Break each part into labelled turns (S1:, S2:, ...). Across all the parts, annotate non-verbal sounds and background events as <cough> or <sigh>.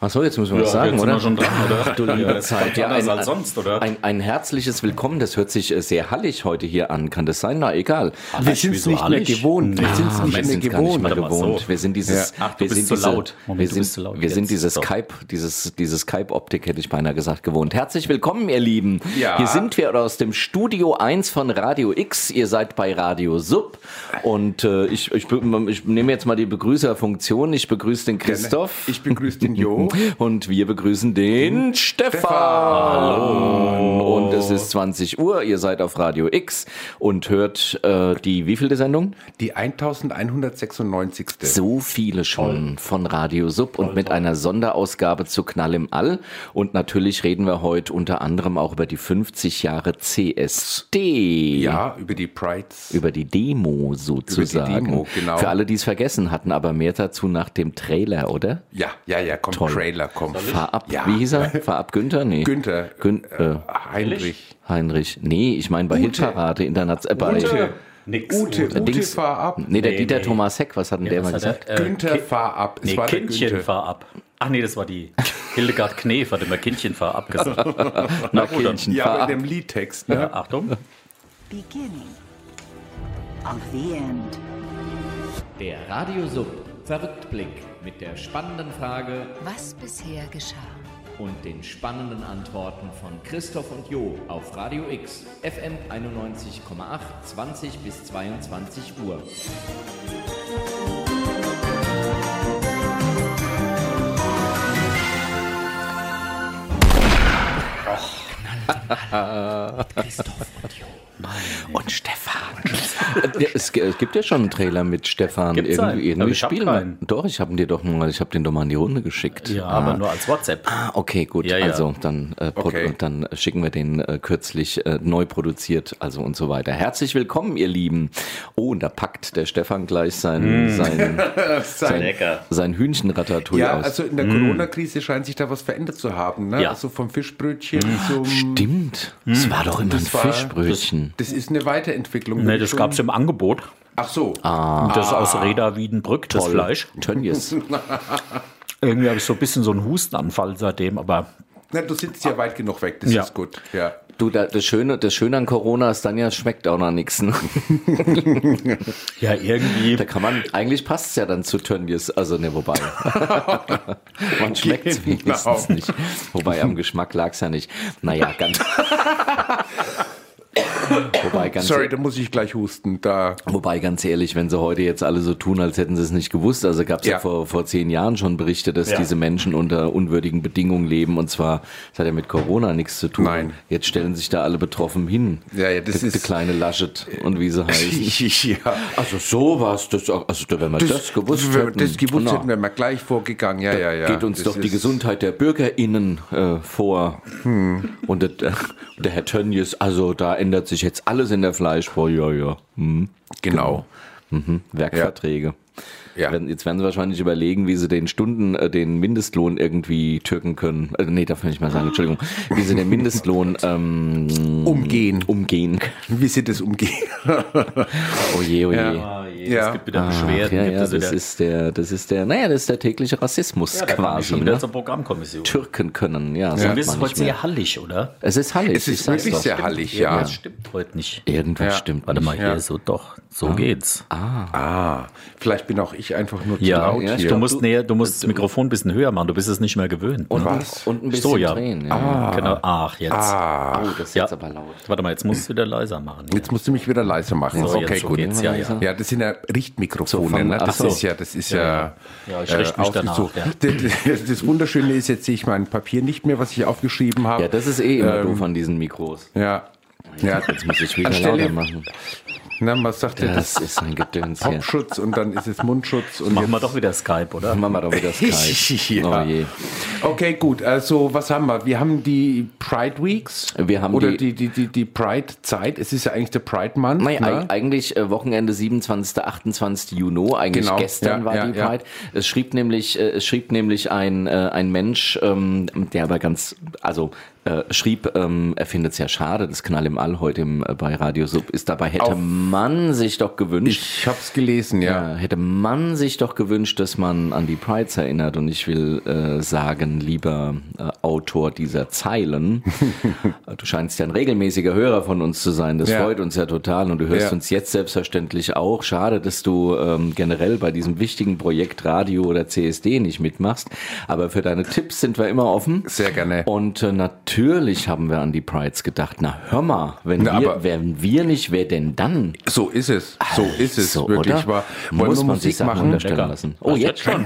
S1: Achso, jetzt müssen wir was sagen,
S2: jetzt
S1: oder?
S2: Sind wir schon dran, oder?
S1: <laughs> Ach, du liebe
S2: das
S1: Zeit.
S2: kommt
S1: Ja,
S2: anders
S1: ein-
S2: als sonst, oder?
S1: Ein, ein herzliches Willkommen, das hört sich äh, sehr hallig heute hier an. Kann das sein? Na, egal. Ah,
S3: Wir sind es
S2: wieso
S3: nicht mehr
S2: nicht?
S3: gewohnt.
S4: Ah,
S3: Wir sind es
S1: wir
S3: nicht mehr
S1: sind gar nicht
S3: gewohnt.
S1: mehr
S2: Warte mal,
S1: gewohnt.
S2: so.
S1: Wir sind dieses,
S2: Ja. Ach, du
S1: wir
S2: bist
S1: sind
S2: so
S1: diese,
S2: laut. Moment,
S1: wir
S2: du
S1: sind,
S2: bist so laut.
S1: wir sind
S2: Jetzt.
S1: dieses
S2: So.
S1: Skype, dieses, dieses Skype-Optik hätte ich beinahe gesagt gewohnt. Herzlich willkommen, ihr Lieben.
S2: Ja.
S1: Hier sind wir aus dem Studio 1 von Radio X. Ihr seid bei Radio Sub. Und äh, ich, ich, be- ich nehme jetzt mal die Begrüßerfunktion. Ich begrüße den Christoph.
S4: Ich begrüße den
S1: <laughs>
S4: Jo.
S1: Und wir begrüßen den Stefan. Hallo. Und es ist 20 Uhr, ihr seid auf Radio X und hört äh, die wievielte Sendung?
S4: Die 1196.
S1: So viele schon von Radio Sub und mit einer Sonderausgabe zu Knall im All. Und natürlich reden wir heute unter anderem auch über die 50 Jahre CSD.
S4: Ja, über die Prides.
S1: Über die Demo sozusagen.
S4: Demo, genau.
S1: Für alle, die es vergessen hatten, aber mehr dazu nach dem Trailer, oder?
S4: Ja, ja, ja, komm, Trailer, komm.
S1: Fahr ab,
S4: Ja.
S1: wie
S4: <laughs>
S1: hieß er? Fahr ab Günther? Nee.
S4: Günther.
S1: Gün äh,
S4: Heinrich.
S1: Heinrich. Nee, ich meine bei Hitparade international. Äh, bei
S4: Ute.
S2: Nix.
S4: Ute, Ute,
S1: Dings-
S4: fahr ab.
S1: Nee, der
S2: Nee,
S1: Dieter
S2: nee.
S1: Thomas Heck, was hat denn der mal
S2: Was
S1: gesagt?
S2: hat er? Äh,
S4: Günther, fahr ab. Es
S2: Nee,
S4: war der
S2: Kindchen
S4: Günther.
S2: fahr ab. Ach nee, das war
S1: <laughs>
S2: die Hildegard Knef, hat immer Kindchen fahr ab gesagt.
S1: Na,
S2: gut, dann-
S1: Kindchen,
S4: Ja,
S1: fahr
S4: aber
S1: ab.
S4: in dem Liedtext, ne?
S2: Achtung.
S5: beginning of the end.
S6: Der Radio Sub verrückt Blick mit der spannenden Frage
S7: Was bisher geschah.
S6: und den spannenden Antworten von Christoph und Jo auf Radio X FM 91,8 20 bis 22 Uhr.
S1: Und Stefan. Äh, Ja, es, es gibt ja schon einen Trailer mit Stefan.
S2: Gibt's einen?
S1: irgendwie
S2: Aber
S1: irgendwie
S2: ich hab
S1: spielen wir.
S2: keinen.
S1: Doch, ich habe dir doch mal, ich habe den doch mal in die Runde geschickt.
S2: Ja, aber nur als WhatsApp.
S1: Ah, okay, gut.
S2: Ja, ja.
S1: Also dann, äh, pro-
S4: Okay.
S1: dann schicken wir den äh, kürzlich äh, neu produziert, also und so weiter. Herzlich willkommen, ihr Lieben. Oh, und da packt der Stefan gleich sein, sein, sein,
S2: Lecker.
S1: sein Hühnchenratatouille
S4: Ja,
S1: aus.
S4: also in der Corona-Krise scheint sich da was verändert zu haben. Ne?
S2: Ja.
S4: Also vom Fischbrötchen zum.
S1: Stimmt. Es war doch immer ein
S4: Das war-
S1: Fischbrötchen.
S4: Das ist eine Weiterentwicklung.
S2: Nee, das Ah. gab es im Angebot.
S4: Ach so.
S1: Ah.
S2: Das aus Reda Wiedenbrück, das Fleisch.
S1: Tönnies.
S2: Irgendwie habe ich so ein bisschen so einen Hustenanfall seitdem, aber
S4: Na, du sitzt ja weit genug weg, das
S2: Ja.
S4: ist gut. Ja.
S1: Du, da, das, Schöne, das Schöne an Corona ist dann ja, es schmeckt auch noch nichts. Ne?
S2: ja, irgendwie.
S1: Da kann man, eigentlich passt es ja dann zu Tönnies, also ne,
S4: <laughs>
S1: wobei. man schmeckt es
S4: Genau.
S1: wenigstens nicht. Wobei am Geschmack lag es ja nicht. Naja,
S4: <laughs>
S1: ganz. wobei, ganz
S4: Sorry, da muss ich gleich husten. Da.
S1: Wobei, ganz ehrlich, wenn sie heute jetzt alle so tun, als hätten sie es nicht gewusst, also gab es ja.
S4: Ja.
S1: vor, vor zehn Jahren schon Berichte, dass
S2: Ja.
S1: diese Menschen unter unwürdigen Bedingungen leben und zwar, das hat ja mit Corona nichts zu tun.
S4: Nein.
S1: Jetzt stellen sich da alle betroffen hin.
S4: Ja, ja, das
S1: die, die
S4: ist-
S1: kleine Laschet
S4: <laughs>
S1: und wie sie heißen.
S4: ja.
S1: Also sowas, das, also wenn wir das, gewusst
S4: wenn wir
S1: hätten,
S4: Das gewusst
S1: na,
S4: hätten, wären wir gleich vorgegangen. Ja, ja, ja.
S1: geht uns
S4: Das
S1: doch die
S4: ist-
S1: Gesundheit der BürgerInnen äh, vor.
S4: Hm.
S1: Und der, der Herr Tönnies, also da ändert sich jetzt alles in der Fleischbau, ja, ja. Hm. Mhm.
S4: Genau.
S1: Werkverträge.
S4: Ja.
S1: Wenn- Jetzt werden sie wahrscheinlich überlegen, wie sie den Stunden, äh, den Mindestlohn irgendwie türken können. Äh, nee, darf man nicht mal sagen, Entschuldigung. Wie sie den Mindestlohn ähm,
S4: Umgehen.
S1: umgehen.
S4: Wie sie das umgehen.
S1: Oh je, oh je.
S4: Ja.
S2: Ah, Es gibt wieder
S1: Ach,
S2: Beschwerden.
S1: Ah, ja,
S2: gibt
S1: ja,
S2: es wieder,
S1: das ist der, das ist der, naja, das ist der tägliche Rassismus
S2: ja, da kommen die
S1: quasi.
S2: schon wieder
S1: Ne?
S2: zur Programmkommission.
S1: Türken können, ja.
S2: Und
S1: sagt
S2: das ist
S1: man
S2: heute
S1: nicht mehr.
S2: sehr hallig, oder?
S1: Es ist hallig.
S4: Es
S1: ich
S4: ist
S1: sag's
S4: wirklich
S1: doch.
S4: sehr hallig, ja.
S2: Das stimmt heute nicht.
S1: Irgendwas
S4: Ja.
S1: stimmt.
S2: Warte mal,
S1: nicht.
S2: hier, so doch, so geht's.
S4: Ah, vielleicht bin auch ich einfach nur zu
S2: ja,
S4: laut
S2: du,
S4: hier.
S2: musst näher, du musst das Mikrofon ein bisschen höher machen, du bist es nicht mehr gewöhnt.
S1: Und,
S2: ne?
S4: Was?
S1: und ein bisschen
S2: So, ja.
S1: drehen. Ja.
S2: Genau. Ach, jetzt.
S4: Ah.
S1: Oh, das ist
S2: Ja.
S1: jetzt aber laut.
S2: Warte mal, jetzt musst du es wieder leiser machen.
S4: Jetzt musst du mich wieder leise machen.
S2: So,
S4: okay,
S2: jetzt, so
S4: gut.
S2: geht's, ja, ja.
S4: Ja, das sind ja
S1: So,
S4: Richtmikrofone.
S1: von-
S4: ne?
S1: ach
S4: Das
S1: so.
S4: ist ja, das ist ja. äh,
S2: Ja, ich richte mich danach,
S4: ausgesucht.
S2: ja.
S4: Das, das Wunderschöne ist, jetzt sehe ich mein Papier nicht mehr, was ich aufgeschrieben habe. Ähm,
S1: Ja, das ist eh
S2: Ähm.
S1: immer doof an diesen Mikros.
S4: ja. ja.
S1: Jetzt muss ich wieder
S4: Anstelle-
S1: lauter machen.
S4: Na, was sagt ihr? Das
S1: Das ist ein Gedöns hier.
S4: Popschutz und dann ist es Mundschutz und
S2: Machen wir doch wieder Skype, oder?
S1: Machen wir doch wieder Skype.
S2: <laughs>
S4: Ja.
S1: Oh je.
S4: Okay, gut. Also, was haben wir? Wir haben die Pride Weeks.
S1: Wir haben
S4: Oder
S1: die-
S4: die, die, die, die Pride-Zeit. Es ist ja eigentlich der Pride-Month.
S1: Nein,
S4: ne?
S1: eig- eigentlich äh, Wochenende 27. 28. Juni, eigentlich
S4: Genau.
S1: gestern
S4: Ja,
S1: war
S4: ja,
S1: die
S4: ja.
S1: Pride. Es schrieb nämlich, äh, es schrieb nämlich ein, äh, ein Mensch, ähm, der aber ganz, also äh, schrieb, ähm, er findet es ja schade, das Knall im All heute im, äh, bei Radio Sub ist dabei, hätte
S4: Auf
S1: man sich doch gewünscht.
S4: Ich hab's gelesen, ja.
S1: Ja, Äh, hätte man sich doch gewünscht, dass man an die Prides erinnert. Und ich will äh, sagen, lieber äh, Autor
S4: <laughs>
S1: dieser Zeilen, äh, du scheinst ja ein regelmäßiger Hörer von uns zu sein. Das
S4: Ja.
S1: freut uns ja total. Und du hörst
S4: Ja.
S1: uns jetzt selbstverständlich auch. Schade, dass du ähm, generell bei diesem wichtigen Projekt Radio oder CSD nicht mitmachst. Aber für deine Tipps sind wir immer offen.
S4: Sehr gerne.
S1: Und äh, natürlich haben wir an die Prides gedacht. Na, hör mal, wenn,
S4: Na,
S1: wir,
S4: aber-
S1: wenn wir nicht, wer denn dann?
S4: So ist es. So ist es wirklich.
S1: oder?
S4: Wahr. Wollen
S1: Muss
S4: wir
S1: man sich
S4: Musik
S1: Sachen
S4: machen?
S1: unterstellen lassen. Oh, jetzt schon.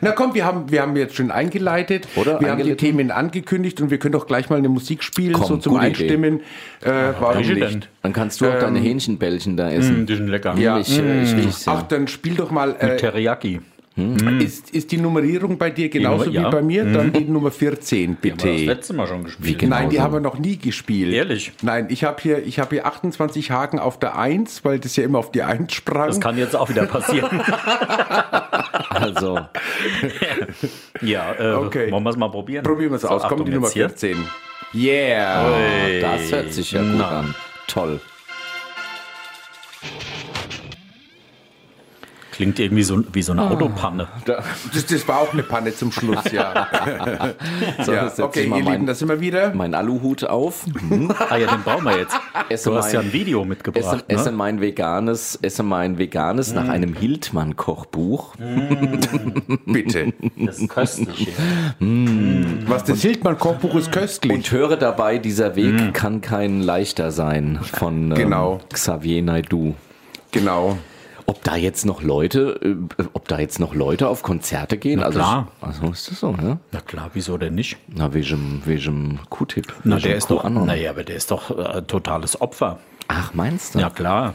S4: Na komm, wir haben, wir haben jetzt schon eingeleitet. Wir
S1: Oder?
S4: haben die
S1: Eingeleitet?
S4: Themen angekündigt und wir können doch gleich mal eine Musik spielen,
S1: Komm,
S4: so zum
S1: gute
S4: Einstimmen. Äh, warum nicht?
S2: Präsident.
S1: Dann kannst du auch deine Hähnchenbällchen da essen.
S2: Die sind lecker.
S4: Ähm, hm, Ja. hm.
S1: Ich, äh, ich riech's,
S4: Ach,
S1: ja.
S4: dann spiel doch mal. Äh,
S2: Teriyaki.
S4: ist, ist die Nummerierung bei dir genauso
S2: Nummer- Hm. ja. Mhm.
S4: wie bei mir? Dann die Nummer 14,
S2: Die haben wir das
S4: bitte.
S2: letzte Mal schon gespielt.
S1: Wie genau
S4: Nein, die
S1: so.
S4: haben wir noch nie gespielt.
S2: Ehrlich?
S4: Nein, ich habe hier, ich hab hier 28 Haken auf der 1, weil das ja immer auf die 1 sprang.
S2: Das kann jetzt auch wieder passieren.
S1: Also,
S2: ja, äh,
S4: Okay.
S2: wollen wir es mal probieren?
S4: Probieren wir es
S2: So,
S4: aus. Kommt
S2: Achtung,
S4: die Nummer
S2: jetzt hier.
S4: 14. Yeah.
S1: das hört sich ja gut
S2: na.
S1: an. Toll.
S2: Klingt irgendwie so, wie so eine Autopanne.
S4: Da- Das, das war auch eine Panne zum Schluss,
S2: <laughs>
S4: ja.
S1: So,
S4: ja.
S1: jetzt setz
S4: Okay,
S1: ich mal
S4: ihr Lieben,
S1: mein,
S4: da sind wir wieder.
S1: mein Aluhut auf.
S2: Ah ja, den brauchen wir jetzt.
S1: Esse
S2: Du hast
S1: mein-
S2: ja ein Video
S1: Esse,
S2: mitgebracht.
S1: esse
S2: ne?
S1: mein veganes, esse mein veganes
S4: Hm.
S1: nach einem Hildmann-Kochbuch.
S2: <laughs>
S4: Bitte.
S2: ne? Das ist köstlich.
S4: Was das Hildmann-Kochbuch ist köstlich.
S1: Und höre dabei, dieser Weg kann kein leichter sein von ähm,
S4: Hm. Genau.
S1: Xavier Naidoo.
S4: Genau.
S1: Ob da jetzt noch Leute, äh, ob da jetzt noch Leute auf Konzerte gehen? also,
S2: klar.
S1: also ist das so, ne?
S2: Na klar, wieso denn nicht?
S1: Na, wegen, wegen Q-Tip.
S2: Na,
S1: Wegen
S2: der ist doch,
S1: QAnon.
S2: naja, aber der ist doch äh, totales Opfer.
S1: Ach, meinst du?
S2: Ja, klar.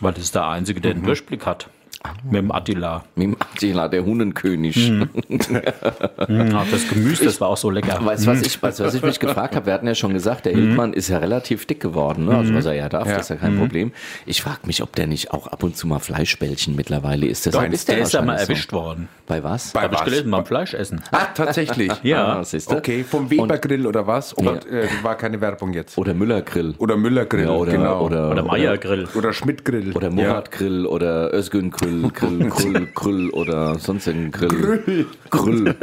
S2: Weil das ist der Einzige, der den Durchblick hat. Mit dem Attila.
S1: Mit dem Attila, der Hundenkönig.
S2: Mhm. Ja, Ah, das Gemüse, das war auch so lecker.
S1: <laughs> Weißt du, was ich, weißt, du, was ich mich gefragt habe? Wir hatten ja schon gesagt,
S2: Mhm.
S1: der Hildmann ist ja relativ dick geworden. Ne? Also, was er ja darf, das ist ja kein Problem. Ich frage mich, ob der nicht auch ab und zu mal Fleischbällchen mittlerweile ist. Deshalb
S2: der ist, der ist ja mal
S1: wahrscheinlich
S2: erwischt worden.
S1: So. Bei was?
S4: Bei
S2: Habe ich
S4: was?
S2: gelesen, beim Fleisch essen.
S4: Ah, tatsächlich.
S2: <laughs> Ja.
S1: Ah, siehst du?
S4: Okay, vom Weber-Grill oder was? Oh
S1: Ja.
S4: Gott, äh, war keine Werbung jetzt.
S1: Oder Müller-Grill.
S4: Oder Müller-Grill,
S1: Ja, oder,
S4: genau.
S1: oder,
S2: Oder Meiergrill.
S4: oder Schmidt-Grill.
S1: Oder Murat-Grill oder Özgün-Grill, Grill, Grill, Grill oder sonst irgendein Grill. Grill.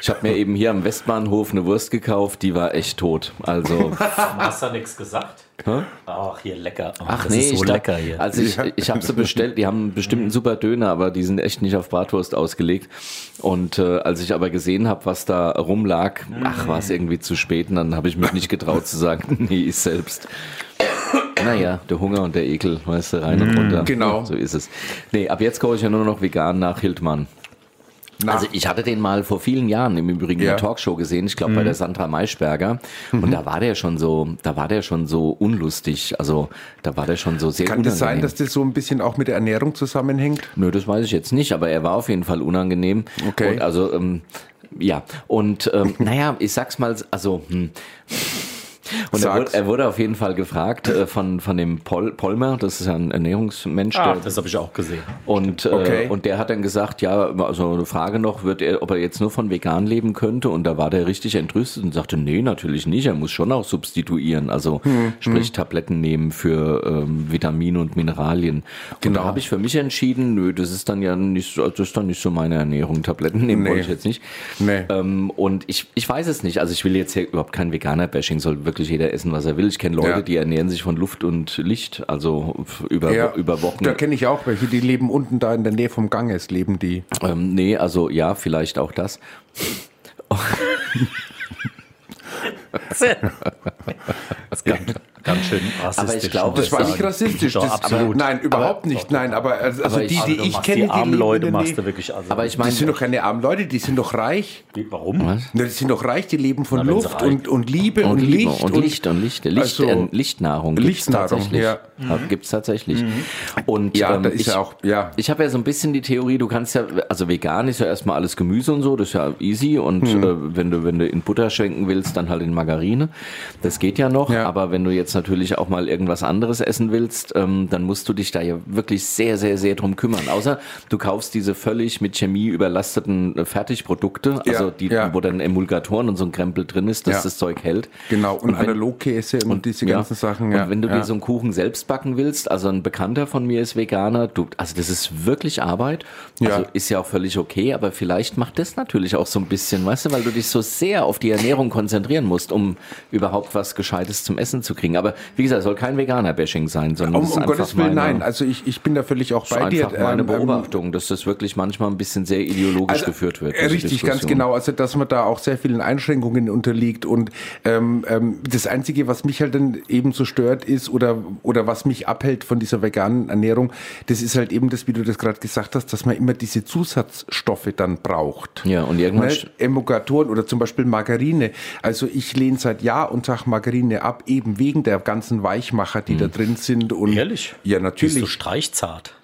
S1: Ich habe mir eben hier am Westbahnhof eine Wurst gekauft, die war echt tot. Also,
S2: Hast du nichts gesagt? Ach, hier lecker.
S1: ach nee, ich glaub, Also ich, ich habe sie bestellt, die haben bestimmt einen super Döner, aber die sind echt nicht auf Bratwurst ausgelegt. Und äh, als ich aber gesehen habe, was da rumlag, ach, war es irgendwie zu spät und dann habe ich mich nicht getraut zu sagen, <laughs> nee, ich selbst. Naja, der Hunger und der Ekel, weißt du, rein und runter.
S4: genau.
S1: So ist es. Nee, ab jetzt koche ich ja nur noch vegan nach Hildmann.
S4: Nach-
S1: Also ich hatte den mal vor vielen Jahren im Übrigen in
S4: Ja. Mhm.
S1: der Talkshow gesehen, ich glaube bei der Sandra Maischberger. Und da war der schon so, da war der schon so unlustig. Also da war der schon so sehr
S4: Kann
S1: unangenehm.
S4: das sein, dass das so ein bisschen auch mit der Ernährung zusammenhängt?
S1: Nö, das weiß ich jetzt nicht, aber er war auf jeden Fall unangenehm.
S4: Okay.
S1: Und also, ähm, ja. Und
S4: <laughs>
S1: ähm, naja, ich sag's mal, also, hm. Und er
S4: Sag's.
S1: wurde, er wurde auf jeden Fall gefragt äh, von, von dem Pol Polmer, das ist ja ein Ernährungsmensch,
S2: Ach,
S1: der,
S2: das habe ich auch gesehen.
S1: und,
S4: Okay.
S1: äh, und der hat dann gesagt, ja, also eine Frage noch, wird er, ob er jetzt nur von vegan leben könnte. Und da war der richtig entrüstet und sagte, nee, natürlich nicht. Er muss schon auch substituieren. Also
S4: Hm,
S1: sprich Tabletten nehmen für ähm, Vitamine und Mineralien. Und da
S4: Genau.
S1: habe ich für mich entschieden, nö, das ist dann ja nicht, so- das ist dann nicht so meine Ernährung. Tabletten nehmen
S4: Nee.
S1: wollte ich jetzt nicht.
S4: Nee.
S1: Ähm, und ich, ich weiß es nicht. Also ich will jetzt hier überhaupt kein Veganer-Bashing. Soll wirklich jeder essen, was er will. Ich kenne Leute,
S4: Ja.
S1: die ernähren sich von Luft und Licht. Also f- über, über Wochen.
S4: Da kenne ich auch welche, die leben unten da in der Nähe vom Ganges, leben die.
S1: Ähm, nee, also ja, vielleicht auch das.
S2: Das ist ganz, ganz schön rassistisch.
S1: Aber ich glaube,
S2: muss
S4: Das war
S1: sagen.
S4: nicht rassistisch.
S2: Doch,
S4: das,
S2: absolut.
S4: Nein, überhaupt nicht. Nein, aber also, also
S1: ich-
S4: die,
S2: Also
S4: die
S2: du
S4: ich
S2: machst
S4: kenne,
S2: die armen
S4: leben
S2: Leute
S4: in der
S2: machst du
S4: Nähe-
S2: wirklich. Also,
S1: Aber ich
S4: Die sind
S1: meine,
S4: doch keine armen Leute, die sind doch reich.
S2: warum?
S4: Na, die sind doch reich, die leben von
S2: Na, wenn sie
S4: Luft
S2: reich-
S4: und, und Liebe und,
S1: und, Liebe
S4: Licht.
S1: und, Licht und Licht, Licht
S4: Also-
S1: äh, Lichtnahrung. gibt's
S4: Lichtnahrung,
S1: tatsächlich.
S4: ja. Mhm.
S1: Ja, Gibt's tatsächlich. Und ähm,
S4: Ja, da ist
S1: ich,
S4: ja auch- ja.
S1: Ich habe ja so ein bisschen die Theorie, du kannst ja, also vegan ist ja erstmal alles Gemüse und so, das ist ja easy. Und
S4: Mhm.
S1: äh, wenn du wenn du in Butter schwenken willst, dann halt in Margarine. Das geht ja noch.
S4: Ja.
S1: Aber wenn du jetzt natürlich auch mal irgendwas anderes essen willst, ähm, dann musst du dich da ja wirklich sehr, sehr, sehr drum kümmern. Außer du kaufst diese völlig mit Chemie überlasteten äh, Fertigprodukte,
S4: Ja,
S1: also die,
S4: ja.
S1: wo dann Emulgatoren und so ein Krempel drin ist, dass
S4: Ja.
S1: das Zeug hält.
S4: Genau, und,
S1: Und wenn-
S4: Analogkäse und, diese
S1: ja.
S4: ganzen Sachen. Ja.
S1: Und wenn du
S4: ja.
S1: dir so einen Kuchen selbst backen willst, also ein Bekannter von mir ist Veganer, du, also das ist wirklich Arbeit.
S4: Ja.
S1: Also ist ja auch völlig okay, aber vielleicht macht das natürlich auch so ein bisschen, weißt du, weil du dich so sehr auf die Ernährung konzentrieren musst, um überhaupt was Gescheites zum Essen zu kriegen. Aber wie gesagt, soll kein Veganer-Bashing sein, sondern
S4: um,
S1: es ist
S4: um
S1: einfach
S4: Gottes Willen,
S1: meine,
S4: nein. Also ich, ich bin da völlig auch
S1: es ist
S4: bei dir.
S1: einfach meine
S4: ähm, ähm,
S1: Beobachtung, dass das wirklich manchmal ein bisschen sehr ideologisch
S4: also,
S1: geführt wird.
S4: äh,
S1: diese
S4: Richtig, ganz
S1: Diskussion.
S4: genau. Also, dass man da auch sehr vielen Einschränkungen unterliegt. Und ähm, ähm, das Einzige, was mich halt dann eben so stört, ist oder, oder was mich abhält von dieser veganen Ernährung, das ist halt eben das, wie du das gerade gesagt hast, dass man immer diese Zusatzstoffe dann braucht.
S1: Ja, und irgendwann
S4: Ne?
S1: st-
S4: Emulgatoren oder zum Beispiel Margarine. Also ich lehne seit Jahr und Tag Margarine ab, eben wegen der ganzen Weichmacher, die
S1: Hm.
S4: da drin sind. Und
S2: Ehrlich?
S4: Ja,
S2: Bist du
S4: natürlich.
S2: streichzart?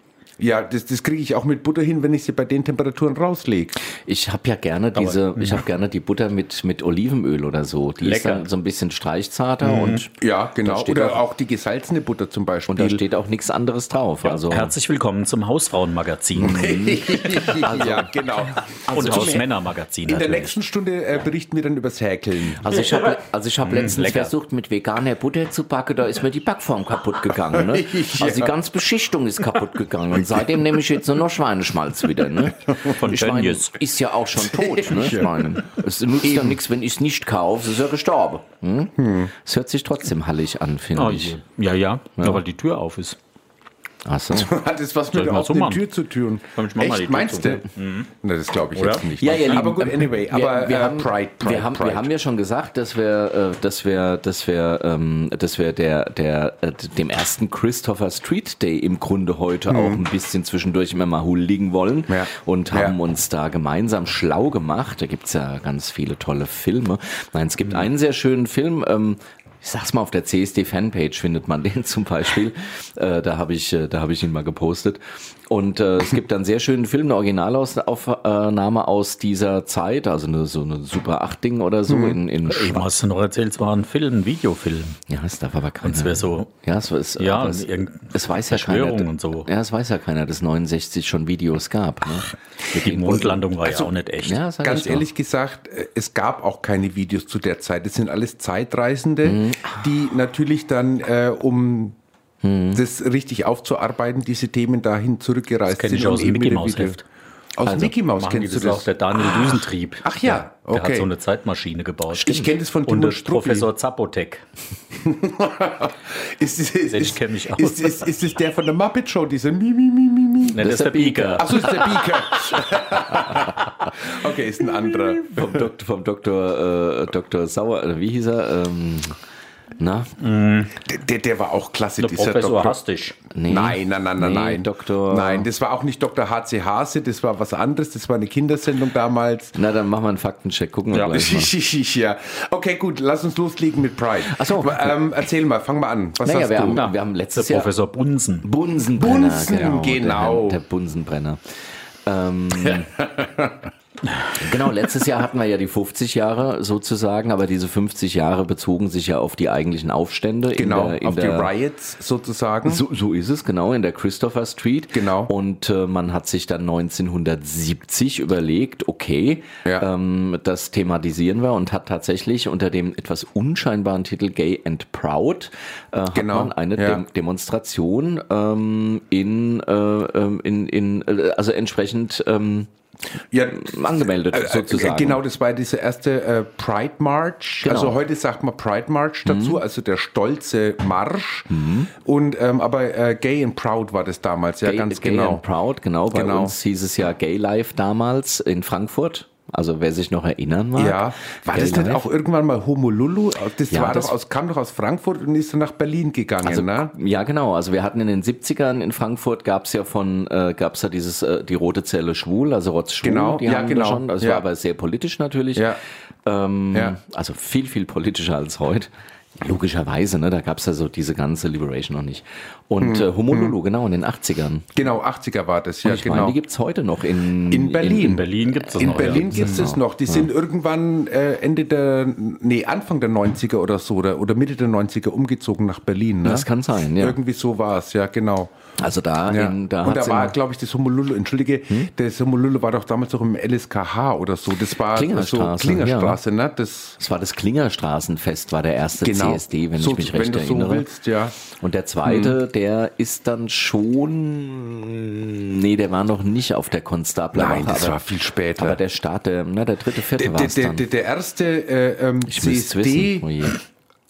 S4: Ja, das, das kriege ich auch mit Butter hin, wenn ich sie bei den Temperaturen rauslege.
S1: Ich habe ja gerne diese, ich habe gerne die Butter mit, mit Olivenöl oder so. Die ist
S2: Mhm. Lecker. Mhm.
S1: dann so ein bisschen streichzarter und,
S4: Ja, genau.
S1: steht
S4: Oder
S1: auch-
S4: auch die gesalzene Butter zum Beispiel.
S1: und da steht auch nichts anderes drauf. Also,
S2: Herzlich willkommen zum Hausfrauenmagazin
S4: <laughs> ja,
S1: Also-
S4: genau.
S2: und Hausmännermagazin
S4: In der
S2: natürlich.
S4: nächsten Stunde äh, berichten wir dann übers Häkeln.
S1: <laughs> also ich habe also ich hab letztens
S2: Mhm, lecker.
S1: versucht, mit veganer Butter zu backen, da ist mir die Backform kaputt gegangen.
S2: <laughs>
S1: Ne?
S4: Ja.
S1: Also die ganze Beschichtung ist kaputt gegangen. Und seitdem nehme ich jetzt nur noch Schweineschmalz wieder. Ne?
S2: <laughs> Von
S1: ich meine,
S2: Tönnies.
S1: ist ja auch schon tot. Ne? Ich meine, es nutzt ja nichts, wenn ich es nicht kaufe, es ist ja gestorben. Hm? Es hört sich trotzdem hallig an, finde
S2: Oh,
S1: ich.
S2: ja, ja, ja, weil die Tür auf ist.
S1: Ach so.
S4: Hat es was
S2: Soll
S4: mit
S2: ich
S4: der
S2: mal so
S4: offenen
S2: machen?
S4: Tür zu tun?
S2: Komm, ich mach mal die Tür
S4: meinst
S2: zu.
S4: du?
S2: Mhm.
S4: Na, das glaube ich
S2: Oder?
S4: jetzt nicht.
S1: Ja, ihr
S4: aber
S1: Lieben,
S4: gut,
S1: ähm,
S4: anyway. aber
S1: wir,
S4: äh,
S1: haben,
S4: Pride, Pride,
S1: ähm, wir, haben,
S4: Pride.
S1: wir haben ja schon gesagt, dass wir, äh, dass wir, dass wir, ähm, dass wir der, der, äh, dem ersten Christopher Street Day im Grunde heute auch ein bisschen zwischendurch immer mal huldigen wollen
S4: Mhm. Ja.
S1: und haben
S4: Ja.
S1: uns da gemeinsam schlau gemacht. Da gibt's ja ganz viele tolle Filme. Nein, es
S2: Mhm.
S1: gibt einen sehr schönen Film. Ähm, ich sag's mal, auf der CSD-Fanpage findet man den <laughs> zum Beispiel. Äh, da habe ich, äh, da hab ich ihn mal gepostet. Und äh, es gibt einen sehr schönen Film, eine Originalaufnahme aus dieser Zeit, also eine, so eine Super 8-Ding oder so
S2: Mhm.
S1: in, in
S2: Eben
S1: Schwarz.
S2: hast du noch erzählt, es war ein Film, ein Videofilm.
S1: Ja, es darf aber keiner.
S2: Es wäre so
S1: ja, es, es,
S2: Ja,
S1: aber es,
S2: irgendeine
S1: es weiß ja keiner.
S2: Verschwörung und so.
S1: Ja, es weiß ja keiner, dass 69 schon Videos gab. Ne? Mit
S2: Die
S1: den-
S2: Mondlandung war ja auch nicht echt.
S1: Ja, sag
S4: Ganz
S1: ich doch.
S4: ehrlich gesagt, äh, es gab auch keine Videos zu der Zeit. Es sind alles Zeitreisende,
S1: Mhm.
S4: die natürlich dann, äh, um
S1: Mhm.
S4: das richtig aufzuarbeiten, diese Themen dahin zurückgereist
S2: kenn
S4: sind.
S2: ich aus
S4: und eben
S2: Mickey
S4: mit dem
S2: Mouse
S4: Video-
S2: Heft.
S4: Aus Mickey Mouse
S2: Machen die
S4: kennst du
S2: das
S4: das?
S2: auch, der Daniel Düsentrieb.
S4: Ach ja,
S2: Der hat
S4: okay.
S2: so eine Zeitmaschine gebaut.
S4: Ich kenn das von Tim
S2: und
S4: und
S2: das
S4: Struppi.
S2: Professor Zapotek.
S4: Ist, ist, ist,
S2: Ich kenn mich aus.
S4: Ist, ist, ist es der von der Muppet Show, dieser Mi, Mi, Mi, Mi, Mi?
S2: Ne, das, ist der Beaker.
S4: Achso, ist der Beaker.
S1: <laughs>
S4: okay, ist ein anderer.
S1: vom Doktor, vom Doktor, äh, Doktor Sauer, äh, wie hieß er? Ähm, na,
S4: Der, der, der war auch klasse,
S2: Der
S4: dieser
S2: Professor
S4: Doktor.
S2: Hastisch.
S1: Nee.
S4: Nein, nein, nein, nein,
S1: Nee,
S4: nein.
S1: Doktor-
S4: Nein, das war auch nicht Dr. HC Hase, das war was anderes, das war eine Kindersendung damals.
S1: na dann machen wir einen Faktencheck, gucken wir
S2: Ja.
S1: gleich mal.
S4: <laughs> ja. Okay, gut, lass uns loslegen mit Pride.
S1: Ach so.
S4: Ähm, erzähl mal, fang mal an. Was
S1: Naja,
S4: hast
S1: wir
S4: du?
S1: haben, wir haben letztes
S2: Der
S1: Jahr
S2: Professor Bunsen.
S1: Bunsenbrenner.
S4: Bunsen, genau.
S1: Der, der Bunsenbrenner.
S4: <laughs>
S1: Ähm, genau, letztes Jahr hatten wir ja die 50 Jahre sozusagen, aber diese 50 Jahre bezogen sich ja auf die eigentlichen Aufstände.
S4: genau,
S1: in der, in
S4: auf die
S1: der,
S4: Riots sozusagen.
S1: So, so ist es, genau, in der Christopher Street.
S4: Genau.
S1: Und äh, man hat sich dann 1970 überlegt, okay,
S4: Ja.
S1: ähm, das thematisieren wir und hat tatsächlich unter dem etwas unscheinbaren Titel Gay and Proud äh,
S4: Genau,
S1: hat man eine
S4: ja.
S1: Dem Demonstration ähm, in, äh, ähm, in, in, äh, also entsprechend ähm,
S4: ja,
S1: angemeldet
S4: äh,
S1: sozusagen.
S4: äh, Genau, das war diese erste äh, Pride March.
S1: Genau. Mhm.
S4: Also heute sagt man Pride March dazu, also der stolze Marsch. Und ähm, aber äh, Gay and Proud war das damals, ja,
S1: Gay,
S4: ganz
S1: Gay
S4: genau.
S1: and Proud, genau. Bei
S4: Genau.
S1: uns hieß es ja Gay Life damals in Frankfurt. Also wer sich noch erinnern mag.
S4: Ja, war
S1: Gay
S4: das nicht
S1: Life.
S4: auch irgendwann mal Homolulu? Das,
S1: Ja,
S4: war
S1: das-
S4: doch aus, kam doch aus Frankfurt und ist dann nach Berlin gegangen, ne?
S1: Ja, genau. Also wir hatten in den 70ern in Frankfurt gab's ja von, äh, gab's ja dieses, äh, die rote Zelle schwul, also Rotz schwul.
S4: Genau,
S1: die
S4: ja,
S1: haben
S4: genau.
S1: Da schon. also Das
S4: Ja.
S1: war aber sehr politisch natürlich.
S4: Ja.
S1: Ähm,
S4: Ja.
S1: Also viel, viel politischer als heute. Logischerweise, ne? da gab es ja so diese ganze Liberation noch nicht. Und äh, Homololo, genau, in den 80ern.
S4: Genau, 80er war das, Hm. ja,
S1: ich
S4: genau.
S1: meine, die gibt's heute noch in,
S4: in Berlin.
S2: In Berlin gibt es das
S4: In
S2: noch.
S4: Berlin
S2: ja.
S4: gibt es
S1: Genau.
S4: das noch. Die sind irgendwann äh, Ende der, nee, Anfang der 90er oder so oder, oder Mitte der 90er umgezogen nach Berlin. Ne?
S1: Das kann sein, ja.
S4: Irgendwie so war es, ja, genau.
S1: Also da,
S4: Ja.
S1: in, da
S4: Und
S1: hat's Hm?
S4: da war,
S1: immer-
S4: glaube ich, das Homolulu, entschuldige, das Homolulu war doch damals noch im LSKH oder so. Das war
S1: Klingerstraße,
S4: so Klingerstraße, ne? Das,
S1: Es war das Klingerstraßenfest, war der erste
S4: genau.
S1: CSD, wenn
S4: so,
S1: ich mich recht
S4: wenn du
S1: erinnere.
S4: so willst, ja.
S1: Und der zweite,
S4: Hm.
S1: der ist dann schon, nee, der war noch nicht auf der Konstabler.
S4: Nein, das war viel später.
S1: Aber der Start, der, na, der dritte, vierte
S4: Der,
S1: war
S4: der,
S1: es dann.
S4: der, der, der erste äh, ähm,
S1: ich müsste es wissen. Oh
S4: CSD,
S1: je.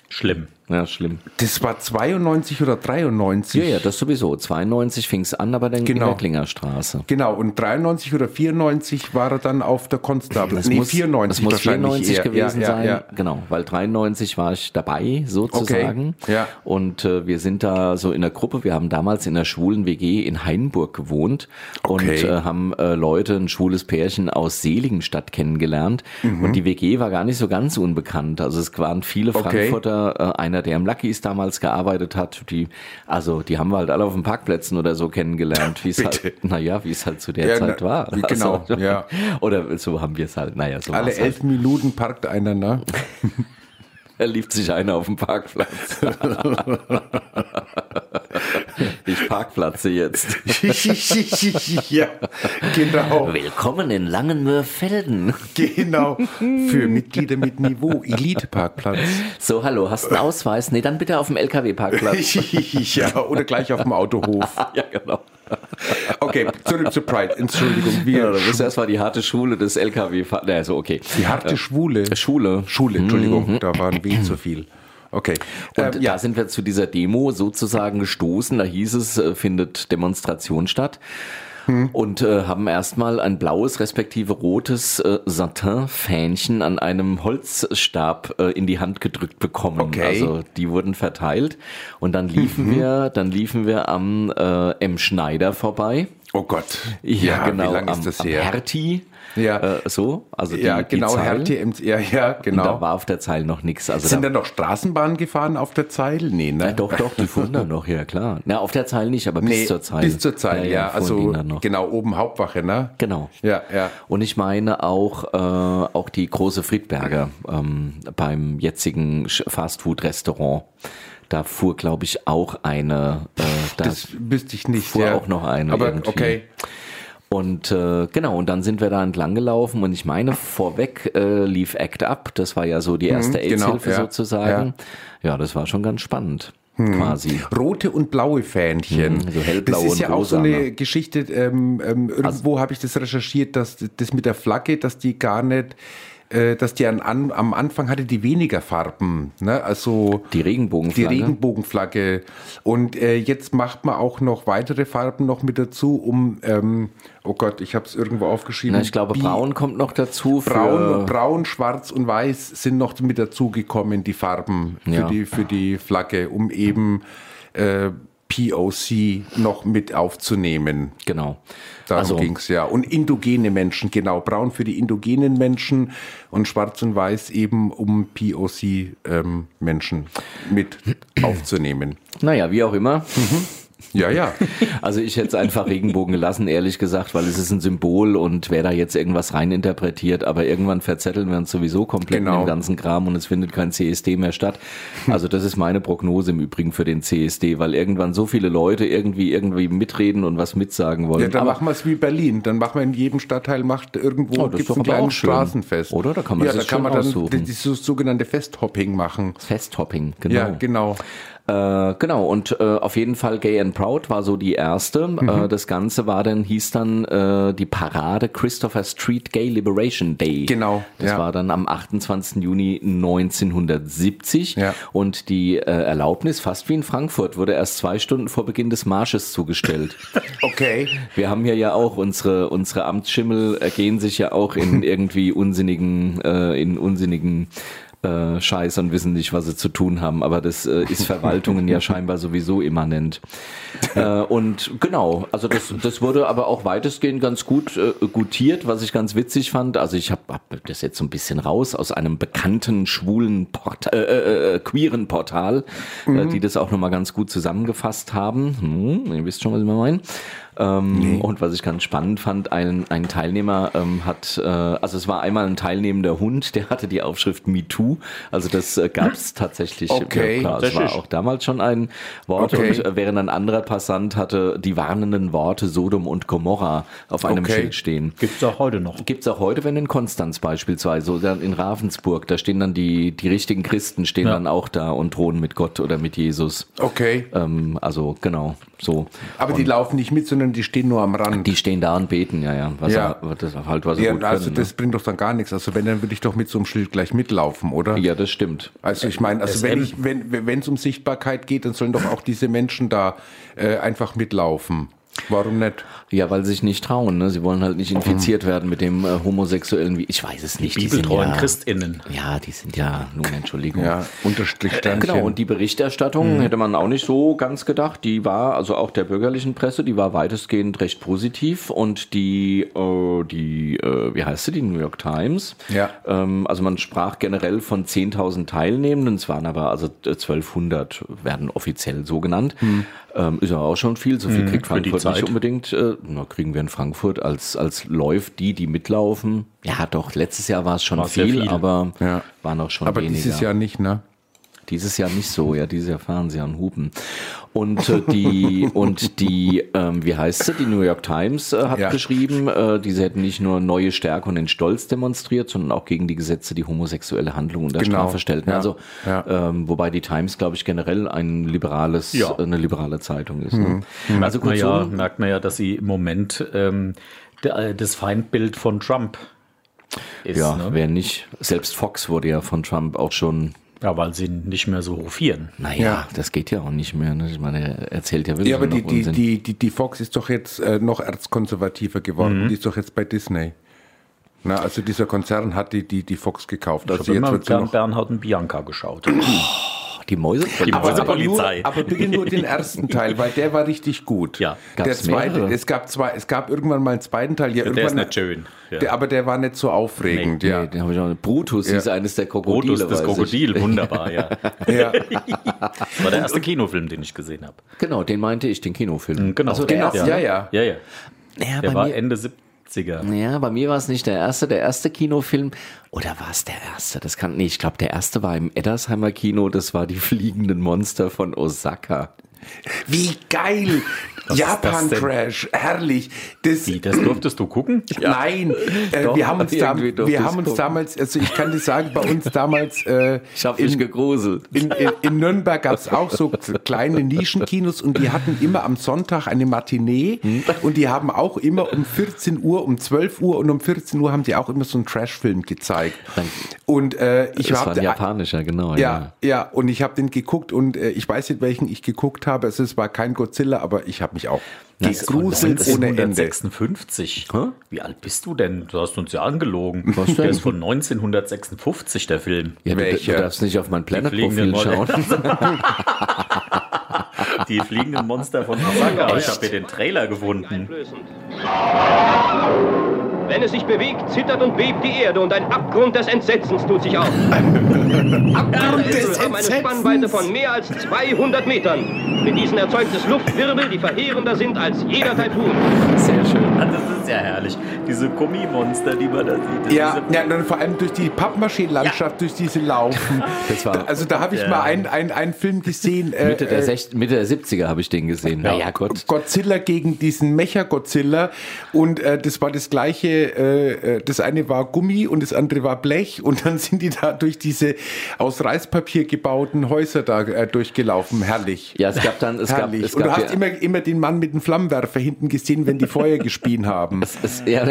S2: Schlimm.
S1: Ja, schlimm.
S4: das war 92 oder 93.
S1: Ja, ja, das sowieso. 92 fing es an, aber dann in
S4: Genau.
S1: der Klingerstraße.
S4: Genau, und 93 oder 94 war er dann auf der Constable.
S1: Das muss, das muss 94
S4: eher.
S1: gewesen
S4: ja, ja,
S1: sein.
S4: Ja.
S1: Genau, weil 93 war ich dabei sozusagen.
S4: Okay, ja.
S1: Und äh, wir sind da so in der Gruppe. Wir haben damals in der schwulen WG in Hainburg gewohnt
S4: Okay.
S1: und äh, haben äh, Leute, ein schwules Pärchen aus Seligenstadt kennengelernt.
S4: Mhm.
S1: Und die WG war gar nicht so ganz unbekannt. Also es waren viele
S4: Okay.
S1: Frankfurter, äh, einer, der im Lucky's damals gearbeitet hat. Die, also die haben wir halt alle auf den Parkplätzen oder so kennengelernt, wie
S4: <laughs>
S1: es
S4: Bitte.
S1: halt, naja, wie es halt zu der
S4: Ja,
S1: Zeit
S4: na,
S1: war.
S4: genau,
S1: also,
S4: ja.
S1: <laughs> Oder so haben wir es halt, naja, so
S4: Alle
S1: war's halt.
S4: elf Minuten parkt einer,
S1: <laughs>
S4: ne?
S1: Da lief sich einer auf dem <laughs> Parkplatz. ich parkplatze jetzt.
S4: ja, genau,
S1: <laughs> Willkommen in Langenmöhrfelden.
S4: genau. Für Mitglieder mit Niveau,
S1: <laughs>
S4: Elite-Parkplatz.
S1: So, hallo, hast du einen Ausweis? Nee, dann bitte auf dem LKW-Parkplatz.
S4: ja, oder gleich auf dem Autohof.
S1: <laughs> ja, genau.
S4: Okay, zurück zu Pride. Entschuldigung, wir.
S1: Das ist erstmal die harte Schule des LKW-Fahrens. Naja, so, okay.
S4: die harte Schwule.
S1: Schule. Mhm.
S4: Schule, Entschuldigung, da waren wir zu viel. Okay.
S1: Und
S4: Ähm,
S1: da sind wir zu dieser Demo sozusagen gestoßen. Da hieß es, äh, findet Demonstration statt.
S4: Hm.
S1: Und äh, haben erstmal ein blaues respektive rotes äh, Satin-Fähnchen an einem Holzstab äh, in die Hand gedrückt bekommen.
S4: Okay. Mhm.
S1: Also die wurden verteilt. Und dann liefen wir, dann liefen wir am äh, M. Schneider vorbei. genau,
S4: oh Gott. Wie
S1: am,
S4: lange ist das
S1: am
S4: her?
S1: Hertie.
S4: Ja.
S1: Äh, so, also die,
S4: ja,
S1: die
S4: genau,
S1: Zeil.
S4: Herr TMC, ja, ja,
S1: Und Da
S4: genau.
S1: war auf der Zeile noch nichts. Also da
S4: Sind dann noch Straßenbahnen gefahren auf der Zeil? Nee, ne?
S1: Ja, doch, doch, die fuhren dann noch, ja klar. Na, auf der Zeile nicht, aber bis
S4: <laughs> Nee,
S1: zur Zeile.
S4: Bis zur Zeil, ja.
S1: fuhren
S4: also
S1: die dann noch.
S4: genau, oben Hauptwache, ne?
S1: Genau.
S4: Ja, ja.
S1: Und ich meine auch, äh, auch die große Friedberger ähm, beim jetzigen Sch- Fastfood-Restaurant. Da fuhr, glaube ich, auch eine. Äh, da
S4: Das wüsste ich nicht.
S1: fuhr
S4: ja.
S1: auch noch eine
S4: Aber
S1: irgendwie.
S4: okay.
S1: Und äh, genau, und dann sind wir da entlang gelaufen und ich meine, vorweg äh, lief Act Up, das war ja so die erste
S4: genau,
S1: AIDS-Hilfe
S4: ja,
S1: sozusagen. Ja. das war schon ganz spannend,
S4: Mhm.
S1: quasi.
S4: Rote und blaue Fähnchen.
S1: Mhm, so hellblau
S4: das ist
S1: und Also
S4: ja auch so
S1: rosa,
S4: eine
S1: ne?
S4: Geschichte. Ähm, ähm, irgendwo habe ich das recherchiert, dass das mit der Flagge, dass die gar nicht, äh, dass die an, an, am Anfang hatte die weniger Farben. Ne? Also
S1: Die
S4: die
S1: Regenbogenflagge.
S4: Regenbogenflagge. Und äh, jetzt macht man auch noch weitere Farben noch mit dazu, um, ähm, oh Gott, ich habe es irgendwo aufgeschrieben.
S1: Na, ich glaube,
S4: Bi-
S1: braun kommt noch dazu. Für,
S4: Braun, braun, schwarz und weiß sind noch mit dazugekommen, die Farben für,
S1: Ja.
S4: die, für die Flagge, um eben äh, POC noch mit aufzunehmen.
S1: Genau.
S4: Darum
S1: also,
S4: ging's ja. Und indogene Menschen, genau. Braun für die indogenen Menschen und schwarz und weiß eben, um POC-Menschen ähm, mit aufzunehmen.
S1: naja, wie
S4: <laughs>
S1: auch immer.
S4: Ja,
S1: <laughs>
S4: ja.
S1: Also ich hätte es einfach Regenbogen gelassen, ehrlich gesagt, weil es ist ein Symbol und wer da jetzt irgendwas reininterpretiert, aber irgendwann verzetteln wir uns sowieso komplett
S4: Genau.
S1: mit dem ganzen Kram und es findet kein CSD mehr statt. Also das ist meine Prognose im Übrigen für den CSD, weil irgendwann so viele Leute irgendwie irgendwie mitreden und was mitsagen wollen.
S4: ja dann
S1: aber
S4: machen wir es wie Berlin. Dann machen wir in jedem Stadtteil macht irgendwo
S1: Oh, das ist
S4: gibt's
S1: doch
S4: ein
S1: aber auch
S4: kleines
S1: schön.
S4: Straßenfest.
S1: Oder? Da kann man
S4: ja,
S1: sich
S4: da kann
S1: schön
S4: man dann
S1: aussuchen.
S4: das- dieses sogenannte Festhopping machen.
S1: Festhopping, genau.
S4: Ja, genau.
S1: Äh, genau, und äh, auf jeden Fall Gay and Proud war so die erste.
S4: Mhm.
S1: Äh, das Ganze war dann, hieß dann äh, die Parade Christopher Street Gay Liberation Day.
S4: Genau,
S1: Das
S4: ja.
S1: war dann am 28. Juni 1970.
S4: Ja.
S1: Und die äh, Erlaubnis, fast wie in Frankfurt, wurde erst zwei Stunden vor Beginn des
S4: <laughs>
S1: Marsches zugestellt.
S4: Okay.
S1: Wir haben hier ja auch unsere, unsere Amtsschimmel ergehen sich ja auch in irgendwie äh, unsinnigen, äh, in unsinnigen äh, Scheiß und wissen nicht, was sie zu tun haben. Aber das äh, ist Verwaltungen ja scheinbar sowieso immanent. Äh, und genau, also das, das wurde aber auch weitestgehend ganz gut äh, gutiert, was ich ganz witzig fand. Also ich habe hab das jetzt so ein bisschen raus aus einem bekannten schwulen Portal, äh, äh, queeren Portal, äh, die das auch nochmal ganz gut zusammengefasst haben. Hm, ihr wisst schon, was ich meine. Ähm, Und was ich ganz spannend fand, ein, ein Teilnehmer ähm, hat, äh, also es war einmal ein teilnehmender Hund, der hatte die Aufschrift MeToo. Also das äh, gab es tatsächlich.
S4: Okay.
S1: Ja, klar, es war auch damals schon ein Wort.
S4: Okay.
S1: Und äh, während ein anderer Passant hatte die warnenden Worte Sodom und Gomorra auf einem
S4: Okay.
S1: Schild stehen.
S2: Gibt es auch heute noch.
S1: Gibt es auch heute, wenn in Konstanz beispielsweise oder in Ravensburg, da stehen dann die, die richtigen Christen, stehen dann auch da und drohen mit Gott oder mit Jesus.
S4: Okay.
S1: Ähm, also genau, so.
S4: Aber die laufen nicht mit, sondern die stehen nur am Rand.
S1: Die stehen da und beten, ja, ja. Was
S4: Ja.
S1: Er, das halt, was sie
S4: ja,
S1: gut
S4: also
S1: können,
S4: das bringt doch dann gar nichts. Also wenn, dann würde ich doch mit so einem Schild gleich mitlaufen, oder?
S1: ne? ja, das stimmt.
S4: Also ich meine, also wenn ich, wenn es um Sichtbarkeit geht, dann sollen doch auch diese Menschen da äh, einfach mitlaufen. Warum nicht?
S1: Ja, weil sie sich nicht trauen, ne? Sie wollen halt nicht infiziert werden mit dem äh, homosexuellen, wie ich weiß es nicht. Die
S2: Bibeltreuen
S1: sind ja,
S2: ChristInnen.
S1: Ja, die sind ja, nun Entschuldigung.
S4: Ja, unterstrich Sternchen.
S1: Genau, und die Berichterstattung
S4: Mhm.
S1: hätte man auch nicht so ganz gedacht. Die war, also auch der bürgerlichen Presse, die war weitestgehend recht positiv. Und die, äh, die äh, wie heißt sie, die New York Times,
S4: Ja.
S1: ähm, also man sprach generell von 10.000 Teilnehmenden, es waren aber also äh, 1.200 werden offiziell so genannt.
S4: Mhm.
S1: Ähm, ist ja auch schon viel, so viel kriegt
S2: die
S1: Frankfurt nicht
S2: Zeit.
S1: unbedingt. Äh, na, kriegen wir in Frankfurt als, als läuft die, die mitlaufen. Ja doch, letztes Jahr war es schon
S2: War sehr
S1: viel,
S2: viel.
S1: aber
S4: Ja.
S1: waren auch schon
S4: Aber
S1: weniger.
S4: dieses Jahr nicht, ne?
S1: Dieses Jahr nicht so, ja, dieses Jahr fahren sie an Hupen. Und äh,
S4: <laughs>
S1: die, und die ähm, wie heißt sie, die New York Times äh, hat
S4: Ja.
S1: geschrieben, äh, diese hätten nicht nur neue Stärke und den Stolz demonstriert, sondern auch gegen die Gesetze, die homosexuelle Handlung unter
S4: Genau.
S1: Strafe stellten.
S4: Ja.
S1: Also,
S4: Ja.
S1: Ähm, wobei die Times, glaube ich, generell ein liberales, äh,
S2: Ja.
S1: eine liberale Zeitung ist.
S4: Mhm.
S1: Ne? Also
S2: Merkt man, ja,
S1: kurzum,
S2: merkt man ja, dass sie im Moment ähm, der, das Feindbild von Trump ist.
S1: ja,
S2: ne?
S1: wer nicht, selbst Fox wurde ja von Trump auch schon
S2: ja, weil sie nicht mehr so hofieren.
S1: naja,
S4: Ja.
S1: das geht ja auch nicht mehr. Ne? Ich meine, er erzählt ja wirklich
S4: Ja, aber
S1: nur
S4: die,
S1: noch
S4: die,
S1: Unsinn.
S4: die, die, die Fox ist doch jetzt äh, noch erzkonservativer
S1: Mhm.
S4: geworden. Die ist doch jetzt bei Disney. Na, also dieser Konzern hat die, die, die Fox gekauft.
S2: Ich
S4: Also
S2: habe
S4: jetzt
S2: immer
S4: wird sie
S2: gern
S4: noch.
S2: Bernhard und Bianca geschaut.
S1: die Mäuse.
S2: Die
S1: Aber-
S2: Mäuse- Polizei.
S4: Also nur, aber bitte nur <laughs> den ersten Teil, weil der war richtig gut.
S2: Ja.
S4: der
S1: Gab's
S4: zweite,
S1: mehrere?
S4: es gab zwei, es gab irgendwann mal einen zweiten Teil. Ja,
S2: Der ist
S4: irgendwann-
S2: nicht schön. Ja.
S4: Der, aber der war nicht so aufregend,
S1: Nee,
S4: ja.
S1: den habe ich auch nicht. Brutus hieß eines der Krokodile.
S2: Rotus, das
S1: weiß ich.
S2: Krokodil, wunderbar,
S1: <laughs>
S2: ja. Das
S4: ja.
S2: <laughs> war der erste Kinofilm, den ich gesehen habe.
S1: Genau, den meinte ich, den Kinofilm.
S2: Genau.
S1: Also der
S4: genau.
S1: erste.
S4: Ja, ja.
S2: Ja, ja.
S1: Ja,
S2: Der
S1: bei
S2: war
S1: mir,
S2: Ende 70er.
S1: ja, bei mir war es nicht der erste. Der erste Kinofilm, oder war es der erste? Das kann, nee, ich glaube, der erste war im Eddersheimer Kino. Das war die fliegenden Monster von Osaka.
S4: Wie
S1: <laughs>
S4: geil! Japan
S2: denn?
S4: Crash, herrlich. Das,
S2: Wie, das durftest du gucken?
S4: <laughs> Nein, äh,
S1: Doch,
S4: wir haben uns, da,
S1: irgendwie durfte
S4: wir
S1: ich's
S4: haben uns
S1: gucken.
S4: damals, also ich kann dir sagen, bei uns damals äh,
S1: <laughs> Ich habe mich
S4: in,
S1: gegruselt.
S4: in, in, in Nürnberg gab es auch so kleine Nischenkinos und die hatten immer am Sonntag eine Matinee
S1: Hm.
S4: und die haben auch immer um 14 Uhr, um 12 Uhr und um 14 Uhr haben die auch immer so einen Trashfilm gezeigt. Und äh, ich
S1: das
S4: hab-
S1: war ein japanischer, genau.
S4: ja, ja, und ich habe den geguckt und äh, ich weiß nicht, welchen ich geguckt habe. Es ist- war kein Godzilla, aber ich habe mich auch
S1: Das ist von
S4: gegruselt ohne Ende.
S2: 1956. Wie alt bist du denn? Du hast uns ja angelogen.
S1: Was
S2: Der
S1: denn?
S2: ist von 1956, der Film.
S1: Ja, du,
S4: welche?
S1: du darfst nicht auf mein Planet-Profil
S2: fliegenden
S1: schauen.
S4: <laughs>
S2: Die fliegenden Monster
S4: <laughs>
S2: von Osaka. Ich habe hier den Trailer gefunden.
S3: Einflößend. Wenn es sich bewegt, zittert und bebt die Erde und ein Abgrund des Entsetzens tut
S4: <laughs>
S3: sich auf. Abgrund
S4: des
S3: haben eine
S4: Entsetzens.
S3: Spannweite von mehr als 200 Metern. Mit diesen erzeugt es Luftwirbel, die verheerender sind als jeder Taifun.
S2: Sehr schön. Ah, Das ist ja herrlich. Diese Gummimonster, die man da sieht. Das
S4: Ja,
S2: ist
S4: ja, und dann vor allem durch die Pappmaschinenlandschaft, durch diese Laufen.
S1: <laughs> Das war-
S4: Da- also da habe ich
S2: Ja.
S4: mal einen, einen, einen Film gesehen. Äh,
S1: Mitte, der
S4: äh,
S1: Sech- Mitte der 70er habe ich den gesehen. Na Ja. Naja, Gott.
S4: Godzilla gegen diesen Mecha-Godzilla und äh, das war das gleiche, äh, äh, das eine war Gummi und das andere war Blech und dann sind die da durch diese aus Reispapier gebauten Häuser da äh, durchgelaufen, herrlich.
S1: Ja, es gab dann, es gab,
S4: herrlich.
S1: es
S4: und
S1: gab
S4: du hast
S1: ja- <laughs>
S4: immer, immer den Mann mit dem Flammenwerfer hinten gesehen, wenn die Feuer gespien haben. <laughs>
S1: Es, ja,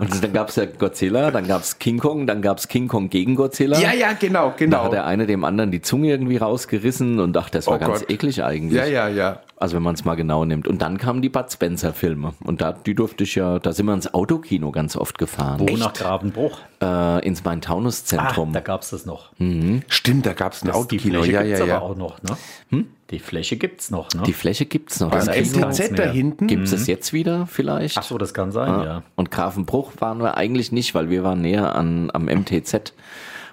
S1: Und dann gab es ja Godzilla, dann gab es King Kong, dann gab es King Kong gegen Godzilla.
S4: Ja, ja, genau,
S1: Da
S4: genau.
S1: hat der eine dem anderen die Zunge irgendwie rausgerissen und dachte, das war
S4: Oh
S1: ganz
S4: Gott.
S1: eklig eigentlich.
S4: Ja, ja, ja.
S1: Also wenn man es mal genau nimmt. Und dann kamen die Bud Spencer-Filme. Und da, die durfte ich ja, da sind wir ins Autokino ganz oft gefahren.
S2: Wo nach Gravenbruch?
S1: Äh, ins
S2: Ah,
S1: Main-Taunus-Zentrum.
S2: da gab es das noch.
S4: Stimmt, da gab es ein
S2: Das- die
S4: Autokino.
S2: Fläche
S4: Ja,
S2: gibt's
S4: ja, ja. Hm?
S2: aber auch noch, ne? Die Fläche gibt es noch, ne?
S1: die Fläche gibt's noch.
S4: Das Mhm.
S1: Das
S2: Beim
S1: Kino
S2: Kino-
S4: STZ da hinten?
S1: gibt's das jetzt wieder vielleicht.
S2: Ach so, das kann sein,
S4: Ah.
S2: ja.
S1: Und Grafenbruch waren wir eigentlich nicht, weil wir waren näher an, am MTZ.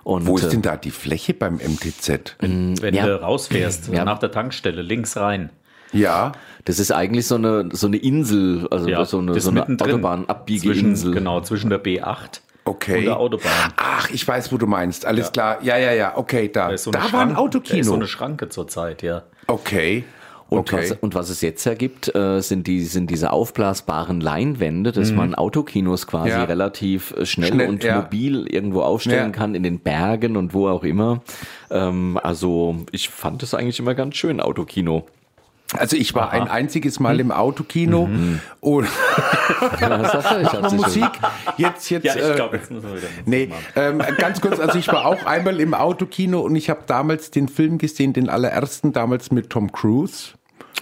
S1: Und,
S4: Wo ist
S1: äh,
S4: denn da die Fläche beim MTZ?
S2: Wenn
S1: Ja.
S2: du rausfährst,
S1: Ja.
S2: nach der Tankstelle, links rein.
S4: Ja,
S1: Das ist eigentlich so eine, so eine Insel, also so eine,
S2: das
S1: so eine
S2: mittendrin.
S1: Autobahnabbieginsel.
S2: Zwischen, genau, zwischen der B8 und
S4: okay.
S2: der Autobahn.
S4: Ach, ich weiß, wo du meinst. Alles klar. Ja, ja, ja. Okay, da.
S2: Da, ist so
S4: da
S2: eine
S4: war ein
S2: Schrank- Da ist so
S4: Autokino.
S2: eine Schranke zurzeit, ja.
S4: okay.
S1: Und,
S4: okay.
S1: was, und was es jetzt ja gibt, äh, sind, die, sind diese aufblasbaren Leinwände, dass man Autokinos quasi
S4: Ja.
S1: relativ äh, schnell,
S4: Schnell,
S1: und
S4: ja.
S1: mobil irgendwo aufstellen
S4: Ja.
S1: kann, in den Bergen und wo auch immer. Ähm, also ich fand es eigentlich immer ganz schön, Autokino.
S4: Also ich war ein einziges Mal
S2: Hm.
S4: im Autokino
S2: Mhm. <laughs>
S4: und
S1: Ja, sag ja, ich
S4: Mach mal
S1: hatte schon-
S4: Musik. Jetzt, jetzt. äh,
S2: jetzt müssen wir wieder.
S4: Nee, ähm, ganz kurz, also ich war auch einmal im Autokino und ich habe damals den Film gesehen, den allerersten damals mit Tom Cruise,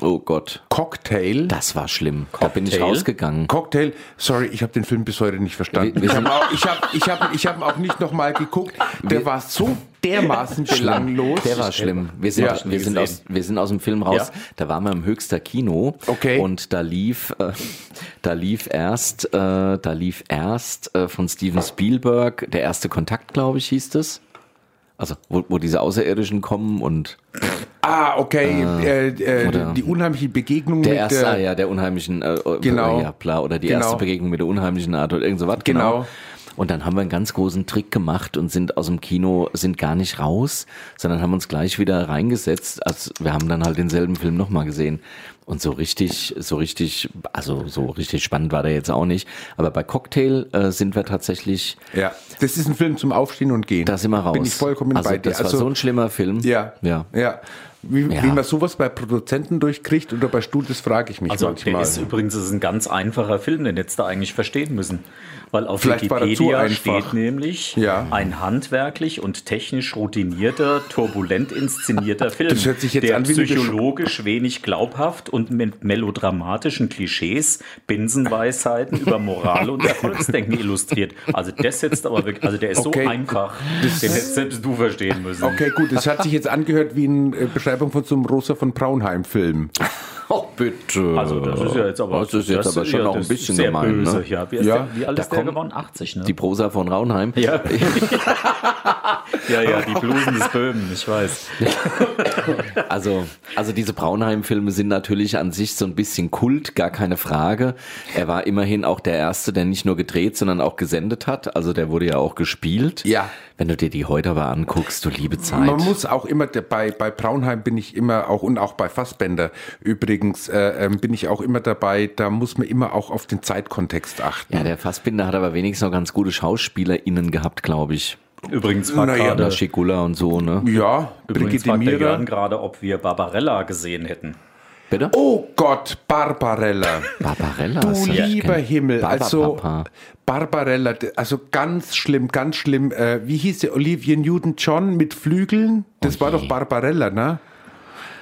S1: Oh Gott,
S4: Cocktail.
S1: das war schlimm. Da bin ich
S2: Cocktail?
S1: rausgegangen.
S4: Cocktail, sorry, ich habe den Film bis heute nicht verstanden.
S1: Wir- wir
S4: Ich
S1: sind-
S4: habe ich hab, ich hab, ich hab ihn auch nicht nochmal geguckt. Der war so dermaßen belanglos.
S1: Der war schlimm. Wir sind,
S4: Ja.
S1: wir, sind aus, wir sind aus dem Film raus.
S2: Ja.
S1: Da waren wir im höchster Kino.
S4: Okay.
S1: Und da lief, äh, da lief erst, äh, da lief erst äh, von Steven Spielberg der erste Kontakt, glaube ich, hieß es. Also, wo, wo diese Außerirdischen kommen und
S4: Ah, okay. äh,
S1: oder-
S4: äh, die unheimliche Begegnung
S1: der
S4: mit
S1: erste, ah,
S4: äh,
S1: ja, der unheimlichen, äh, äh,
S4: Genau.
S1: ja, bla, oder die
S4: Genau.
S1: erste Begegnung mit der unheimlichen Art oder irgend so was.
S4: Genau.
S1: Und dann haben wir einen ganz großen Trick gemacht und sind aus dem Kino, sind gar nicht raus, sondern haben uns gleich wieder reingesetzt. Also wir haben dann halt denselben Film nochmal gesehen. Und so richtig, so richtig, also so richtig spannend war der jetzt auch nicht. Aber bei Cocktail äh, sind wir tatsächlich,
S4: ja. Das ist ein Film zum Aufstehen und Gehen.
S1: da sind wir raus.
S4: Bin ich vollkommen
S1: also,
S4: bei dir.
S1: Das war so ein schlimmer Film.
S4: Ja.
S1: Ja.
S4: ja. Wie,
S1: Ja.
S4: wie man sowas bei Produzenten durchkriegt oder bei Studios, frage ich mich
S2: Also der
S4: manchmal.
S2: ist übrigens das ist ein ganz einfacher Film, den jetzt da eigentlich verstehen müssen. Weil auf
S4: Vielleicht war der zu
S2: Wikipedia
S4: einfach.
S2: steht nämlich
S4: Ja.
S2: ein handwerklich und technisch routinierter,
S4: <laughs>
S2: turbulent inszenierter Film,
S4: Das hört sich jetzt
S2: der
S4: an wie eine Besch-
S2: psychologisch wenig glaubhaft und mit melodramatischen Klischees, Binsenweisheiten über Moral und Erfolgsdenken
S4: <laughs>
S2: illustriert. Also das jetzt aber wirklich, also der ist
S4: Okay.
S2: so einfach, den hättest selbst du verstehen müssen.
S4: Okay, gut. Es hat sich jetzt angehört wie eine äh, Beschreibung von so einem Rosa von Braunheim-Film.
S1: Oh, bitte.
S2: Also das ist ja jetzt aber,
S1: das ist jetzt aber schon
S2: ja,
S1: noch ein
S2: das ist
S1: bisschen
S2: sehr
S1: gemein.
S2: böse,
S1: Ne?
S2: ja. Wie, ist
S4: Ja,
S2: der, wie alt
S1: da
S2: ist der
S1: kommt
S2: geworden? 80, ne?
S1: Die Prosa von Raunheim.
S2: Ja. ja, ja, die Blusen des Böhmen, ich weiß.
S1: Also, also diese Braunheim-Filme sind natürlich an sich so ein bisschen Kult, gar keine Frage. Er war immerhin auch der Erste, der nicht nur gedreht, sondern auch gesendet hat. Also der wurde ja auch gespielt.
S4: Ja.
S1: Wenn du dir die heute aber anguckst, du liebe Zeit.
S4: Man muss auch immer, bei, bei Braunheim bin ich immer auch und auch bei Fassbender übrigens, äh, ähm, bin ich auch immer dabei, da muss man immer auch auf den Zeitkontext achten.
S1: ja, der Fassbinder hat aber wenigstens noch ganz gute SchauspielerInnen gehabt, glaube ich.
S2: Übrigens war
S4: Naja.
S1: Oder
S2: gerade
S1: Schigula und so, ne?
S4: Ja, Brigitte
S2: übrigens fragt der Jörn
S4: Mira.
S2: gerade, ob wir Barbarella gesehen hätten.
S1: Bitte?
S4: Oh Gott, Barbarella.
S1: Barbarella.
S4: Du
S1: hast ja-
S4: lieber
S1: ich kenn-
S4: Himmel,
S1: Barba
S4: also
S1: Papa.
S4: Barbarella, d- also ganz schlimm, ganz schlimm. Äh, wie hieß der Olivia Newton-John mit Flügeln? Das
S1: Oh
S4: war doch Barbarella, ne?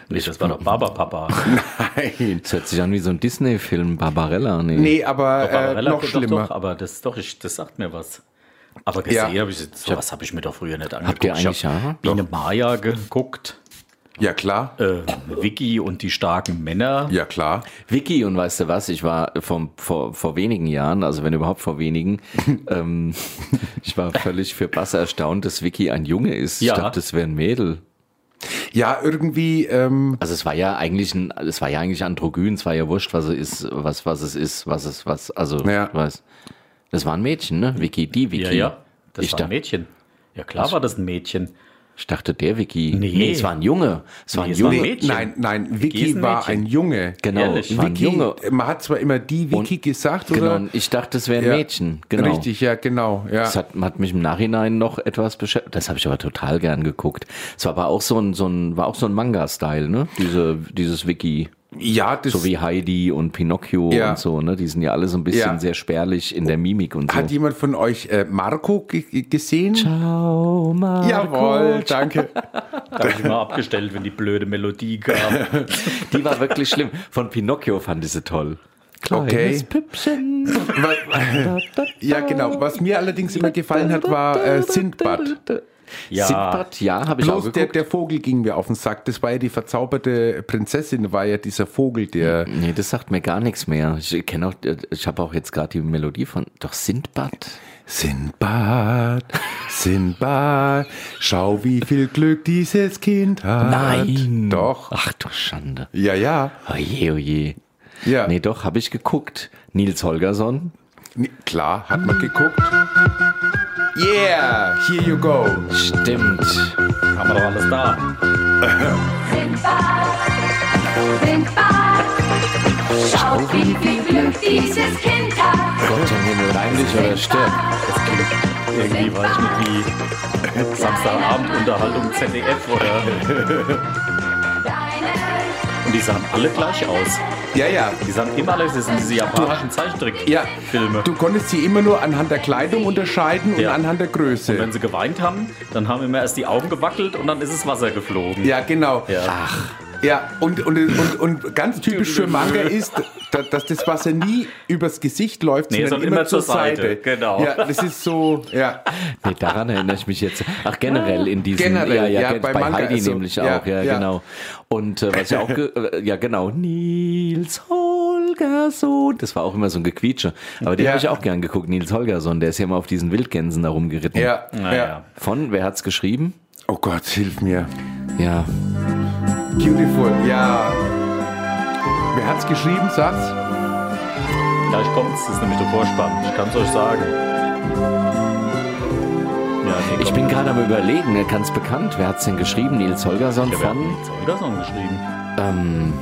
S2: Nee, das war doch Barberpapa.
S4: <laughs> Nein.
S1: Das hört sich an wie so ein Disney-Film, Barbarella. Nee.
S4: Nee, aber äh, noch
S2: doch,
S4: schlimmer.
S2: Doch, aber das, doch, ich, das sagt mir was. Aber gesehen
S4: Ja.
S2: habe ich jetzt, sowas habe ich mir doch früher nicht angeguckt.
S1: ihr
S2: Ich
S1: eigentlich
S2: hab
S1: Haare?
S2: Biene Maya geguckt,
S4: Ja, klar.
S2: äh, Vicky und die starken Männer.
S4: Ja, klar.
S1: Vicky und weißt du was, ich war vom, vor, vor wenigen Jahren, also wenn überhaupt vor
S2: <laughs>
S1: wenigen, ähm, ich war völlig für Bass erstaunt, dass Vicky ein Junge ist.
S2: Ja.
S1: Ich dachte, das wäre ein Mädel.
S4: Ja, irgendwie, ähm,
S1: Also es war ja eigentlich ein, es war ja eigentlich androgyn, es war ja wurscht, was es ist, was, was es ist, was es, was, also
S4: Ja.
S1: du weißt. Das war ein Mädchen, ne? Vicky, die Vicky.
S2: Ja, ja, das
S1: ich,
S2: war ein
S1: dachte,
S2: Mädchen. Ja, klar war das ein Mädchen.
S1: ich dachte, der Vicky.
S2: Nee.
S1: es war ein Junge. Es war
S2: Nee,
S1: ein
S2: es war ein
S1: Junge.
S2: Mädchen.
S4: nein, nein, Vicky
S2: ist ein
S4: war
S2: Mädchen.
S4: ein Junge.
S1: Genau,
S2: Ehrlich?
S1: war ein
S4: Vicky,
S1: Junge.
S4: man hat zwar immer die Vicky gesagt,
S1: Genau,
S4: oder?
S1: und ich dachte, es wäre ein
S4: Ja.
S1: Mädchen. Genau.
S4: Richtig, ja, genau. Ja.
S1: Das hat, hat mich im Nachhinein noch etwas beschäftigt. Das habe ich aber total gern geguckt. Es war aber auch so ein, so ein, war auch so ein Manga-Style, ne? Diese, dieses Wiki.
S4: Ja, das
S1: So wie Heidi und Pinocchio
S4: Ja.
S1: und so, ne? Die sind ja alle so ein bisschen
S4: Ja.
S1: sehr spärlich in der Mimik und so.
S4: hat jemand von euch äh, Marco ge- ge- gesehen?
S1: Ciao, Marco.
S4: Jawohl, danke.
S2: Da habe ich mal abgestellt, wenn die blöde Melodie kam.
S1: Die war wirklich schlimm. Von Pinocchio fand ich sie toll.
S4: Okay.
S1: Püppchen.
S4: Wa-
S1: <laughs>
S4: ja, genau. Was mir allerdings immer gefallen hat, war äh, Sindbad.
S1: Ja,
S2: Ja.
S1: Sindbad, ja, habe ich auch
S4: Bloß der,
S1: geguckt.
S4: der Vogel ging mir auf den Sack. Das war ja die verzauberte Prinzessin, war ja dieser Vogel, der.
S1: Nee, das sagt mir gar nichts mehr. Ich kenne auch, äh, ich habe auch jetzt gerade die Melodie von, doch Sindbad.
S4: Sindbad, Sindbad, schau, wie viel Glück dieses Kind hat. Äh, Doch.
S1: Ach du Schande.
S4: Ja, ja.
S1: Oje, oje.
S4: Ja.
S1: Nee, doch, habe ich geguckt. Nils Holgersson.
S4: Nee, Klar, hat man geguckt. Yeah, here you go.
S1: Stimmt.
S2: Haben wir doch alles da.
S8: Schau, wie viel Glück dieses Kind hat.
S1: Gott im Himmel, reinlich oder stirb.
S2: Irgendwie war ich nicht wie Samstagabendunterhaltung ZDF oder. Und die sahen alle gleich aus.
S4: Ja, ja.
S2: Die sahen immer alle, das sind diese japanischen Zeichentrickfilme.
S4: Ja,
S2: Filme.
S4: du konntest sie immer nur anhand der Kleidung unterscheiden und
S2: Ja.
S4: anhand der Größe.
S2: Wenn sie geweint haben, dann haben immer erst die Augen gewackelt und dann ist es Wasser geflogen.
S4: Ja, genau.
S2: Ja.
S4: Ja, und, und, und, und ganz typisch für Manga ist, da- dass das Wasser nie übers Gesicht läuft,
S2: Nee,
S4: sondern immer zur Seite.
S2: genau.
S4: Ja, das ist so, ja.
S1: Nee, daran erinnere ich mich jetzt. Ach, generell in diesem.
S4: Generell, ja,
S1: ge-
S4: bei
S1: bei,
S4: Manga
S1: Heidi
S4: ist so.
S1: nämlich
S4: Ja,
S1: auch, ja,
S4: ja.
S1: genau. Und äh, was ja
S4: <laughs>
S1: auch, ge äh, ja genau, Nils Holgersson. Das war auch immer so ein Gequietsche. Aber den
S4: Ja.
S1: habe ich auch gern geguckt, Nils Holgersson. Der ist ja immer auf diesen Wildgänsen da rumgeritten.
S4: Ja, ja.
S2: Naja.
S1: Von, wer hat's geschrieben?
S4: Oh Gott, hilf mir.
S1: Ja,
S4: Beautiful, ja. Wer hat's geschrieben, Satz?
S2: Gleich kommt's, das ist nämlich der Vorspann. Ich kann's euch sagen. Ja, nee,
S1: ich
S2: komm.
S1: bin gerade am überlegen, ne, ganz bekannt. Wer hat's denn geschrieben? Nils Holgersson
S2: Ja, wer hat
S1: von?
S2: den Zoldersong geschrieben?
S4: <laughs>
S1: Ähm,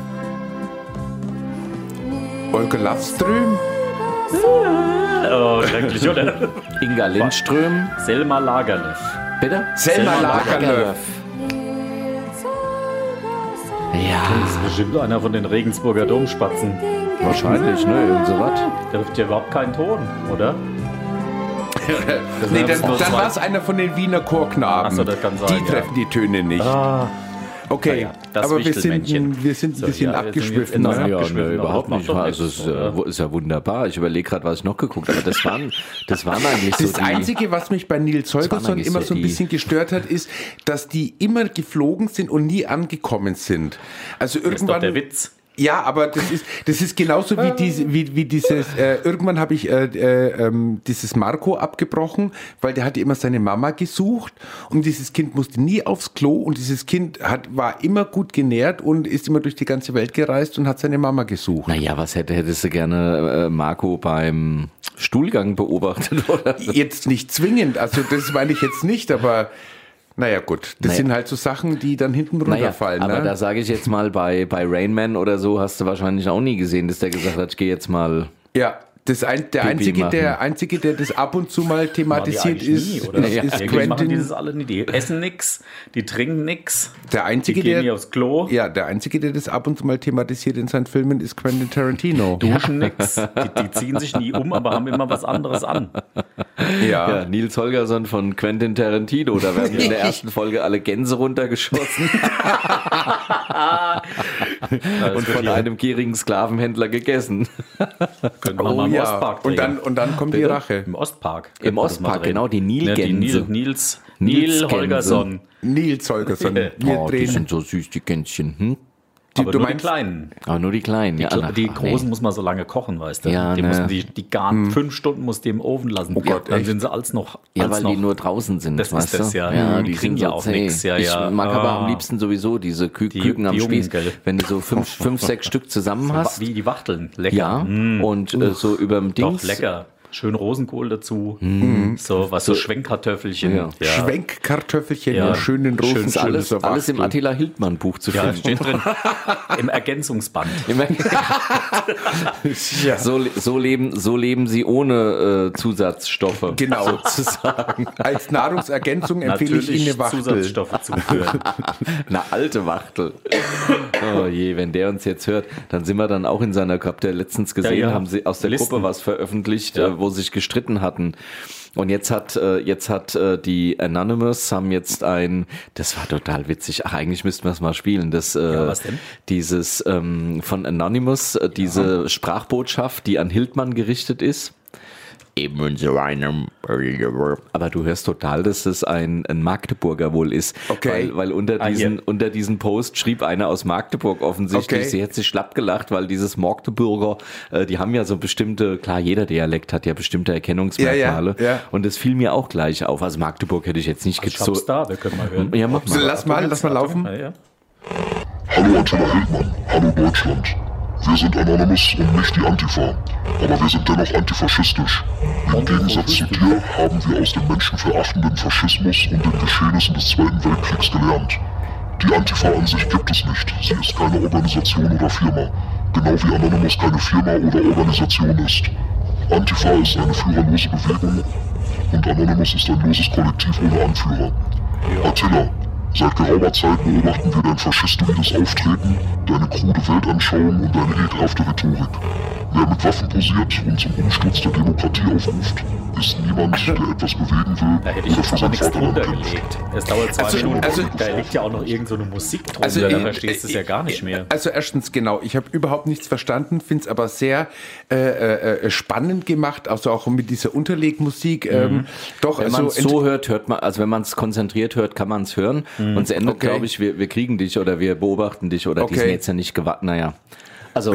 S4: Olga Lavström?
S2: Oh, schrecklich, oder?
S1: Inga Lindström.
S2: Selma Lagerlöf.
S1: Bitte?
S4: Selma Lagerlöf.
S1: Ja,
S2: Das ist bestimmt einer von den Regensburger Domspatzen.
S1: wahrscheinlich, ne? Irgend so was.
S2: Der ruft ja überhaupt keinen Ton, oder?
S4: Nee, dann,
S2: das
S4: dann
S2: muss sein.
S4: war's einer von den Wiener Chorknaben.
S2: Ach so, das kann sein,
S4: die
S2: ja.
S4: treffen die Töne nicht. Okay,
S2: Naja, das
S4: aber wir sind,
S2: Wichtelmännchen.
S4: wir sind ein
S2: So,
S4: bisschen
S2: ja, wir sind jetzt
S4: abgeschwiffen.
S2: in einer-
S4: Ne?
S1: Ja,
S2: abgeschwiffen,
S1: nö,
S2: aber
S1: überhaupt
S2: das macht
S1: nicht.
S2: doch
S1: Also es
S2: nichts,
S1: ist, äh,
S2: oder?
S1: wo- ist ja wunderbar. Ich überlege gerade, was ich noch geguckt habe. Das waren, das waren eigentlich so
S4: Das
S1: die,
S4: Einzige, was mich bei Nils
S1: waren
S4: Holgersson
S1: eigentlich
S4: immer
S1: so
S4: so ein
S1: die-
S4: bisschen gestört hat, ist, dass die immer geflogen sind und nie angekommen sind. Also
S2: Das ist doch
S4: irgendwann.
S2: der Witz.
S4: Ja, aber das ist, das ist genauso wie, diese, wie, wie dieses, äh, irgendwann habe ich äh, äh, ähm, dieses Marco abgebrochen, weil der hatte immer seine Mama gesucht und dieses Kind musste nie aufs Klo und dieses Kind hat, war immer gut genährt und ist immer durch die ganze Welt gereist und hat seine Mama gesucht.
S1: Naja, was hätte, hättest du gerne äh, Marco beim Stuhlgang beobachtet <laughs> oder so?
S4: Jetzt nicht zwingend, also das meine ich jetzt nicht, aber naja gut, das
S1: Naja.
S4: sind halt so Sachen, die dann hinten runterfallen.
S1: aber da
S4: ne?
S1: sage ich jetzt mal, bei, bei Rain Man oder so hast du wahrscheinlich auch nie gesehen, dass der gesagt hat, ich gehe jetzt mal.
S4: Ja, das ein, der,
S1: Pipi
S4: einzige, der
S1: machen.
S4: einzige, der das ab und zu mal
S2: Machen die
S4: thematisiert
S2: eigentlich
S4: ist,
S2: nie, oder?
S4: ist,
S1: Ja,
S4: ist
S2: Eigentlich machen die
S4: Quentin.
S2: das alle nie. Die essen nix, die trinken nix,
S4: Der
S2: die
S4: einzige,
S2: gehen nie
S4: der,
S2: aufs Klo,
S4: ja, der einzige, der das ab und zu mal thematisiert in seinen Filmen, ist Quentin
S2: <laughs>
S4: Tarantino.
S2: duschen nix. Die, die ziehen sich nie um, aber haben immer was anderes an.
S1: Ja, Nils Holgersson von Quentin Tarantino, da werden
S2: <laughs>
S1: in der ersten Folge alle Gänse runtergeschossen und von einem gierigen Sklavenhändler gegessen.
S2: Können wir mal im Ostpark
S4: Oh, Und dann,
S2: drehen.
S4: und dann kommt die Rache.
S2: im Ostpark.
S1: Im
S2: könnten wir das mal
S1: Ostpark,
S2: drehen.
S1: genau, die Nilgänse.
S2: Ja, die Nil, Nils,
S1: Nilsgänse.
S2: Nil Holgersson.
S4: Nils Holgersson. Wir
S1: Oh, die
S4: drehen.
S1: sind so süß, die Gänschen. Hm?
S2: Aber
S4: du
S2: nur die
S4: meinst-
S2: Kleinen.
S1: Aber nur die Kleinen. ja,
S2: Klar,
S1: ach,
S2: die
S1: Ah, ach,
S2: Großen muss man so lange kochen, weißt du.
S1: Ja,
S2: die,
S1: ne.
S2: müssen die, die garen fünf Stunden muss die im Ofen lassen.
S4: Hm. Oh Gott,
S2: dann
S4: echt?
S2: sind sie als noch.
S1: Nee. Ja,
S2: als
S1: weil
S2: noch.
S1: die nur draußen sind,
S2: Das ist
S1: weißt
S2: das,
S1: du?
S2: ja.
S1: ja
S2: Die
S1: die
S2: kriegen
S1: sind
S2: ja
S1: so
S2: auch
S1: zäh.
S2: nix, ja, ja.
S1: Ich mag aber
S2: Ah.
S1: am liebsten sowieso diese Kü
S2: Die-
S1: Küken am
S2: die Jungen,
S1: Spieß.
S2: gell?
S1: Wenn du so
S2: <laughs>
S1: fünf, fünf sechs Stück zusammen hast.
S2: Wie die Wachteln. Lecker.
S1: Ja,
S2: Mm.
S1: und äh, so überm Dings.
S2: Doch, lecker. schön Rosenkohl dazu.
S4: Mhm.
S2: So, was so, Schwenkkartoffelchen.
S1: Ja.
S4: Schwenkkartoffelchen
S2: Ja.
S4: und schönen
S2: Schön,
S4: Rosen.
S1: Ist alles,
S4: schönes
S1: alles im
S4: Erwachsel.
S2: <laughs>
S1: Attila Hildmann Buch zu
S2: Ja,
S1: finden.
S2: steht drin. <laughs> Im Ergänzungsband.
S1: so, le- so, leben, so leben sie ohne äh, Zusatzstoffe.
S4: Genau.
S1: Sozusagen.
S4: Als Nahrungsergänzung empfehle ich Ihnen
S2: Natürlich
S4: eine Wachtel. <laughs>
S2: Zusatzstoffe zuführen.
S1: Eine alte Wachtel. Oh je, wenn der uns jetzt hört, dann sind wir dann auch in seiner, habt ihr letztens gesehen,
S2: Ja, ja.
S1: haben sie aus der
S2: Listen.
S1: Gruppe was veröffentlicht,
S2: Ja.
S1: äh, wo sich gestritten hatten. Und jetzt hat, äh, jetzt hat äh, die Anonymous haben jetzt ein, das war total witzig, ach eigentlich müssten wir es mal spielen, das, äh,
S2: was denn?
S1: dieses ähm, von Anonymous, äh, diese Sprachbotschaft, die an Hildmann gerichtet ist. Eben in so einem. äh, Aber du hörst total, dass es ein, ein Magdeburger wohl ist.
S4: Okay.
S1: Weil, weil unter,
S2: Ah,
S1: diesen,
S2: hier.
S1: unter diesen Post schrieb einer aus Magdeburg offensichtlich,
S4: Okay.
S1: sie hätte sich schlapp gelacht, weil dieses Magdeburger, äh, die haben ja so bestimmte, klar, jeder Dialekt hat ja bestimmte Erkennungsmerkmale.
S4: Ja, ja, ja.
S1: Und das fiel mir auch gleich auf. Also Magdeburg hätte ich jetzt nicht
S2: Ich hab's
S1: gezogen.
S2: da, wir können mal hören.
S1: Ja, mach mal.
S4: Lass mal, lass mal laufen.
S2: Ja, ja.
S9: Hallo Attila Hildmann, hallo Deutschland. Wir sind Anonymous und nicht die Antifa, aber wir sind dennoch antifaschistisch. Im Gegensatz zu dir haben wir aus dem menschenverachtenden Faschismus und den Geschehnissen des Zweiten Weltkriegs gelernt. Die Antifa an sich gibt es nicht, sie ist keine Organisation oder Firma, genau wie Anonymous keine Firma oder Organisation ist. Antifa ist eine führerlose Bewegung und Anonymous ist ein loses Kollektiv ohne Anführer. Attila, seit geraumer Zeit beobachten wir dein faschistoides Auftreten, deine krude Weltanschauung und deine ekelhafte Rhetorik. Wer mit Waffen posiert und zum Umsturz der Demokratie aufruft, ist niemand, der etwas bewegen
S2: Da hätte
S9: will
S2: ich
S9: oder für
S2: jetzt aber
S9: sein
S2: nichts
S9: Vaterland
S2: drunter
S9: kämpft.
S2: gelegt. Es dauert zwei
S4: Also-
S2: Minuten.
S4: also-
S2: da liegt ja auch noch irgend so eine Musik drunter.
S4: Also,
S2: da
S4: äh,
S2: verstehst du es
S4: äh,
S2: ja gar nicht
S4: äh,
S2: mehr.
S4: Also erstens, genau, ich habe überhaupt nichts verstanden, finde es aber sehr äh, äh, äh, spannend gemacht, also auch mit dieser Unterlegmusik.
S2: Mhm.
S4: Ähm, doch,
S1: Wenn man
S4: also
S1: es so hört, hört man, also wenn man es konzentriert hört, kann man es hören. Und es endet,
S4: Okay.
S1: glaube ich, wir, wir kriegen dich oder wir beobachten dich oder die
S4: Okay.
S1: sind jetzt ja nicht gewartet. Naja. <laughs> Also,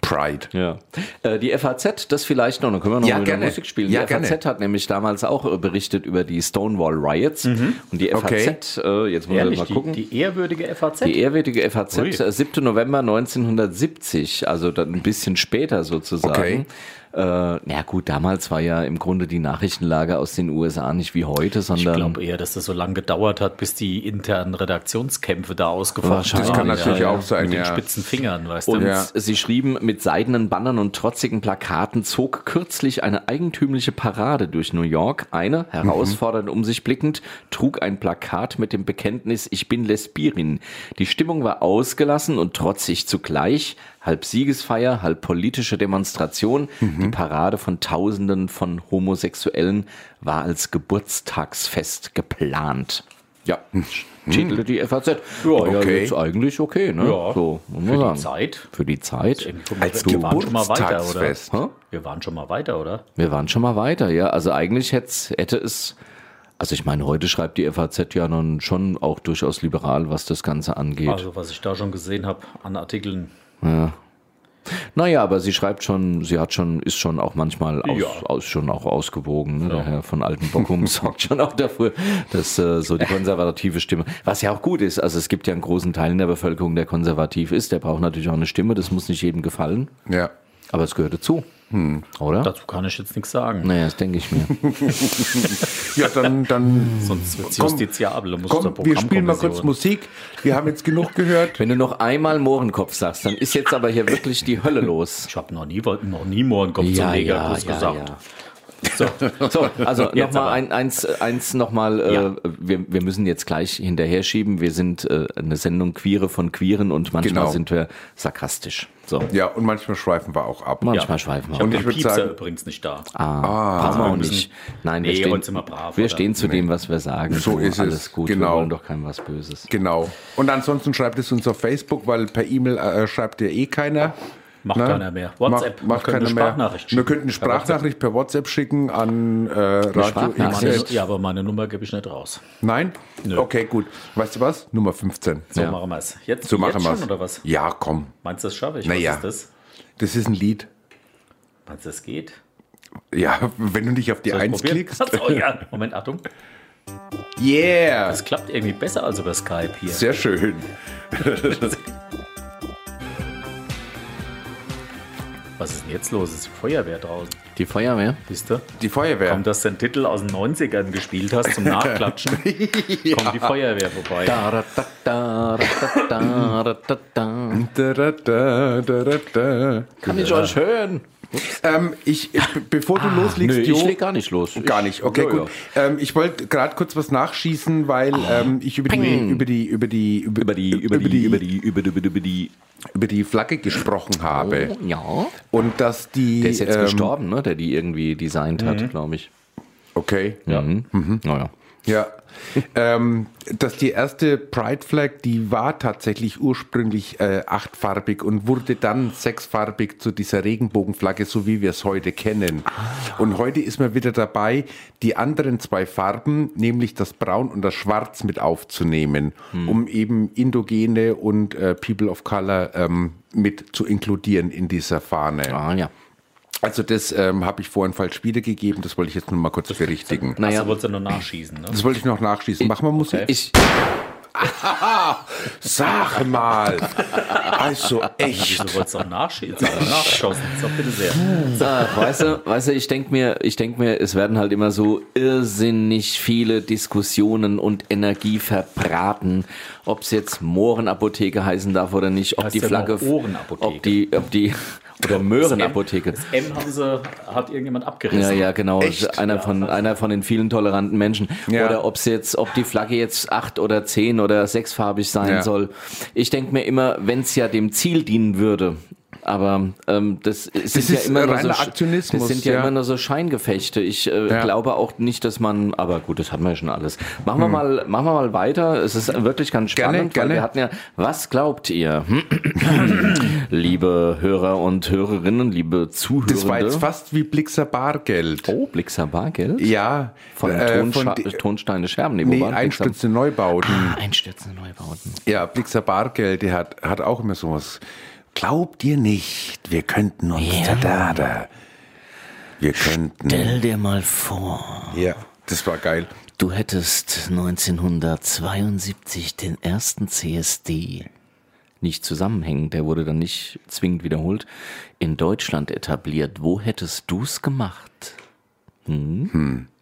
S4: Pride.
S1: Ja. Äh, die FAZ, das vielleicht noch, dann können wir noch
S4: Ja,
S1: mal wieder
S4: gerne.
S1: Musik spielen.
S4: Ja,
S1: die FAZ
S4: gerne.
S1: hat nämlich damals auch äh, berichtet über die Stonewall Riots. Und die
S4: Mhm. Okay.
S1: FAZ, äh, jetzt muss ich
S2: Ehrlich,
S1: mal
S2: die,
S1: gucken. Die,
S2: die ehrwürdige FAZ.
S1: ehrwürdige FAZ,
S2: Ui.
S1: äh, 7. November 1970, also dann ein bisschen später sozusagen.
S4: Okay.
S1: Äh, na gut, damals war ja im Grunde die Nachrichtenlage aus den USA nicht wie heute,
S2: ich
S1: sondern
S2: glaube eher, dass das so lange gedauert hat, bis die internen Redaktionskämpfe da ausgefochten
S1: Wahrscheinlich.
S2: waren.
S1: Das kann
S4: natürlich auch sein,
S2: Mit
S4: ja.
S2: den spitzen Fingern, weißt
S1: Und
S2: du.
S4: Oh Ja.
S1: sie schrieben, mit seidenen Bannern und trotzigen Plakaten zog kürzlich eine eigentümliche Parade durch New York. Eine, herausfordernd um sich blickend, trug ein Plakat mit dem Bekenntnis Ich bin Lesbierin. Die Stimmung war ausgelassen und trotzig zugleich. Halb Siegesfeier, halb politische Demonstration. Die Parade von Tausenden von Homosexuellen war als Geburtstagsfest geplant. Ja, titelte die FAZ. Hm. Ja, ja,
S4: Okay.
S1: jetzt eigentlich okay, ne?
S2: Ja.
S1: So, muss man
S2: Für die
S1: sagen.
S2: Zeit.
S1: Für die Zeit.
S2: Als
S4: Du-
S2: wir waren schon mal weiter, oder?
S4: Geburtstagsfest.
S1: Hä?
S2: Wir waren schon mal weiter, oder?
S1: Wir waren schon mal weiter, ja. Also eigentlich hätt's, hätte es. Also ich meine, heute schreibt die FAZ ja nun schon auch durchaus liberal, was das Ganze angeht.
S2: Also, was ich da schon gesehen habe an Artikeln.
S1: Naja, aber sie schreibt schon, sie hat schon, ist schon auch manchmal aus,
S2: Ja.
S1: aus, schon auch ausgewogen. Ne? Der Herr von
S2: <laughs>
S1: Altenbockum sorgt schon auch dafür, dass äh, so die konservative Stimme, was ja auch gut ist, also es gibt ja einen großen Teil in der Bevölkerung, der konservativ ist, der braucht natürlich auch eine Stimme, das muss nicht jedem gefallen,
S4: Ja.
S1: aber es gehört dazu,
S2: Hm.
S1: oder?
S2: Dazu kann ich jetzt nichts sagen.
S1: naja, das denke ich mir.
S4: Ja, dann,
S2: <laughs>
S4: dann
S2: Sonst wird es
S4: Komm,
S2: justiziable. Muss zur
S4: komm, wir spielen mal kurz
S2: Programmkommission.
S4: Musik. Wir haben jetzt genug gehört.
S1: Wenn du noch einmal Mohrenkopf sagst, dann ist jetzt aber hier wirklich die Hölle los.
S2: Ich habe noch nie, noch nie morgen kommt zum Negerkuss gesagt.
S4: <laughs>
S1: ja. So, also
S2: Jetzt
S1: nochmal
S2: aber.
S1: ein, eins, eins nochmal,
S2: Ja.
S1: äh, wir, wir müssen jetzt gleich hinterher schieben. Wir sind äh, eine Sendung Queere von Queeren und manchmal
S4: Genau.
S1: sind wir sarkastisch. So,
S4: Ja, und manchmal schweifen wir auch ab.
S1: manchmal schweifen
S2: Ich
S1: wir.
S2: habe
S1: ab.
S2: den
S4: ich würd
S2: Piepser
S4: sagen- Ah,
S2: übrigens nicht da.
S1: Brauchen wir auch
S2: müssen-
S1: nicht. Nein, wir
S2: Nee,
S1: stehen,
S2: heute sind wir brav,
S1: wir
S2: oder?
S1: stehen zu dem, was wir sagen.
S4: So ist es.
S1: Alles gut, wir
S4: Genau.
S1: wollen doch keinem was Böses.
S4: Genau. Und ansonsten schreibt es uns auf Facebook, weil per E-Mail äh, schreibt ja eh keiner.
S2: Macht
S4: Ne?
S2: keiner mehr. WhatsApp.
S4: Macht, macht
S2: Wir können
S4: keiner
S2: eine
S4: mehr.
S2: Sprachnachricht
S4: Wir
S2: schicken.
S4: könnten eine
S2: Per WhatsApp.
S4: Sprachnachricht per WhatsApp schicken an äh, Radio
S1: Sprachnachricht.
S2: Meine,
S4: XL.
S2: ja, aber meine Nummer gebe ich nicht raus.
S4: Nein? Okay, gut. Weißt du was? Nummer 15.
S2: So machen wir es. Jetzt,
S4: So machen
S2: jetzt
S4: wir
S2: schon oder was?
S4: Ja, komm.
S2: Meinst du, das schaffe ich?
S4: Naja.
S2: Was ist das?
S4: Das ist ein Lied.
S2: Meinst du, das geht?
S4: Ja, <laughs> wenn du nicht auf die
S2: Soll ich
S4: 1
S2: probieren? <laughs>
S4: klickst.
S2: Achso, ja. Moment, Achtung.
S4: Yeah!
S2: Das klappt irgendwie besser als über Skype hier.
S4: Sehr schön.
S2: <laughs> Was ist denn jetzt los? Ist die Feuerwehr draußen?
S1: Die Feuerwehr?
S2: Wisst ihr?
S4: Die Feuerwehr.
S2: Komm, dass du den Titel aus den 90ern gespielt hast
S1: <laughs>
S2: zum Nachklatschen. Kommt die Feuerwehr vorbei.
S1: Kann
S4: Da, da, da, da, da, da.
S1: ich euch hören?
S4: Ähm, ich, ich- be- bevor du loslegst,
S1: Ah, Nö,
S4: Jo,
S1: ich leg gar nicht los.
S4: Gar nicht, okay,
S1: Ja,
S4: gut. Ähm, ich wollte gerade kurz was nachschießen, weil ähm, ich über die, über die, über die, über,
S1: Ah. Über die, über die, über die, über die, über die, über die.
S4: über die Flagge gesprochen habe.
S1: Ja.
S4: Und dass die.
S1: Oh. Der ist jetzt
S4: ähm,
S1: gestorben, ne? Der die irgendwie designt hat, glaube ich.
S4: Okay.
S1: Mhm. Ja. Mhm. Naja.
S4: Ja. ähm, dass die erste Pride Flag, die war tatsächlich ursprünglich äh, achtfarbig und wurde dann sechsfarbig zu dieser Regenbogenflagge, so wie wir es heute kennen. Und heute ist man wieder dabei, die anderen zwei Farben, nämlich das Braun und das Schwarz, mit aufzunehmen, um eben Indogene und äh, People of Color ähm, mit zu inkludieren in dieser Fahne.
S1: Ah, ja.
S4: Also das ähm, habe ich vorhin falsch wiedergegeben, das wollte ich jetzt nur mal kurz berichtigen.
S2: Achso,
S1: Naja.
S2: wolltest du nur nachschießen, ne?
S4: Das wollte ich noch nachschießen. Mach mal Musik.
S1: Ich,
S4: Sag mal. Also echt.
S2: Wieso wolltest du auch nachschießen? Jetzt hast du Nachgeschossen. So, bitte sehr.
S1: Ach, äh, weißt du, weißt du, ich denke mir, ich denk mir, es werden halt immer so irrsinnig viele Diskussionen und Energie verbraten, ob es jetzt Mohrenapotheke heißen darf oder nicht, ob
S2: Heißt
S1: die
S2: ja
S1: Flagge,
S2: noch Ohrenapotheke.
S1: ob die, ob die <laughs> oder Möhrenapotheke.
S2: Das M haben sie, hat irgendjemand abgerissen.
S1: Ja, ja, genau.
S4: Echt?
S1: Einer von einer von den vielen toleranten Menschen.
S4: Ja.
S1: Oder ob jetzt, ob die Flagge jetzt acht oder zehn oder sechsfarbig sein
S4: Ja.
S1: soll. Ich denke mir immer, wenn es ja dem Ziel dienen würde. Aber ähm, das sind ja
S4: ist
S1: immer nur so,
S4: reiner
S1: Sch-
S4: Aktionismus,
S1: Das sind ja,
S4: ja.
S1: immer nur so Scheingefechte. Ich äh,
S4: Ja.
S1: glaube auch nicht, dass man. Aber gut, das hatten wir ja schon alles. Machen wir mal, machen wir mal weiter. Es ist wirklich ganz
S4: Hm. Gerne,
S1: spannend,
S4: gerne.
S1: weil wir hatten ja. Was glaubt ihr, <clears throat> liebe Hörer und Hörerinnen, liebe Zuhörende?
S4: Das war jetzt fast wie Blixer Bargeld.
S1: Oh, Blixer Bargeld?
S4: Ja.
S1: Von,
S4: äh,
S1: Tonscha-
S4: de-
S1: Tonsteine Scherben.
S4: Nee,
S1: waren Blixer- Ah.
S4: Einstürzende Neubauten.
S1: Einstürzende Neubauten.
S4: Ja, Blixer Bargeld, der hat, hat auch immer sowas. Glaubt ihr nicht, wir könnten uns da, da, da. Wir könnten.
S1: Stell dir mal vor,
S4: Ja, das war geil.
S1: du hättest 1972 den ersten CSD nicht zusammenhängend, der wurde dann nicht zwingend wiederholt, in Deutschland etabliert. Wo hättest du's gemacht?
S4: Hm.
S1: Hm? <laughs>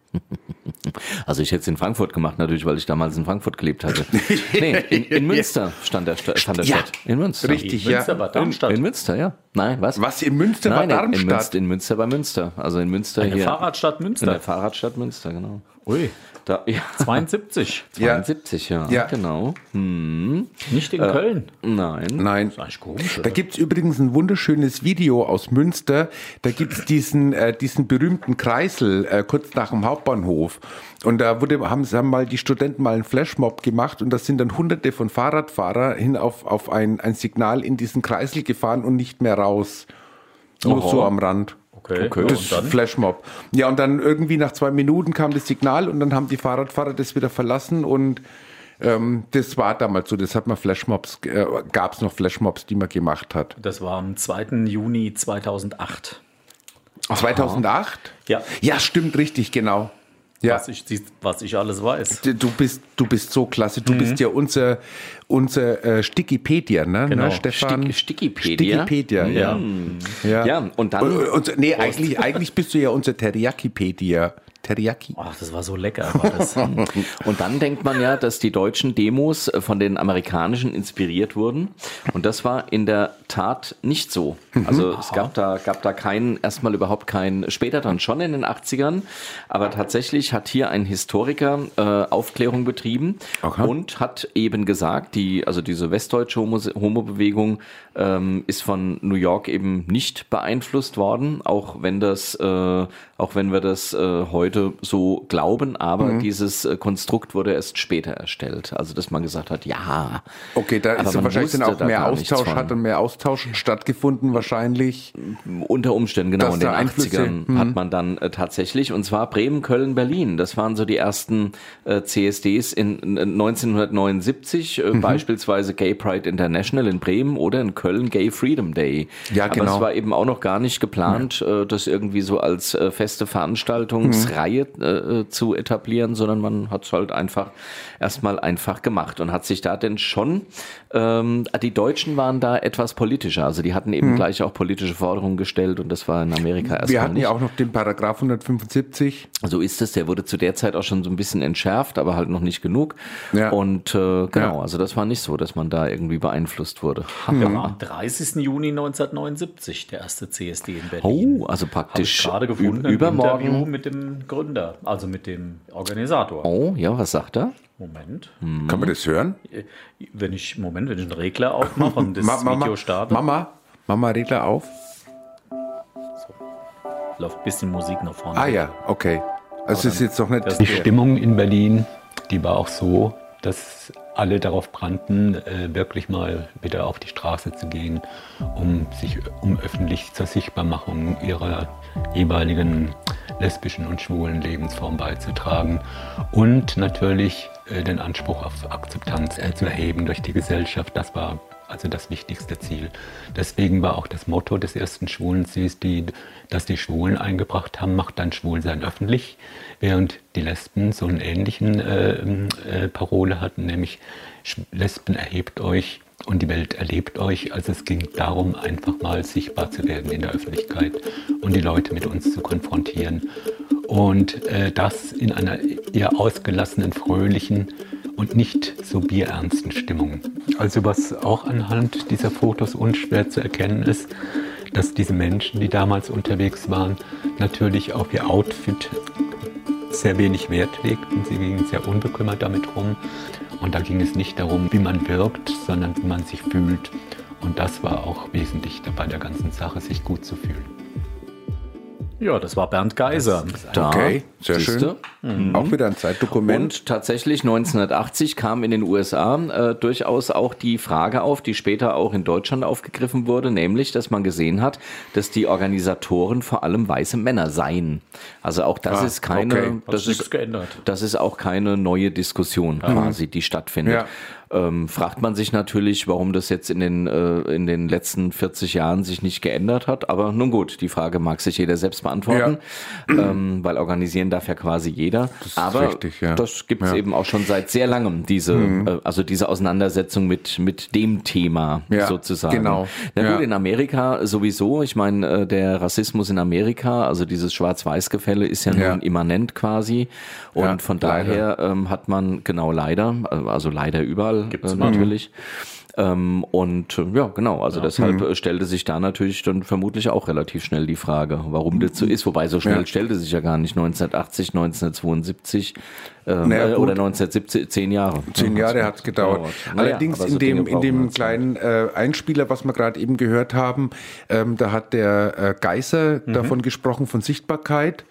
S1: Also ich hätte es in Frankfurt gemacht natürlich, weil ich damals in Frankfurt gelebt
S4: <laughs>
S1: hatte. Nee, in, in Münster stand der, Sta- stand der
S4: Ja.
S1: Stadt. In Münster.
S4: Richtig,
S2: Münster
S4: ja.
S2: war Darmstadt.
S1: In Münster, ja. Nein, was?
S4: Was in Münster
S1: Nein,
S4: war
S1: in- In
S4: Darmstadt.
S1: Münster, in Münster bei Münster. Also in Münster
S2: Eine
S1: hier.
S2: Fahrradstadt Münster.
S1: In der Fahrradstadt Münster, genau.
S2: Ui,
S1: Da, ja.
S2: 72.
S4: Ja.
S1: 72, ja.
S4: Ja.
S1: Genau.
S2: Nicht
S1: Äh.
S2: in Köln.
S1: Nein.
S4: Nein.
S2: Das ist eigentlich komisch.
S4: Da
S2: Oder?
S4: gibt's übrigens ein wunderschönes Video aus Münster. Da gibt's diesen, äh, diesen berühmten Kreisel äh, kurz nach dem Hauptbahnhof. Und da wurde, haben, haben mal die Studenten mal einen Flashmob gemacht und da sind dann hunderte von Fahrradfahrer hin auf, auf ein, ein Signal in diesen Kreisel gefahren und nicht mehr raus. Nur
S1: Oho.
S4: so am Rand.
S2: Okay, ja,
S4: das
S2: und
S4: ist
S2: dann?
S4: Flashmob. Ja, und dann irgendwie nach zwei Minuten kam das Signal und dann haben die Fahrradfahrer das wieder verlassen und ähm, das war damals so. Das hat man Flashmobs, äh, gab es noch Flashmobs, die man gemacht hat.
S2: Das war am 2. Juni 2008.
S4: 2008?
S2: Ja.
S4: Ja, stimmt, richtig, genau. Ja.
S2: Was, ich, was ich alles weiß.
S4: Du bist, du bist so klasse. Du
S2: Mhm.
S4: bist ja unser, unser äh, Stickipedia, ne?
S2: Genau.
S4: ne Stefan?
S1: Stick- Stickipedia?
S4: Stickipedia, ja.
S1: Ja. und dann.
S4: Und, und, nee, eigentlich, eigentlich bist du ja unser Teriyakipedia. Teriyaki?
S2: Ach, das war so lecker. War
S4: <laughs>
S2: das.
S1: Und dann denkt man ja, dass die deutschen Demos äh, von den amerikanischen inspiriert wurden. Und das war in der Tat nicht so.
S4: Mhm.
S1: Also es gab da, gab da keinen, erstmal überhaupt keinen, später dann schon in den 80ern. Aber tatsächlich hat hier ein Historiker äh, Aufklärung betrieben
S4: Okay.
S1: und hat eben gesagt, die, also diese westdeutsche Homo- Homo-Bewegung ähm, ist von New York eben nicht beeinflusst worden, auch wenn das, äh, auch wenn wir das äh, heute so glauben, aber dieses äh, Konstrukt wurde erst später erstellt. Also dass man gesagt hat, ja.
S4: Okay, da
S1: aber
S4: ist
S1: man
S4: dann wahrscheinlich dann
S1: wusste
S4: auch
S1: da
S4: mehr
S1: gar nichts
S4: Austausch,
S1: von.
S4: hat dann mehr Austausch stattgefunden wahrscheinlich.
S1: unter Umständen, genau,
S4: Dass
S1: in den
S4: da Einflüsse- Hm.
S1: 80ern hat man dann äh, tatsächlich, und zwar Bremen, Köln, Berlin. Das waren so die ersten äh, CSDs in, in 1979,
S4: Mhm.
S1: äh, beispielsweise Gay Pride International in Bremen oder in Köln Gay Freedom Day.
S4: Ja,
S1: Aber
S4: genau.
S1: es war eben auch noch gar nicht geplant, äh, das irgendwie so als äh, feste Veranstaltungsreihe
S4: Mhm.
S1: äh, zu etablieren, sondern man hat es halt einfach erstmal einfach gemacht und hat sich da denn schon, ähm, die Deutschen waren da etwas politischer, also die hatten eben gleich auch politische Forderungen gestellt und das war in Amerika erstmal
S4: Mhm. Wir hatten
S1: nicht.
S4: ja auch noch den Paragraph 175.
S1: So ist es. Der wurde zu der Zeit auch schon so ein bisschen entschärft, aber halt noch nicht genug.
S4: Ja.
S1: Und äh, genau,
S4: Ja. Mhm.
S1: also das war nicht so, dass man da irgendwie beeinflusst wurde.
S2: Am 30. Juni 1979, der erste CSD in Berlin.
S1: Oh, also
S2: Habe ich
S1: praktisch
S2: gerade
S1: ü-
S2: gefunden, im Interview
S1: übermorgen.
S2: mit dem Gründer, also mit dem Organisator.
S1: Oh, ja, was sagt er?
S2: Moment.
S1: Mhm.
S4: Kann man das hören?
S2: Wenn ich, Moment, wenn ich einen Regler
S4: <laughs>
S2: aufmache und das
S4: Ma-
S2: Video starte,
S4: Mama, Mama, Regler auf.
S2: läuft ein bisschen Musik nach vorne.
S4: Ah ja, okay.
S1: Oh,
S4: Also es ist jetzt noch nicht.
S2: Das-
S10: Die Stimmung in Berlin, die war auch so, dass alle darauf brannten, äh, wirklich mal wieder auf die Straße zu gehen, um sich um öffentlich zur Sichtbarmachung ihrer jeweiligen lesbischen und schwulen Lebensform beizutragen und natürlich äh, den Anspruch auf Akzeptanz äh, zu erheben durch die Gesellschaft. Das war also das wichtigste Ziel. Deswegen war auch das Motto des ersten schwulen die, das die Schwulen eingebracht haben, macht dann Schwulsein öffentlich, während die Lesben so einen ähnlichen äh, äh, Parole hatten, nämlich Sch- Lesben erhebt euch und die Welt erlebt euch. Also es ging darum, einfach mal sichtbar zu werden in der Öffentlichkeit und die Leute mit uns zu konfrontieren. Und äh, das in einer eher ausgelassenen, fröhlichen und nicht so bierernsten Stimmung. Also was auch anhand dieser Fotos unschwer zu erkennen ist, dass diese Menschen, die damals unterwegs waren, natürlich auf ihr Outfit sehr wenig Wert legten. Sie gingen sehr unbekümmert damit rum. Und da ging es nicht darum, wie man wirkt, sondern wie man sich fühlt. Und das war auch wesentlich bei der ganzen Sache, sich gut zu fühlen.
S2: Ja, das war Bernd Geiser.
S1: Da,
S4: Okay, sehr
S1: Ah, siehste.
S4: schön. Auch wieder ein Zeitdokument.
S1: Und tatsächlich 1980 kam in den USA äh, durchaus auch die Frage auf, die später auch in Deutschland aufgegriffen wurde, nämlich, dass man gesehen hat, dass die Organisatoren vor allem weiße Männer seien. Also auch das
S4: Ah,
S1: ist keine,
S4: okay.
S2: Hat sich
S1: das
S2: nichts
S1: ist
S2: geändert.
S1: das ist auch keine neue Diskussion quasi, die stattfindet. Ähm, fragt man sich natürlich, warum das jetzt in den, äh, in den letzten 40 Jahren sich nicht geändert hat. Aber nun gut, die Frage mag sich jeder selbst beantworten, ähm, weil organisieren darf ja quasi jeder.
S4: ist
S1: Aber
S4: richtig, ja.
S1: das gibt es
S4: Ja. Mhm.
S1: eben auch schon seit sehr langem, diese, äh, also diese Auseinandersetzung mit, mit dem Thema
S4: Ja,
S1: sozusagen.
S4: genau.
S1: Na gut,
S4: Ja.
S1: in Amerika sowieso. Ich meine, äh, der Rassismus in Amerika, also dieses Schwarz-Weiß-Gefälle ist ja,
S4: Ja.
S1: nun immanent quasi. Und
S4: Ja,
S1: von
S4: leider.
S1: daher ähm, hat man, genau leider, äh, also leider überall
S2: Gibt's
S1: äh,
S2: mal.
S1: natürlich. Ähm, und äh, ja, genau, also deshalb
S4: Mhm.
S1: äh, stellte sich da natürlich dann vermutlich auch relativ schnell die Frage, warum das so ist. Wobei so schnell
S4: Mhm. Ja.
S1: stellte sich ja gar nicht 1980, 1972 ähm,
S4: Naja,
S1: äh,
S4: gut.
S1: oder 1970, zehn Jahre.
S4: Zehn Jahre hat es gedauert.
S1: Naja,
S4: Allerdings
S1: ne? aber so
S4: in dem,
S1: Dinge
S4: in dem
S1: brauchen
S4: kleinen äh, Einspieler, was wir gerade eben gehört haben, ähm, da hat der äh, Geißer
S1: Mhm.
S4: davon gesprochen, von Sichtbarkeit.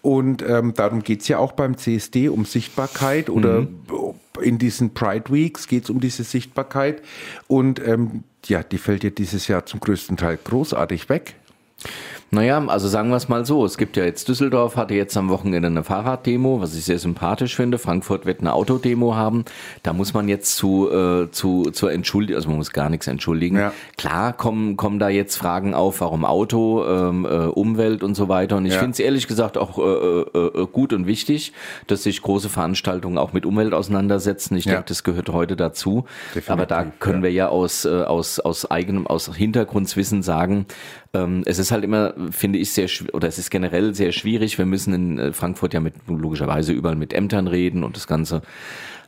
S4: Und ähm, darum geht es ja auch beim CSD um Sichtbarkeit oder
S1: Mhm.
S4: in diesen Pride Weeks geht es um diese Sichtbarkeit. Und ähm, ja, die fällt ja dieses Jahr zum größten Teil großartig weg.
S1: Naja, also sagen wir es mal so. Es gibt ja jetzt Düsseldorf, hatte jetzt am Wochenende eine Fahrraddemo, was ich sehr sympathisch finde. Frankfurt wird eine Autodemo haben. Da muss man jetzt zu, äh, zu, zur Entschuldigung, also man muss gar nichts entschuldigen.
S4: Ja.
S1: Klar kommen, kommen da jetzt Fragen auf, warum Auto, ähm, äh, Umwelt und so weiter. Und ich
S4: Ja.
S1: finde es ehrlich gesagt auch äh, äh, äh, gut und wichtig, dass sich große Veranstaltungen auch mit Umwelt auseinandersetzen. Ich
S4: Ja.
S1: denke, das gehört heute dazu.
S4: Definitiv,
S1: Aber da können
S4: ja.
S1: wir ja aus, äh, aus, aus eigenem, aus Hintergrundswissen sagen, ähm, es ist halt immer, finde ich, sehr, schw- oder es ist generell sehr schwierig. Wir müssen in äh, Frankfurt ja mit, logischerweise überall mit Ämtern reden und das Ganze.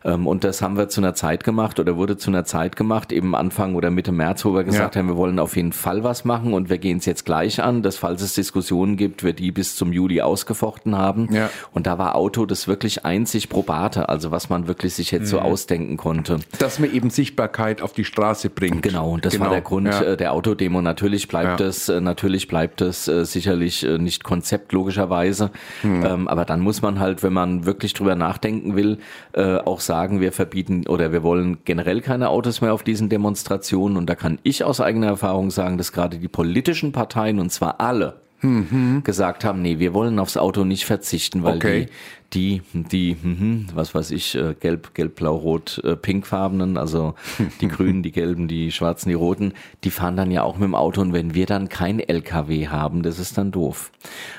S1: Ähm, und das haben wir zu einer Zeit gemacht oder wurde zu einer Zeit gemacht, eben Anfang oder Mitte März, wo wir gesagt
S4: Ja.
S1: haben, wir wollen auf jeden Fall was machen und wir gehen es jetzt gleich an, dass falls es Diskussionen gibt, wir die bis zum Juli ausgefochten haben.
S4: Ja.
S1: Und da war Auto das wirklich einzig Probate, also was man wirklich sich jetzt so
S4: Mhm.
S1: ausdenken konnte.
S4: Dass man eben Sichtbarkeit auf die Straße bringt.
S1: Genau, und das war der Grund
S4: ja.
S1: äh, der Autodemo. Natürlich bleibt
S4: Ja.
S1: es, äh, natürlich bleibt es äh, sicherlich äh, nicht Konzept logischerweise.
S4: Hm.
S1: Ähm, aber dann muss man halt, wenn man wirklich drüber nachdenken will, äh, auch sagen, wir verbieten oder wir wollen generell keine Autos mehr auf diesen Demonstrationen. Und da kann ich aus eigener Erfahrung sagen, dass gerade die politischen Parteien und zwar alle gesagt haben, nee, wir wollen aufs Auto nicht verzichten, weil
S4: Mhm. Okay.
S1: die die, die, mhm, was weiß ich, äh, gelb, gelb, blau, rot, äh,
S4: <laughs>
S1: pinkfarbenen, also die grünen, die gelben, die schwarzen, die roten, die fahren dann ja auch mit dem Auto und wenn wir dann kein LKW haben, das ist dann doof.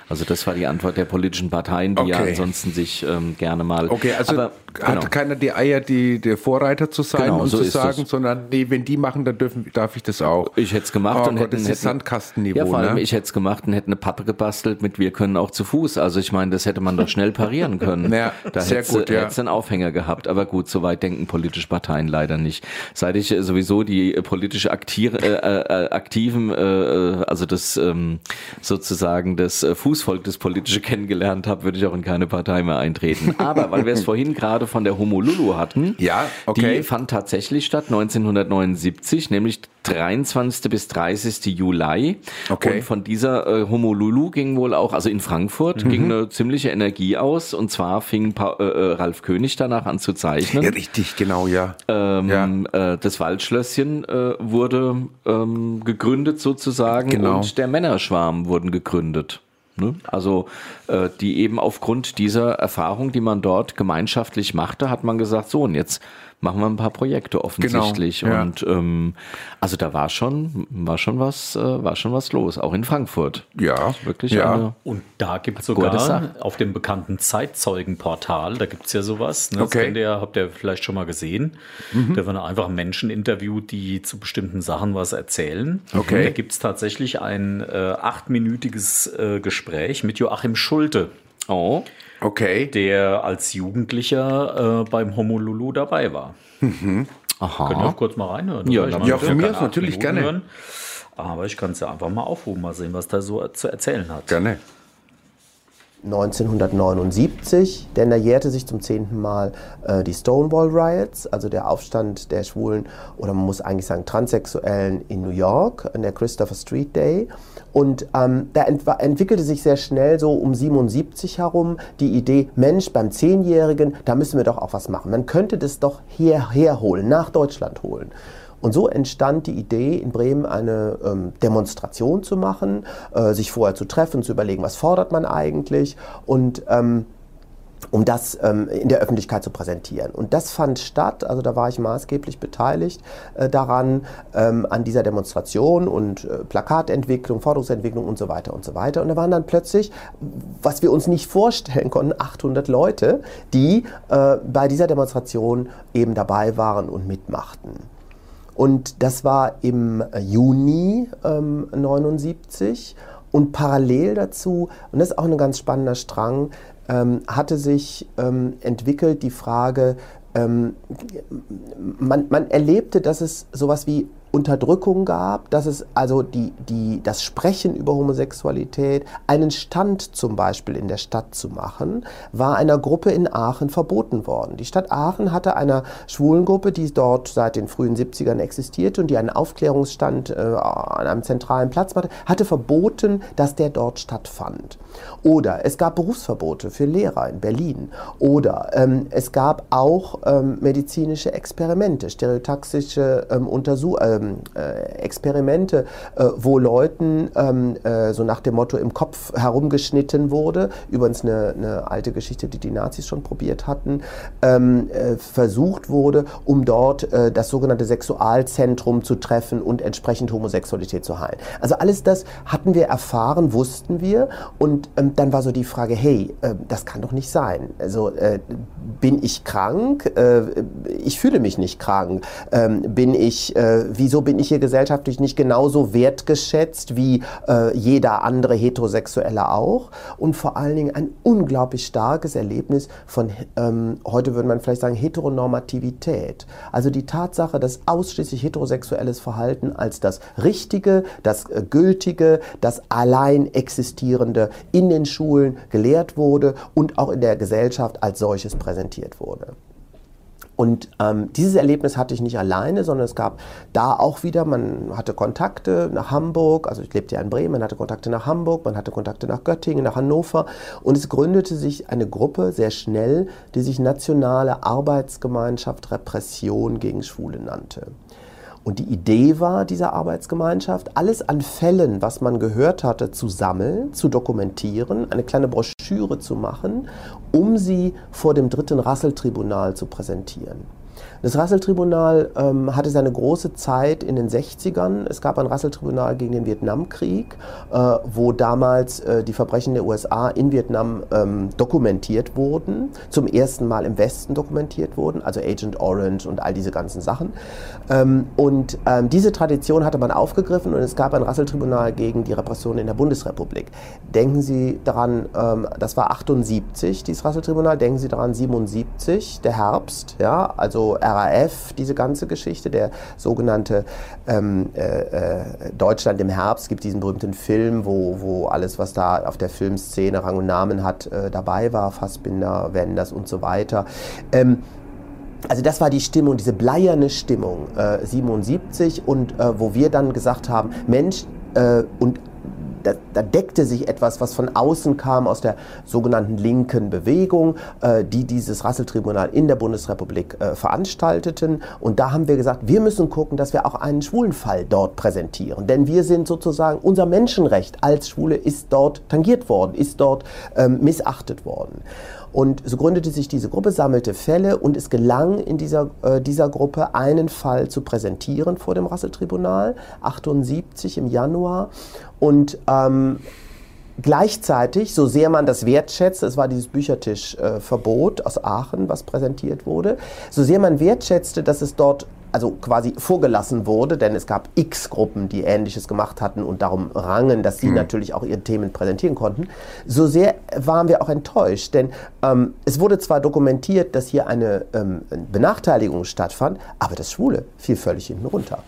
S1: Also das war die Antwort der politischen Parteien, die ja
S4: Okay.
S1: ansonsten sich ähm, gerne mal.
S4: Okay, also
S1: Aber,
S4: hat
S1: genau.
S4: keiner die Eier, die, der Vorreiter zu sein
S1: Genau,
S4: und
S1: so
S4: zu
S1: ist
S4: sagen,
S1: es.
S4: sondern nee, wenn die machen, dann dürfen, darf ich das auch.
S1: Ich hätte es gemacht
S4: Oh
S1: und
S4: Gott,
S1: hätte
S4: das ist
S1: hätten,
S4: Sandkastenniveau,
S1: Ja, vor allem
S4: ne?
S1: ich hätte es gemacht und hätte eine Pappe gebastelt mit wir können auch zu Fuß. Also ich meine, das hätte man doch
S4: <laughs>
S1: schnell parieren können.
S4: Ja,
S1: da
S4: sehr
S1: hättest
S4: gut,
S1: du
S4: ja.
S1: hättest einen Aufhänger gehabt. Aber gut, so weit denken politische Parteien leider nicht. Seit ich äh, sowieso die äh, politische Aktier, äh, äh, aktiven, äh, äh, also das ähm, sozusagen das äh, Fußvolk des Politische kennengelernt habe, würde ich auch in keine Partei mehr eintreten. Aber weil
S4: <laughs>
S1: wir es vorhin gerade von der Homolulu hatten,
S4: Hm? Ja, okay.
S1: die fand tatsächlich statt 1979, nämlich 23. bis 30. Juli.
S4: Okay.
S1: Und von dieser äh, Homolulu ging wohl auch, also in Frankfurt, ging eine ziemliche Energie aus. Und zwar fing pa äh, äh, Ralf König danach an zu zeichnen.
S4: Ja, richtig, genau, ja.
S1: Ähm, ne? äh, das Waldschlösschen äh, wurde ähm, gegründet sozusagen
S4: Genau.
S1: und der Männerschwarm wurden gegründet. Ne? Also äh, die eben aufgrund dieser Erfahrung, die man dort gemeinschaftlich machte, hat man gesagt, so und jetzt machen wir ein paar Projekte offensichtlich.
S4: Genau. ja.
S1: Und ähm, also da war schon, war schon was, äh, war schon was los, auch in Frankfurt.
S4: Ja,
S1: Wirklich
S4: ja.
S1: eine
S2: Und da gibt es
S1: Gute
S2: sogar
S1: Sache.
S2: auf dem bekannten Zeitzeugenportal, da gibt es ja sowas,
S4: Okay.
S2: ne?
S4: Mhm.
S2: das kennt ihr, ja, habt ihr vielleicht schon mal gesehen, da werden einfach Menschen interviewt, die zu bestimmten Sachen was erzählen.
S4: Okay.
S2: Da gibt es tatsächlich ein äh, achtminütiges äh, Gespräch mit Joachim Schulte. Oh.
S4: Okay.
S2: Der als Jugendlicher äh, beim Homolulu dabei war.
S1: Aha.
S2: Könnt ihr auch kurz mal reinhören?
S1: Ja,
S2: oder?
S1: dann-
S2: meine,
S1: Ja,
S4: von
S2: wir
S4: mir
S2: können
S4: aus
S2: acht
S4: natürlich gerne.
S2: Aber ich kann es ja einfach mal aufrufen, mal sehen, was da so zu erzählen hat.
S4: Gerne.
S11: 1979, denn da jährte sich zum zehnten Mal äh, die Stonewall Riots, also der Aufstand der Schwulen oder man muss eigentlich sagen Transsexuellen in New York, an der Christopher Street Day. Und ähm, da ent entwickelte sich sehr schnell so um 77 herum die Idee, Mensch, beim Zehnjährigen, da müssen wir doch auch was machen. Man könnte das doch hierher holen, nach Deutschland holen. Und so entstand die Idee, in Bremen eine ähm, Demonstration zu machen, äh, sich vorher zu treffen, zu überlegen, was fordert man eigentlich und ähm, um das ähm, in der Öffentlichkeit zu präsentieren. Und das fand statt, also da war ich maßgeblich beteiligt äh, daran, ähm, an dieser Demonstration und äh, Plakatentwicklung, Forderungsentwicklung und so weiter und so weiter. Und da waren dann plötzlich, was wir uns nicht vorstellen konnten, 800 Leute, die äh, bei dieser Demonstration eben dabei waren und mitmachten. Und das war im äh, Juni ähm, 79. Und parallel dazu, und das ist auch ein ganz spannender Strang, ähm, hatte sich ähm, entwickelt die Frage, ähm, man, man erlebte, dass es sowas wie Unterdrückung gab, dass es also die, die, das Sprechen über Homosexualität, einen Stand zum Beispiel in der Stadt zu machen, war einer Gruppe in Aachen verboten worden. Die Stadt Aachen hatte einer schwulen Gruppe, die dort seit den frühen 70ern existierte und die einen Aufklärungsstand äh, an einem zentralen Platz machte, hatte verboten, dass der dort stattfand. Oder es gab Berufsverbote für Lehrer in Berlin. Oder ähm, es gab auch ähm, medizinische Experimente, stereotaxische ähm, Untersu ähm, äh, Experimente, äh, wo Leuten ähm, äh, so nach dem Motto im Kopf herumgeschnitten wurde. Übrigens eine, eine alte Geschichte, die die Nazis schon probiert hatten. Ähm, äh, versucht wurde, um dort äh, das sogenannte Sexualzentrum zu treffen und entsprechend Homosexualität zu heilen. Also alles das hatten wir erfahren, wussten wir. Und ähm, dann war so die Frage, hey, äh, das kann doch nicht sein. Also äh, bin ich krank? Äh, ich fühle mich nicht krank. Ähm, bin ich, äh, wieso bin ich hier gesellschaftlich nicht genauso wertgeschätzt wie äh, jeder andere Heterosexuelle auch? Und vor allen Dingen ein unglaublich starkes Erlebnis von, ähm, heute würde man vielleicht sagen, Heteronormativität. Also die Tatsache, dass ausschließlich heterosexuelles Verhalten als das Richtige, das äh, Gültige, das allein Existierende in den Schulen gelehrt wurde und auch in der Gesellschaft als solches präsentiert wurde. Und ähm, dieses Erlebnis hatte ich nicht alleine, sondern es gab da auch wieder, man hatte Kontakte nach Hamburg, also ich lebte ja in Bremen, man hatte Kontakte nach Hamburg, man hatte Kontakte nach Göttingen, nach Hannover. Und es gründete sich eine Gruppe sehr schnell, die sich Nationale Arbeitsgemeinschaft Repression gegen Schwule nannte. Und die Idee war dieser Arbeitsgemeinschaft, alles an Fällen, was man gehört hatte, zu sammeln, zu dokumentieren, eine kleine Broschüre zu machen, um sie vor dem dritten Rasseltribunal zu präsentieren. Das Rasseltribunal ähm, hatte seine große Zeit in den 60ern. Es gab ein Rasseltribunal gegen den Vietnamkrieg, äh, wo damals äh, die Verbrechen der USA in Vietnam ähm, dokumentiert wurden, zum ersten Mal im Westen dokumentiert wurden, also Agent Orange und all diese ganzen Sachen. Ähm, und diese Tradition hatte man aufgegriffen und es gab ein Rasseltribunal gegen die Repression in der Bundesrepublik. Denken Sie daran, ähm, das war 78, dieses Rasseltribunal, denken Sie daran, 77, der Herbst, ja, also RAF, diese ganze Geschichte, der sogenannte ähm, äh, Deutschland im Herbst, gibt diesen berühmten Film, wo, wo alles, was da auf der Filmszene Rang und Namen hat, äh, dabei war, Fassbinder, Wenders und so weiter. Ähm, also das war die Stimmung, diese bleierne Stimmung äh, 77 und äh, wo wir dann gesagt haben, Mensch, und da, da, deckte sich etwas, was von außen kam, aus der sogenannten linken Bewegung, äh, die dieses Rasseltribunal in der Bundesrepublik äh, veranstalteten. Und da haben wir gesagt, wir müssen gucken, dass wir auch einen schwulen Fall dort präsentieren. Denn wir sind sozusagen, unser Menschenrecht als Schwule ist dort tangiert worden, ist dort ähm, missachtet worden. Und so gründete sich diese Gruppe, sammelte Fälle und es gelang in dieser, äh, dieser Gruppe einen Fall zu präsentieren vor dem Rasseltribunal, 78 im Januar. Und ähm, gleichzeitig, so sehr man das wertschätzt, es war dieses Büchertischverbot äh, aus Aachen, was präsentiert wurde, so sehr man wertschätzte, dass es dort also quasi vorgelassen wurde, denn es gab x Gruppen, die Ähnliches gemacht hatten und darum rangen, dass sie mhm. natürlich auch ihre Themen präsentieren konnten. So sehr waren wir auch enttäuscht, denn ähm, es wurde zwar dokumentiert, dass hier eine ähm, Benachteiligung stattfand, aber das Schwule fiel völlig hinten runter.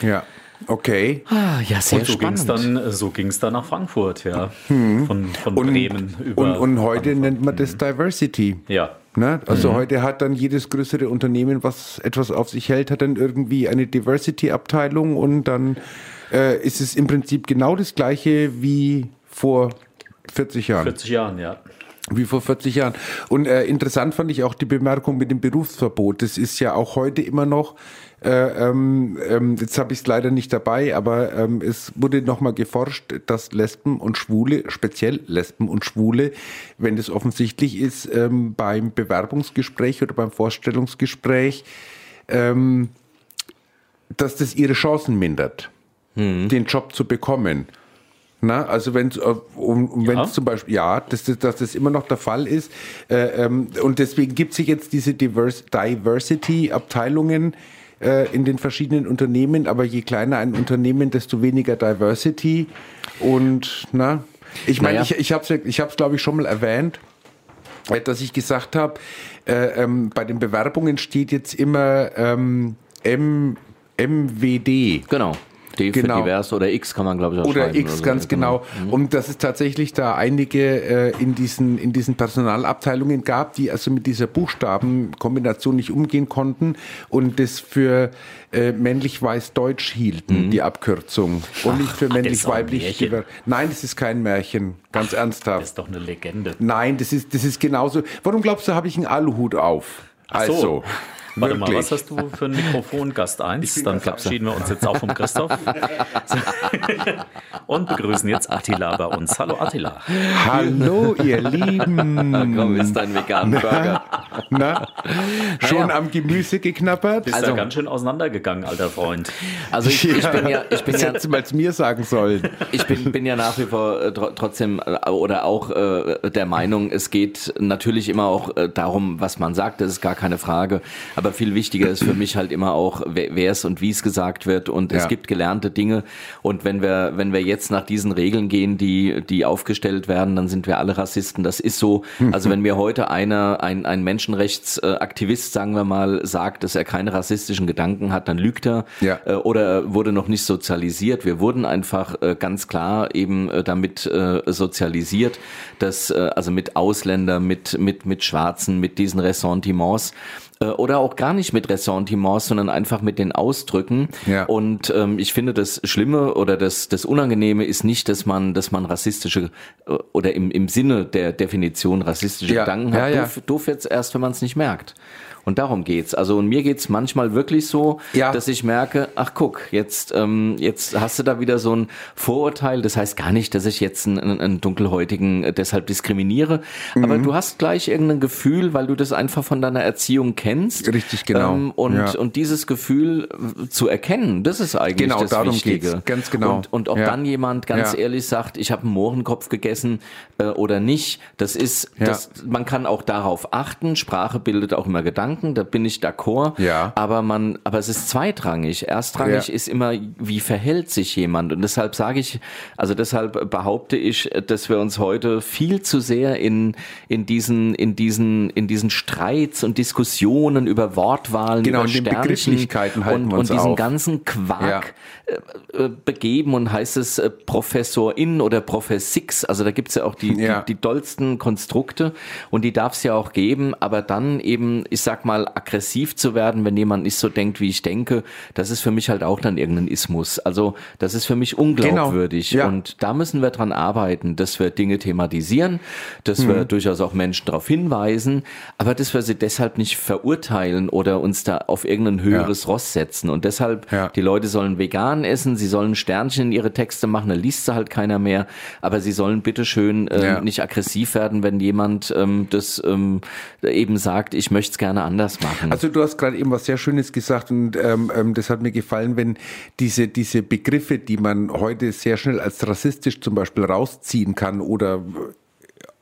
S4: Ja. Okay.
S2: Ah, ja, sehr und so spannend. Ging's dann, äh, so ging es dann nach Frankfurt, ja. Hm. Von, von
S4: und,
S2: Bremen
S4: über. Und, und heute Frankfurt. nennt man das Diversity.
S2: Ja.
S4: Ne? Also mhm. heute hat dann jedes größere Unternehmen, was etwas auf sich hält, hat dann irgendwie eine Diversity-Abteilung und dann äh, ist es im Prinzip genau das gleiche wie vor 40 Jahren.
S2: 40 Jahren, ja
S4: wie vor 40 Jahren. Und äh, interessant fand ich auch die Bemerkung mit dem Berufsverbot. Das ist ja auch heute immer noch, äh, ähm, jetzt habe ich es leider nicht dabei, aber ähm, es wurde nochmal geforscht, dass Lesben und Schwule, speziell Lesben und Schwule, wenn das offensichtlich ist, ähm, beim Bewerbungsgespräch oder beim Vorstellungsgespräch, ähm, dass das ihre Chancen mindert, mhm. den Job zu bekommen. Na, also wenn es um, ja. zum Beispiel, ja, dass, das, dass das immer noch der Fall ist. Äh, ähm, und deswegen gibt es jetzt diese Divers Diversity-Abteilungen äh, in den verschiedenen Unternehmen. Aber je kleiner ein Unternehmen, desto weniger Diversity. Und na, ich meine, naja. ich, ich habe es, ich hab's, glaube ich, schon mal erwähnt, äh, dass ich gesagt habe, äh, ähm, bei den Bewerbungen steht jetzt immer ähm, M MWD.
S1: Genau. D für genau. divers oder X kann man, glaube ich, auch
S4: Oder X, oder so. ganz genau. Mhm. Und dass es tatsächlich da einige äh, in, diesen, in diesen Personalabteilungen gab, die also mit dieser Buchstabenkombination nicht umgehen konnten und das für äh, männlich-weiß-deutsch hielten, mhm. die Abkürzung. Und ach, nicht für männlich-weiblich. Nein, das ist kein Märchen. Ganz ach, ernsthaft.
S2: Das ist doch eine Legende.
S4: Nein, das ist, das ist genauso. Warum glaubst du, habe ich einen Aluhut auf?
S2: Ach also. So. Warte Wirklich? mal, was hast du für ein Mikrofon, Gast 1? Dann verabschieden wir uns jetzt auch vom Christoph. Und begrüßen jetzt Attila bei uns. Hallo Attila.
S4: Hallo, <laughs> ihr Lieben.
S1: Komm, ist dein veganer Burger.
S4: <laughs> Na, schon ja. am Gemüse geknappert?
S2: Bist also, da ganz schön auseinandergegangen, alter Freund.
S1: Also ich, ich bin ja... Ich bin
S4: das <laughs>
S1: ja,
S4: hättest du mal zu mir sagen sollen.
S1: Ich bin, bin ja nach wie vor äh, trotzdem äh, oder auch äh, der Meinung, es geht natürlich immer auch äh, darum, was man sagt, das ist gar keine Frage. Aber aber viel wichtiger ist für mich halt immer auch, wer es und wie es gesagt wird. Und ja. es gibt gelernte Dinge. Und wenn wir, wenn wir jetzt nach diesen Regeln gehen, die, die aufgestellt werden, dann sind wir alle Rassisten. Das ist so. Also wenn mir heute einer, ein, ein Menschenrechtsaktivist, sagen wir mal, sagt, dass er keine rassistischen Gedanken hat, dann lügt er.
S4: Ja.
S1: Äh, Oder wurde noch nicht sozialisiert. Wir wurden einfach äh, ganz klar eben äh, damit sozialisiert, äh, dass, also mit Ausländern, mit, mit, mit Schwarzen, mit diesen Ressentiments. äh, oder auch gar nicht mit Ressentiments, sondern einfach mit den Ausdrücken. Ja. Und ähm, ich finde, das Schlimme oder das, das Unangenehme ist nicht, dass man, dass man rassistische äh, oder im, im Sinne der Definition rassistische
S4: Ja.
S1: Gedanken
S4: Ja,
S1: hat.
S4: ja.
S1: Doof, doof jetzt erst, wenn man es nicht merkt. Und darum geht's. Also und mir geht's manchmal wirklich so,
S4: Ja.
S1: dass ich merke, ach guck, jetzt ähm, jetzt hast du da wieder so ein Vorurteil. Das heißt gar nicht, dass ich jetzt einen, einen- einen dunkelhäutigen äh, deshalb diskriminiere,
S4: Mhm.
S1: aber du hast gleich irgendein Gefühl, weil du das einfach von deiner Erziehung kennst. Ähm,
S4: Richtig, genau.
S1: und
S4: Ja.
S1: und dieses Gefühl äh, zu erkennen, das ist eigentlich
S4: Genau,
S1: das
S4: darum
S1: Wichtige.
S4: geht's. Ganz genau.
S1: Und, und ob
S4: Ja.
S1: dann jemand ganz
S4: Ja.
S1: ehrlich sagt, ich habe einen Mohrenkopf gegessen äh, oder nicht, das ist,
S4: Ja.
S1: das, man kann auch darauf achten. Sprache bildet auch immer Gedanken, da bin ich d'accord.
S4: Ja.
S1: Aber man, aber es ist zweitrangig. Erstrangig
S4: Ja.
S1: ist immer, wie verhält sich jemand? Und deshalb sage ich, also deshalb behaupte ich, dass wir uns heute viel zu sehr in, in diesen, in diesen, in diesen Streits und Diskussionen über Wortwahlen,
S4: Genau,
S1: über
S4: in den
S1: Sternchen
S4: Begrifflichkeiten halten
S1: und,
S4: wir uns
S1: und diesen
S4: auf.
S1: ganzen Quark äh, äh, begeben und heißt es äh, Professorin oder Professix. Also da gibt's ja auch die,
S4: Ja.
S1: die, die dollsten Konstrukte und die darf es ja auch geben, aber dann eben, ich sag mal, aggressiv zu werden, wenn jemand nicht so denkt, wie ich denke, das ist für mich halt auch dann irgendein Ismus. Also das ist für mich unglaubwürdig
S4: Genau, ja.
S1: und da müssen wir dran arbeiten, dass wir Dinge thematisieren, dass wir
S4: Hm.
S1: durchaus auch Menschen darauf hinweisen, aber dass wir sie deshalb nicht verurteilen oder uns da auf irgendein höheres Ross setzen und deshalb,
S4: Ja.
S1: die Leute sollen vegan essen, sie sollen Sternchen in ihre Texte machen, dann liest sie halt keiner mehr, aber sie sollen bitteschön äh,
S4: Ja.
S1: nicht aggressiv werden, wenn jemand ähm, das ähm, eben sagt, ich möchte es gerne anders machen.
S4: Also du hast gerade eben was sehr Schönes gesagt und ähm, ähm, das hat mir gefallen, wenn diese, diese Begriffe, die man heute sehr schnell als rassistisch zum Beispiel rausziehen kann oder äh,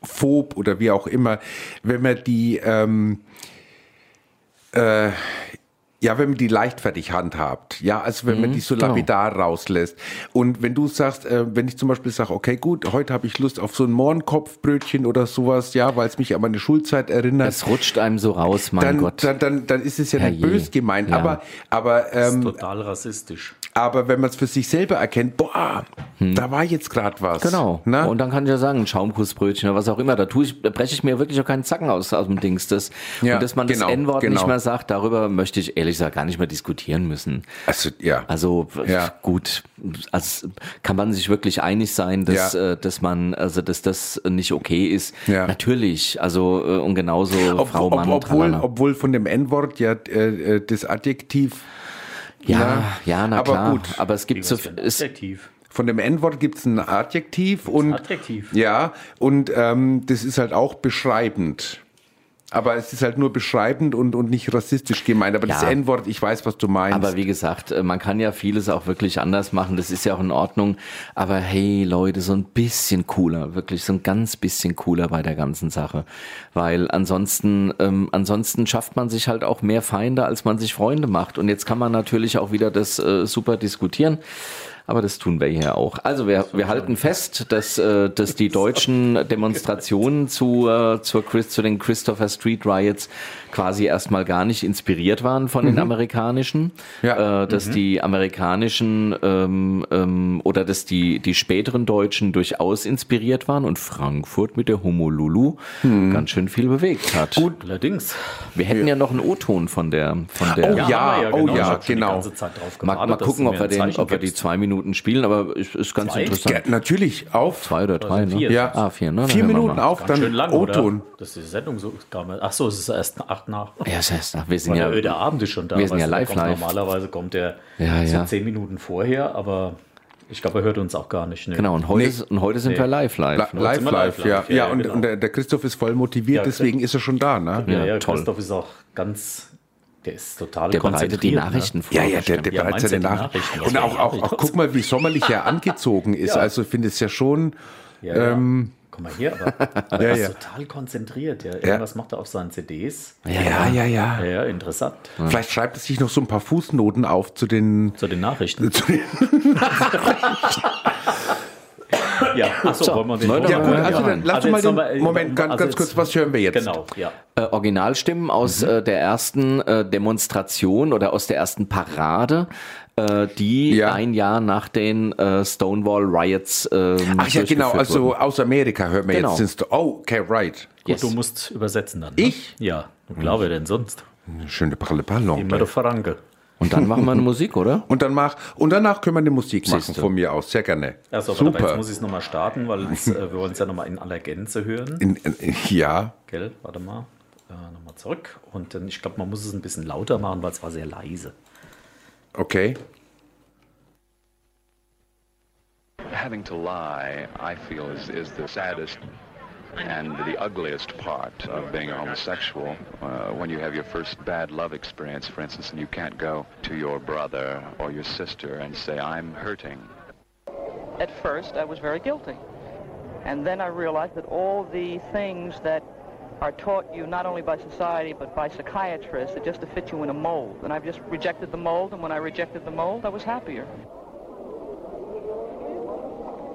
S4: phob oder wie auch immer, wenn man die ähm, äh, ja, wenn man die leichtfertig handhabt, ja, also wenn man die so lapidar rauslässt. Und wenn du sagst, äh, wenn ich zum Beispiel sage, okay, gut, heute habe ich Lust auf so ein Mohrenkopfbrötchen oder sowas, ja, weil es mich an meine Schulzeit erinnert.
S1: es rutscht einem so raus, mein
S4: dann,
S1: Gott.
S4: dann, dann, dann ist es ja nicht
S1: Herrje.
S4: bös gemeint,
S1: Ja.
S4: aber, aber,
S2: Das ist
S4: ähm,
S2: total rassistisch.
S4: aber wenn man es für sich selber erkennt, boah, da war jetzt gerade was.
S1: Hm. Genau.
S4: Na?
S1: Und dann kann ich ja sagen, ein Schaumkussbrötchen oder was auch immer. Da, tue ich, da breche ich mir wirklich auch keinen Zacken aus, aus dem Dings. Das,
S4: Ja,
S1: und dass man
S4: genau,
S1: das N-Wort nicht
S4: genau.
S1: mehr sagt, darüber möchte ich ehrlich gesagt gar nicht mehr diskutieren müssen.
S4: also, ja.
S1: Also
S4: Ja.
S1: gut, also kann man sich wirklich einig sein, dass,
S4: Ja.
S1: äh, dass man, also dass das nicht okay ist.
S4: Ja.
S1: Natürlich. Also äh, und genauso
S4: ob,
S1: Frau Mann.
S4: ob, obwohl,
S1: tralala.
S4: obwohl von dem N-Wort ja äh, äh, das Adjektiv,
S1: ja, ja, na
S4: ne? aber
S1: klar.
S4: gut.
S1: Aber es gibt so es,
S2: Attraktiv.
S4: von dem N-Wort gibt es ein Adjektiv und
S2: Attraktiv.
S4: ja, und ähm, das ist halt auch beschreibend. Aber es ist halt nur beschreibend und, und nicht rassistisch gemeint. Aber das
S1: Ja.
S4: N-Wort, ich weiß, was du meinst.
S1: Aber wie gesagt, äh, man kann ja vieles auch wirklich anders machen. Das ist ja auch in Ordnung. Aber hey, Leute, so ein bisschen cooler, wirklich so ein ganz bisschen cooler bei der ganzen Sache. Weil ansonsten, ähm, ansonsten schafft man sich halt auch mehr Feinde, als man sich Freunde macht. Und jetzt kann man natürlich auch wieder das äh, super diskutieren. Aber das tun wir hier auch. Also wir, wir halten fest, dass, äh, dass die deutschen Demonstrationen zu, äh, zur Chris, zu den Christopher Street Riots quasi erstmal gar nicht inspiriert waren von den amerikanischen.
S4: Ja. Mhm.
S1: Äh, dass die amerikanischen ähm, ähm, oder dass die, die späteren Deutschen durchaus inspiriert waren und Frankfurt mit der Homolulu
S4: Hm.
S1: ganz schön viel bewegt hat. Gut.
S2: Allerdings.
S1: Wir hätten ja, noch einen O-Ton von der von der
S4: Oh Ja,
S2: haben wir
S4: oh ja,
S2: Ich hab schon
S4: genau.
S2: Die ganze Zeit drauf
S1: Mal,
S2: gewartet,
S1: mal
S2: dass
S1: gucken,
S2: du
S1: ob
S2: mir
S1: wir,
S2: ein
S1: den,
S2: Zeichen
S1: ob wir die
S2: gibst.
S1: zwei Minuten spielen, aber ist, ist ganz
S2: Zwei?
S1: interessant.
S4: ja, natürlich, auf.
S1: Zwei oder drei,
S2: Also
S1: ne?
S2: vier.
S4: Ja.
S1: Ah, vier, ne? Dann
S4: Vier
S1: hören wir
S4: Minuten
S1: mal.
S4: auf,
S2: Ganz
S4: dann
S2: schön lang,
S4: O-Ton.
S2: oder? Dass die Sendung so gar nicht. Ach so, es ist erst acht nach.
S1: Ja, das heißt, ach, wir sind
S2: Weil
S1: ja.
S2: der öde Abend ist schon da.
S1: wir sind
S2: weißt
S1: ja
S2: du, der
S1: live,
S2: kommt
S1: live.
S2: Normalerweise kommt der
S1: Ja,
S2: so
S1: ja.
S2: zehn Minuten vorher, aber ich glaube, er hört uns auch gar nicht. Ne?
S1: Genau, und heute, und heute sind wir live,
S4: Li-
S1: live. ne?
S4: Live,
S2: sind wir
S4: live,
S2: live,
S4: ja.
S2: live,
S4: Ja,
S2: ja,
S4: und,
S2: genau.
S4: und der, der Christoph ist voll motiviert,
S2: Ja,
S4: deswegen ist er schon da, ne?
S2: Ja,
S1: Ja,
S2: ja,
S1: toll.
S2: Christoph ist auch ganz, der ist total
S1: Der bereitet die
S2: konzentriert, ne?
S1: Nachrichten vor.
S4: Ja, ja, der, der
S2: Ja,
S4: bereitet
S2: meinst du
S4: seine
S2: die
S4: Nachrichten.
S2: Nachrichten?
S4: Und
S2: Ja,
S4: auch,
S2: ja,
S4: auch,
S2: ja.
S4: auch, guck mal, wie sommerlich er angezogen ist.
S2: Ja.
S4: Also, ich finde es ja schon,
S2: Ne? Ja, ja.
S4: Ähm,
S2: Guck mal hier, aber
S1: <laughs>
S2: er
S4: Ja,
S2: ist
S4: ja.
S2: total konzentriert. Ja. Irgendwas macht er auf seinen CDs.
S1: Ja,
S4: ja, ja, ja.
S2: Ja, ja interessant.
S4: Vielleicht schreibt es sich noch so ein paar Fußnoten auf zu den.
S2: Zu den Nachrichten. <laughs> ja, achso, wollen wir den
S1: Leute,
S4: Ja,
S1: Ja,
S4: gut,
S1: ja,
S4: also
S1: ja.
S4: dann lass
S2: Also
S4: uns
S2: jetzt
S4: mal
S2: noch mal,
S4: den.
S2: äh,
S4: Moment, ganz,
S2: also
S4: ganz kurz,
S2: jetzt-
S4: was hören wir jetzt?
S2: Genau, ja.
S1: äh, Originalstimmen aus
S4: Mhm.
S1: äh, der ersten äh, Demonstration oder aus der ersten Parade, äh, die
S4: Ja.
S1: ein Jahr nach den äh, Stonewall Riots. ähm,
S4: Ach ja, genau,
S1: durchgeführt
S4: also
S1: wurden.
S4: aus Amerika hören wir
S1: Genau.
S4: jetzt. den Sto- Oh, okay, right.
S2: Gut,
S1: Yes.
S2: du musst übersetzen dann. Ne?
S4: Ich?
S2: Ja, glaube denn sonst?
S4: Eine schöne Pralleballon.
S2: Immer der Franke.
S1: Und dann machen
S4: <laughs>
S1: wir eine Musik, oder?
S4: Und, dann mach, und danach können wir eine Musik machen
S1: Siehste.
S4: von mir aus. Sehr gerne.
S2: Also, Super. jetzt muss ich es nochmal starten, <laughs> weil jetzt, äh, wir wollen es ja nochmal in aller Gänze hören.
S4: In, in, ja.
S2: Gell, warte mal. Äh, nochmal zurück. Und dann, ich glaube, man muss es ein bisschen lauter machen, weil es war sehr leise.
S4: Okay.
S12: Having to lie, I feel, is, is the saddest and the ugliest part of being a homosexual. Uh, when you have your first bad love experience, for instance, and you can't go to your brother or your sister and say, I'm hurting.
S13: At first, I was very guilty. And then I realized that all the things that are taught you not only by society but by psychiatrists are just to fit you in a mold. And I've just rejected the mold, and when I rejected the mold, I was happier.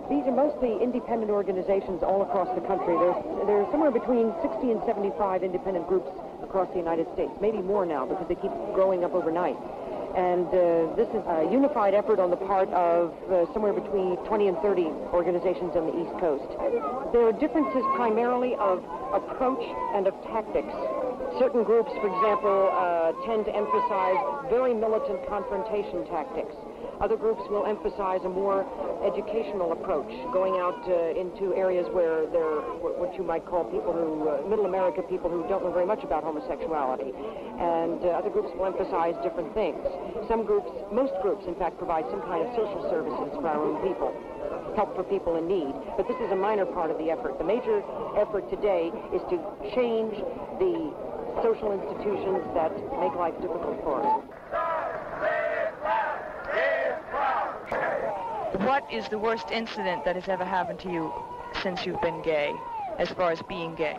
S14: These are mostly independent organizations all across the country. There's, there are somewhere between 60 and 75 independent groups across the United States, maybe more now because they keep growing up overnight. And uh, this is a unified effort on the part of uh, somewhere between 20 and 30 organizations on the East Coast. There are differences primarily of approach and of tactics. Certain groups, for example, uh, tend to emphasize very militant confrontation tactics. Other groups will emphasize a more educational approach, going out uh, into areas where there are wh- what you might call people who, uh, middle America people who don't know very much about homosexuality. And uh, other groups will emphasize different things. Some groups, most groups, in fact, provide some kind of social services for our own people, help for people in need. But this is a minor part of the effort. The major effort today is to change the social institutions that make life difficult for us.
S15: What is the worst incident that has ever happened to you since you've been gay, as far as being gay?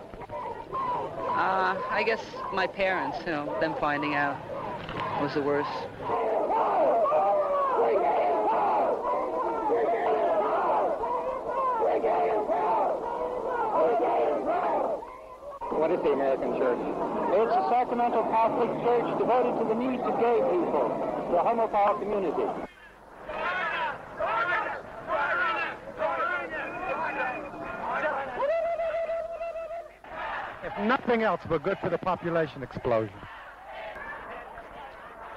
S16: Uh, I guess my parents, you know, them finding out was the worst.
S17: What is the American church? It's a sacramental Catholic church devoted to the needs of gay people, the homophile community.
S18: If nothing else, we're good for the population explosion.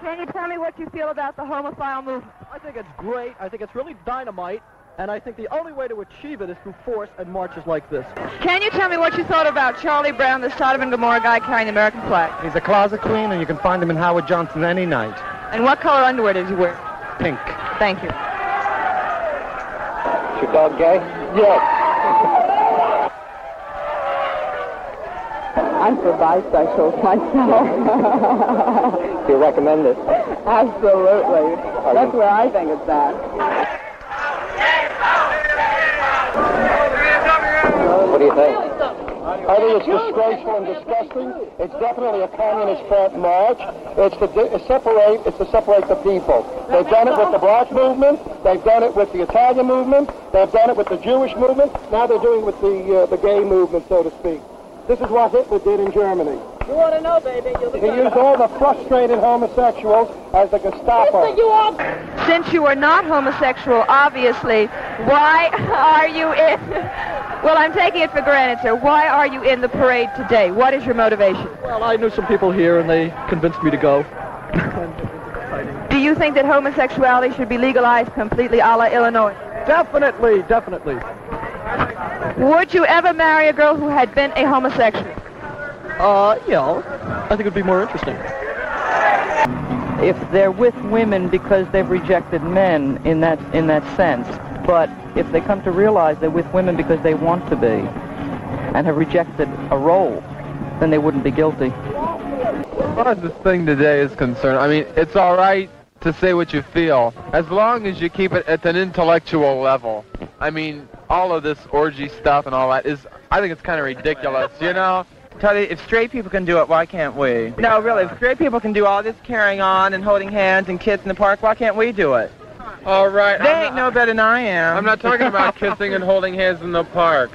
S15: Can you tell me what you feel about the homophile movement?
S19: I think it's great. I think it's really dynamite. And I think the only way to achieve it is through force and marches like this.
S15: Can you tell me what you thought about Charlie Brown, the Sodom and Gomorrah guy carrying the American flag?
S18: He's a closet queen, and you can find him in Howard Johnson any night.
S15: And what color underwear did he wear?
S18: Pink.
S15: Thank you.
S17: Is your dog gay? Yes.
S20: I'm for bisexuals myself.
S17: Do you recommend this?
S20: Absolutely. That's where I think it's at.
S17: What do you think? I think it's disgraceful and disgusting. It's definitely a communist front march. It's to di- separate. It's to separate the people. They've done it with the black movement. They've done it with the Italian movement. They've done it with the Jewish movement. Now they're doing it with the uh, the gay movement, so to speak. This is what Hitler did in Germany.
S20: You want to know, baby? You're
S17: He used all the frustrated homosexuals as the Gestapo.
S15: Since you are not homosexual, obviously, why are you in? <laughs> Well, I'm taking it for granted, sir. Why are you in the parade today? What is your motivation?
S19: Well, I knew some people here, and they convinced me to go.
S15: <laughs> Do you think that homosexuality should be legalized completely a la Illinois?
S19: Definitely, definitely.
S15: Would you ever marry a girl who had been a homosexual?
S19: Uh, you know, I think it would be more interesting.
S13: if they're with women because they've rejected men in that in that sense. But if they come to realize they're with women because they want to be and have rejected a role, then they wouldn't be guilty.
S21: As far as this thing today is concerned, I mean, it's all right to say what you feel, as long as you keep it at an intellectual level. I mean, all of this orgy stuff and all that is, I think it's kind of ridiculous, you know?
S22: Tell you, if straight people can do it, why can't we? No, really, if straight people can do all this carrying on and holding hands and kids in the park, why can't we do it?
S21: All right.
S22: They
S21: I'm
S22: ain't
S21: not-
S22: no better than I am.
S21: I'm not talking about kissing and holding hands in the park.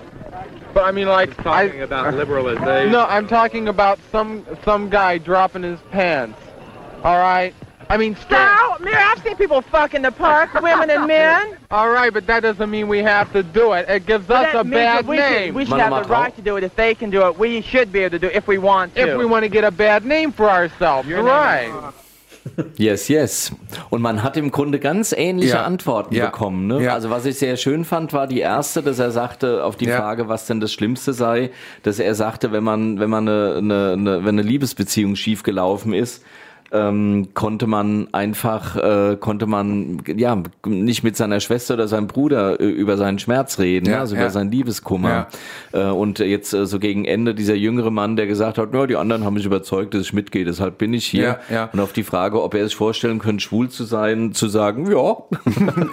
S21: But I mean, like, talking about liberalization. No, I'm talking about some some guy dropping his pants. All right. I mean,
S22: So, Mira, I've seen people fuck in the
S21: <laughs>
S22: park, women and men.
S21: All right, but that doesn't mean we have to do it. It gives
S22: But
S21: us
S22: that
S21: a
S22: means
S21: bad
S22: that we
S21: name.
S22: Should, we should have the right to do it. If they can do it, we should be able to do it if we want to.
S21: If we want to get a bad name for ourselves,
S22: Your name.
S21: right?
S1: Yes, yes. Und man hat im Grunde ganz ähnliche
S21: Ja.
S1: Antworten
S21: Ja.
S1: bekommen. Ne? Also was ich sehr schön fand, war die erste, dass er sagte auf die Frage, was denn das Schlimmste sei, dass er sagte, wenn man wenn man eine, eine, eine wenn eine Liebesbeziehung schief gelaufen ist, ähm, konnte man einfach äh, konnte man ja nicht mit seiner Schwester oder seinem Bruder äh, über seinen Schmerz reden,
S4: Ja,
S1: also
S4: ja.
S1: über seinen Liebeskummer. Äh, und jetzt äh, so gegen Ende dieser jüngere Mann, der gesagt hat, ja, die anderen haben mich überzeugt, dass ich mitgehe, deshalb bin ich hier.
S4: Ja, ja.
S1: Und auf die Frage, ob er sich vorstellen könnte, schwul zu sein, zu sagen, ja.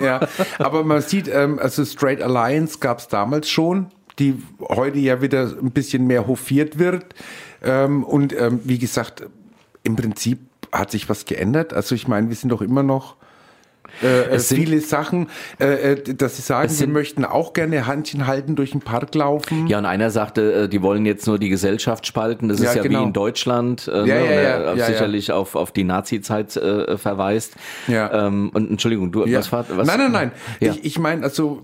S4: ja, aber man sieht, ähm, also Straight Alliance gab es damals schon, die heute ja wieder ein bisschen mehr hofiert wird. Ähm, und ähm, wie gesagt, im Prinzip hat sich was geändert. Also ich meine, wir sind doch immer noch äh, äh,
S1: Es sind-
S4: viele Sachen, äh, äh, dass sie sagen,
S1: Es
S4: wir
S1: sind-
S4: möchten auch gerne Handchen halten, durch den Park laufen.
S1: Ja, und einer sagte, äh, die wollen jetzt nur die Gesellschaft spalten. Das
S4: Ja,
S1: ist ja
S4: genau.
S1: wie in Deutschland, äh,
S4: Ja,
S1: ne?
S4: ja,
S1: und er
S4: ja,
S1: auf-
S4: ja, ja.
S1: sicherlich Auf, auf die Nazi-Zeit äh, verweist.
S4: Ja.
S1: Ähm, und Entschuldigung, du,
S4: Ja.
S1: was war was?
S4: Nein, nein, nein.
S1: Ja.
S4: Ich, ich meine, also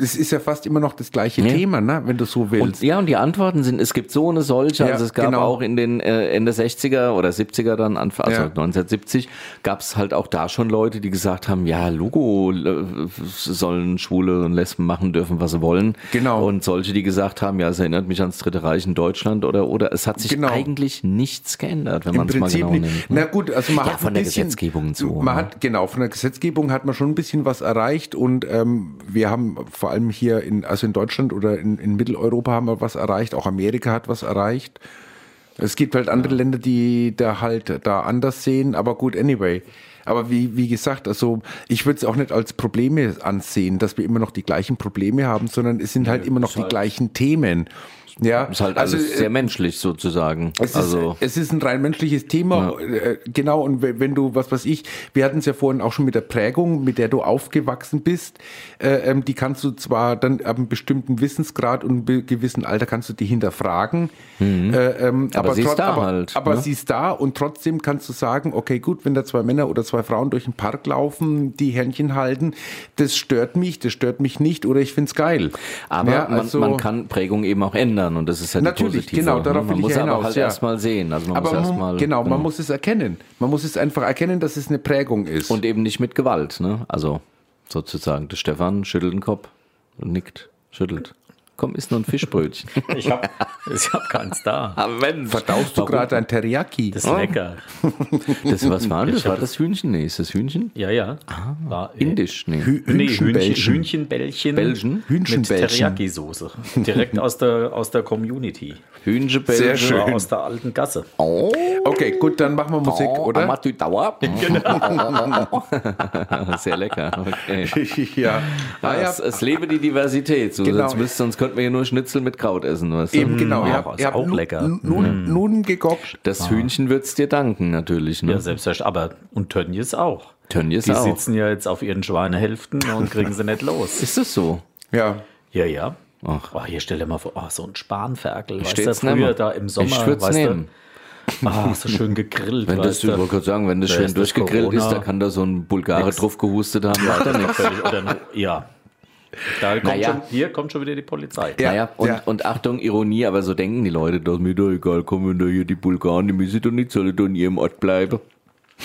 S4: es ist ja fast immer noch das gleiche
S1: Ja.
S4: Thema, ne? wenn du so willst.
S1: Und, ja, und die Antworten sind, es gibt so eine solche,
S4: Ja,
S1: also es gab
S4: genau.
S1: auch in den äh, Ende 60er oder 70er dann, Anfang, also
S4: Ja.
S1: 1970, gab es halt auch da schon Leute, die gesagt haben, ja, Logo äh, sollen Schwule und Lesben machen dürfen, was sie wollen. Genau. Und solche, die gesagt haben, ja, es erinnert mich ans Dritte Reich in Deutschland oder, oder es hat sich
S4: Genau.
S1: eigentlich nichts geändert, wenn
S4: Im
S1: man es mal
S4: Prinzip
S1: genau
S4: nicht.
S1: nimmt.
S4: Na gut, also man
S1: ja,
S4: hat
S1: von
S4: ein
S1: der
S4: bisschen-
S1: Gesetzgebung zu.
S4: Man
S1: ne?
S4: hat genau von der Gesetzgebung hat man schon ein bisschen was erreicht und ähm, wir haben vor allem hier in also in Deutschland oder in, in Mitteleuropa haben wir was erreicht. Auch Amerika hat was erreicht. Es gibt halt andere Länder, die da halt da anders sehen, aber gut, anyway. Aber wie, wie gesagt, also ich würde es auch nicht als Probleme ansehen, dass wir immer noch die gleichen Probleme haben, sondern es sind halt immer noch die gleichen Themen. Ja,
S1: ist halt alles
S4: also, äh,
S1: sehr menschlich sozusagen.
S4: es,
S1: also
S4: ist, es ist ein rein menschliches Thema. Äh, Genau, und we- wenn du, was weiß ich, wir hatten es ja vorhin auch schon mit der Prägung, mit der du aufgewachsen bist, äh, ähm, die kannst du zwar dann ab einem bestimmten Wissensgrad und einem be- gewissen Alter kannst du die hinterfragen. Äh, ähm,
S1: Mhm. Aber sie ist
S4: trot-
S1: da
S4: aber,
S1: halt,
S4: Aber
S1: ne?
S4: sie ist da und trotzdem kannst du sagen, okay, gut, wenn da zwei Männer oder zwei Frauen durch den Park laufen, die Händchen halten, das stört mich, das stört mich nicht oder ich find's geil.
S1: Aber
S4: Ja, also-
S1: man, man kann Prägung eben auch ändern und das ist ja
S4: Natürlich,
S1: die positive.
S4: genau, darauf
S1: ne?
S4: will
S1: man
S4: ich
S1: muss
S4: ja
S1: aber
S4: hinaus,
S1: halt
S4: ja.
S1: erstmal sehen. Also man
S4: aber
S1: muss
S4: man,
S1: erstmal
S4: genau, man muss es erkennen. Man muss es einfach erkennen, dass es eine Prägung ist.
S1: und eben nicht mit Gewalt, ne? Also sozusagen, der Stefan schüttelt den Kopf und nickt, schüttelt. Komm, isst nur
S4: <laughs>
S1: ein Fischbrötchen.
S2: Ich habe <laughs> ich hab keins da.
S4: Ah, Verdaust du gerade ein Teriyaki?
S2: Das ist lecker.
S1: Das, was war das?
S2: Ich hab
S1: War das Hühnchen? Nee, ist das Hühnchen?
S2: Ja, ja. War, äh,
S1: Indisch, nee.
S2: Hü- nee, Hühnchen, Hühnchenbällchen
S1: Belgen?
S2: mit
S1: Hühnchenbällchen.
S2: Teriyaki-Soße. Direkt aus der, aus der Community.
S1: Hühnchenbällchen.
S4: Sehr schön.
S2: Aus der alten Gasse.
S1: Oh.
S4: Okay, gut, dann machen wir Musik, oder? <laughs>
S1: Amatü Dauer.
S4: Genau.
S1: Sehr lecker. Okay.
S4: <laughs> ja.
S1: Ah,
S4: ja.
S1: es, es lebe die Diversität. So,
S4: Genau.
S1: sonst, müsst, sonst könnten wir hier nur Schnitzel mit Kraut essen. Weißt du?
S4: Eben genau.
S1: Mm,
S4: ihr
S1: auch,
S4: habt-
S1: ist
S4: ihr habt
S1: auch
S4: Nu-
S1: lecker. Mhm.
S4: Nu- Nun, nun gegockt.
S1: Das Hühnchen wird's dir danken, natürlich. Ne?
S2: Ah. Ja, selbstverständlich. Aber und Tönnies auch.
S1: Tönnies
S2: Die
S1: auch.
S2: sitzen ja jetzt auf ihren Schweinehälften und kriegen sie nicht los.
S1: Ist das so?
S4: Ja.
S2: Ja, ja.
S1: Ach.
S2: Oh, hier stell dir mal vor, oh, so ein Spanferkel. Weißt du,
S1: Steht's
S2: früher
S1: nimmer.
S2: da im Sommer,
S1: Ich würd's
S2: weißt
S1: nehmen.
S2: du, ah, so schön gegrillt.
S1: Wenn das,
S2: weißt
S1: ich
S2: du.
S1: wollte gerade sagen, wenn das
S2: Da
S1: schön
S2: ist
S1: durchgegrillt
S2: Corona.
S1: ist, da kann da so ein Bulgare drauf gehustet haben,
S2: <laughs> Ja,
S1: macht er
S2: das
S1: nichts.
S2: völlig, oder, ein- ja. Da kommt
S1: Naja.
S2: schon, hier kommt schon wieder die Polizei.
S1: naja, und, und Achtung, Ironie, aber so denken die Leute, dass mir doch egal, kommen wenn da hier die Bulgaren, die müssen doch nicht, sollen doch in ihrem Ort bleiben.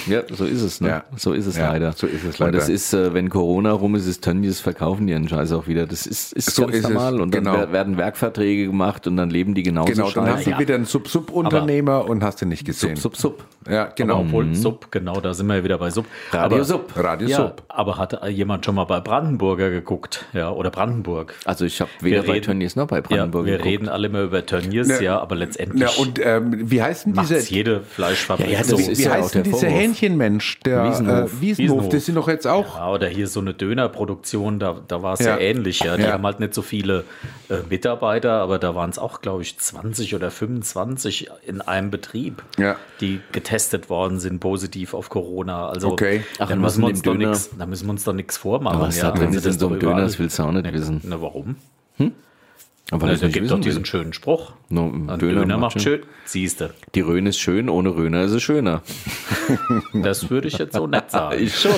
S1: Ja, so ist es, ne?
S4: Ja.
S1: So ist es
S4: Ja,
S1: leider.
S4: so ist es
S1: Und
S4: leider.
S1: das ist, äh, wenn Corona rum ist, ist Tönnies, verkaufen die ihren Scheiß auch wieder. Das ist, ist
S4: So
S1: ganz
S4: ist es,
S1: normal. Und dann
S4: genau.
S1: wer- werden Werkverträge gemacht und dann leben die genauso
S4: Genau, dann hast
S1: scheiße.
S4: du wieder einen Sub-Sub-Unternehmer und hast du nicht gesehen.
S1: Sub-Sub.
S4: Ja, genau.
S2: Aber obwohl Sub, genau, da sind wir ja wieder bei Sub.
S1: Mhm. Radio
S2: aber,
S1: Sub.
S4: Radio
S2: ja,
S4: Sub.
S2: Aber hat äh, jemand schon mal bei Brandenburger geguckt? Ja, oder Brandenburg?
S1: Also ich habe
S2: Wir
S1: weder bei
S2: reden-
S1: Tönnies noch bei Brandenburg
S2: ja, wir
S1: geguckt.
S2: reden alle immer über Tönnies,
S4: Ne.
S2: ja, aber letztendlich
S4: Ja, und ähm, wie heißt denn
S2: macht's
S4: dieser,
S2: jede Fleischfabrik
S1: Ja, ja, das
S2: so.
S1: ist
S4: wie
S1: ja auch
S4: heißt denn
S1: der
S4: dieser
S1: Vorwurf.
S4: Hähnchenmensch? Der
S1: Wiesenhof.
S4: Äh, Wiesenhof, das sind doch jetzt auch.
S2: Ja, oder hier so eine Dönerproduktion, da, da war es
S4: Ja.
S2: ja. ähnlich. Ja. Die
S4: Ja.
S2: haben halt nicht so viele äh, Mitarbeiter, aber da waren es auch, glaube ich, 20 oder 25 in einem Betrieb,
S4: Ja.
S2: die getestet worden sind, positiv auf Corona. Also
S4: Okay.
S1: Ach,
S2: da,
S1: und was
S2: müssen wir
S1: in
S2: uns
S1: dem
S2: doch
S1: Döner?
S2: nix, da müssen wir uns doch nichts vormachen.
S1: Aber was da
S2: Also
S1: drin ist
S2: das
S1: in so einem
S2: doch
S1: Döner,
S2: überall-
S1: das willst du auch nicht wissen.
S2: Na, warum?
S1: Aber
S2: Na,
S1: das
S2: da
S1: nicht
S2: Also gibt doch
S1: wissen will.
S2: diesen schönen Spruch.
S1: No,
S2: Ein Döner, macht schön. Siehst du.
S1: Die Rhön ist schön, ohne Rhöner ist es schöner.
S2: Das würde ich jetzt so
S4: <laughs>
S2: nett sagen.
S1: Ich schon.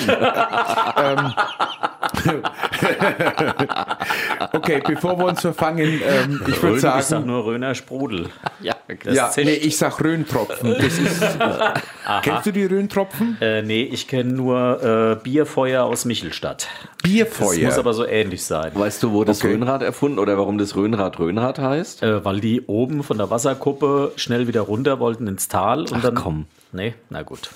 S4: okay, bevor wir uns verfangen, ähm, ich
S2: Rhön,
S4: würde sagen.
S2: Ich sag nur
S4: <laughs>
S2: Röner Sprudel.
S1: Ja,
S4: ja, nee, ich sag Röntropfen. Das
S2: <laughs>
S4: ist, kennst du die Rhöntropfen?
S2: Äh, nee, ich kenne nur äh, Bierfeuer aus Michelstadt.
S4: Bierfeuer?
S2: Das muss aber so ähnlich sein.
S1: Weißt du, wo das Rhönrad erfunden oder warum das Rhönrad Rhönrad heißt?
S2: Äh, weil die oben von der Wasserkuppe schnell wieder runter wollten ins Tal und dann. Komm. Nee,
S4: <laughs>
S2: na gut.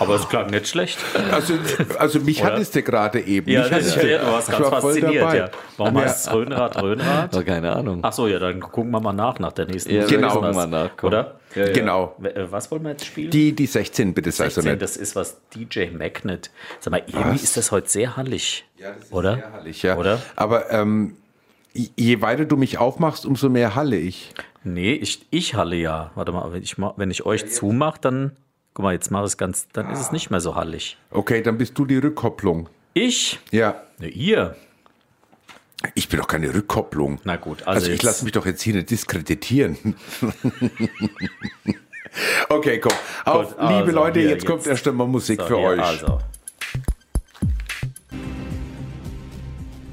S2: aber es klang nicht schlecht.
S4: Also, also mich
S2: Oder?
S4: hattest du gerade eben.
S2: Ja,
S4: mich
S2: das ist
S4: hattest
S2: ja, du warst
S4: Ich
S2: ganz
S4: war voll
S2: fasziniert.
S4: dabei.
S2: Ja. Warum
S4: Ja.
S2: heißt es Röhnrad, Röhnrad?
S1: keine Ahnung.
S2: Achso, ja, dann gucken wir mal nach nach der nächsten.
S4: Ja,
S2: Folge.
S4: genau.
S2: Was,
S4: Gucken wir nach, komm.
S2: Oder?
S4: Ja, ja. Genau.
S2: W- äh, Was wollen wir jetzt spielen?
S4: Die, die 16 bitte, sei so
S2: 16,
S4: nett.
S2: das ist was DJ Magnet. Sag mal, irgendwie
S4: Was?
S2: ist das heute sehr hallig. Ja, das ist oder? sehr hallig.
S4: Ich, ja. Aber ähm, je- je weiter du mich aufmachst, umso mehr halle ich.
S2: Nee, ich, ich halle ja. Warte mal, wenn ich, ma- wenn ich euch zumache, dann. Guck mal, jetzt mache ich es ganz. Dann
S1: Ah.
S2: ist es nicht mehr so hallig.
S4: Okay, dann bist du die Rückkopplung.
S2: Ich?
S4: Ja.
S2: Ne, ihr?
S4: Ich bin doch keine Rückkopplung.
S2: Na gut, also
S4: also, ich
S2: jetzt-
S4: lasse mich doch jetzt hier nicht diskreditieren. <laughs> okay, komm. Auf,
S2: Gut, also
S4: liebe Leute,
S2: hier
S4: jetzt, kommt
S2: jetzt.
S4: erst einmal Musik
S2: So,
S4: für
S2: hier,
S4: euch.
S2: Also.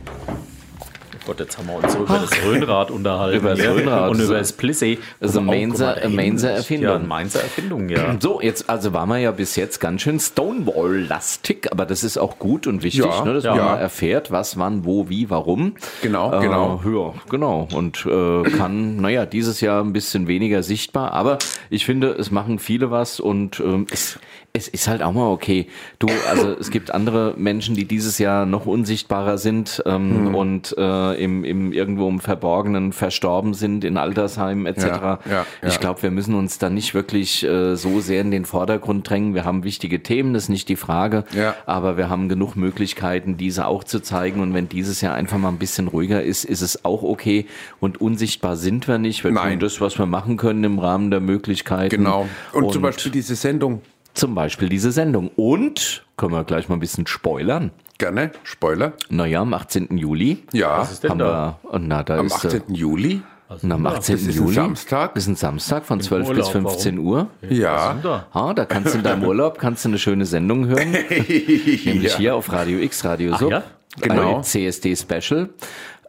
S2: Oh Gott, jetzt haben wir uns so über
S1: <laughs>
S2: das Röhnrad unterhalten.
S1: Über das
S2: hier.
S1: Röhnrad.
S2: Und über das Plissee.
S1: Das ist eine
S2: Oh, guck
S1: Mainzer,
S2: mal,
S1: eine Mainzer Erfindung.
S2: Ja, eine Mainzer Erfindung, ja.
S1: So, jetzt, also waren wir ja bis jetzt ganz schön Stonewall-lastig, aber das ist auch gut und wichtig,
S4: Ja,
S1: ne, dass
S4: ja.
S1: man mal erfährt, was, wann, wo, wie, warum. Äh,
S4: Genau, genau.
S1: Ja, genau. Und äh, kann, naja, dieses Jahr ein bisschen weniger sichtbar, aber ich finde, es machen viele was und ähm, es, es ist halt auch mal okay. Du, also es gibt andere Menschen, die dieses Jahr noch unsichtbarer sind ähm,
S4: Hm.
S1: und äh, im, im irgendwo im Verborgenen verstorben sind, in Altersheimen etc.
S4: Ja, ja,
S1: Ich
S4: ja.
S1: glaube, glaube, wir müssen uns da nicht wirklich äh, so sehr in den Vordergrund drängen. Wir haben wichtige Themen, das ist nicht die Frage.
S4: Ja.
S1: Aber wir haben genug Möglichkeiten, diese auch zu zeigen. Und wenn dieses Jahr einfach mal ein bisschen ruhiger ist, ist es auch okay. Und unsichtbar sind wir nicht. Wir
S4: Nein.
S1: tun das, was wir machen können im Rahmen der Möglichkeiten.
S4: Genau. Und, zum Beispiel diese Sendung.
S1: Zum Beispiel diese Sendung. Und können wir gleich mal ein bisschen spoilern.
S4: Gerne, Spoiler.
S1: Naja, am 18. Juli.
S4: Ja.
S1: Was ist denn haben da? Wir, na, da
S4: Am
S1: ist, äh,
S4: 18. Juli?
S1: Na, am
S4: Ja,
S1: 18.
S4: das ist ein
S1: Juli.
S4: Samstag.
S1: Ist ein Samstag von 12 bis
S4: Urlaub,
S1: 15
S4: warum?
S1: Uhr.
S4: Ja. Was sind da?
S1: Ah, da kannst du in deinem Urlaub kannst du eine schöne Sendung
S4: <laughs>
S1: hören. Nämlich
S4: Ja.
S1: hier auf Radio X, Radio
S4: Ach
S1: Sub.
S4: ja? Genau.
S1: Ein CSD Special.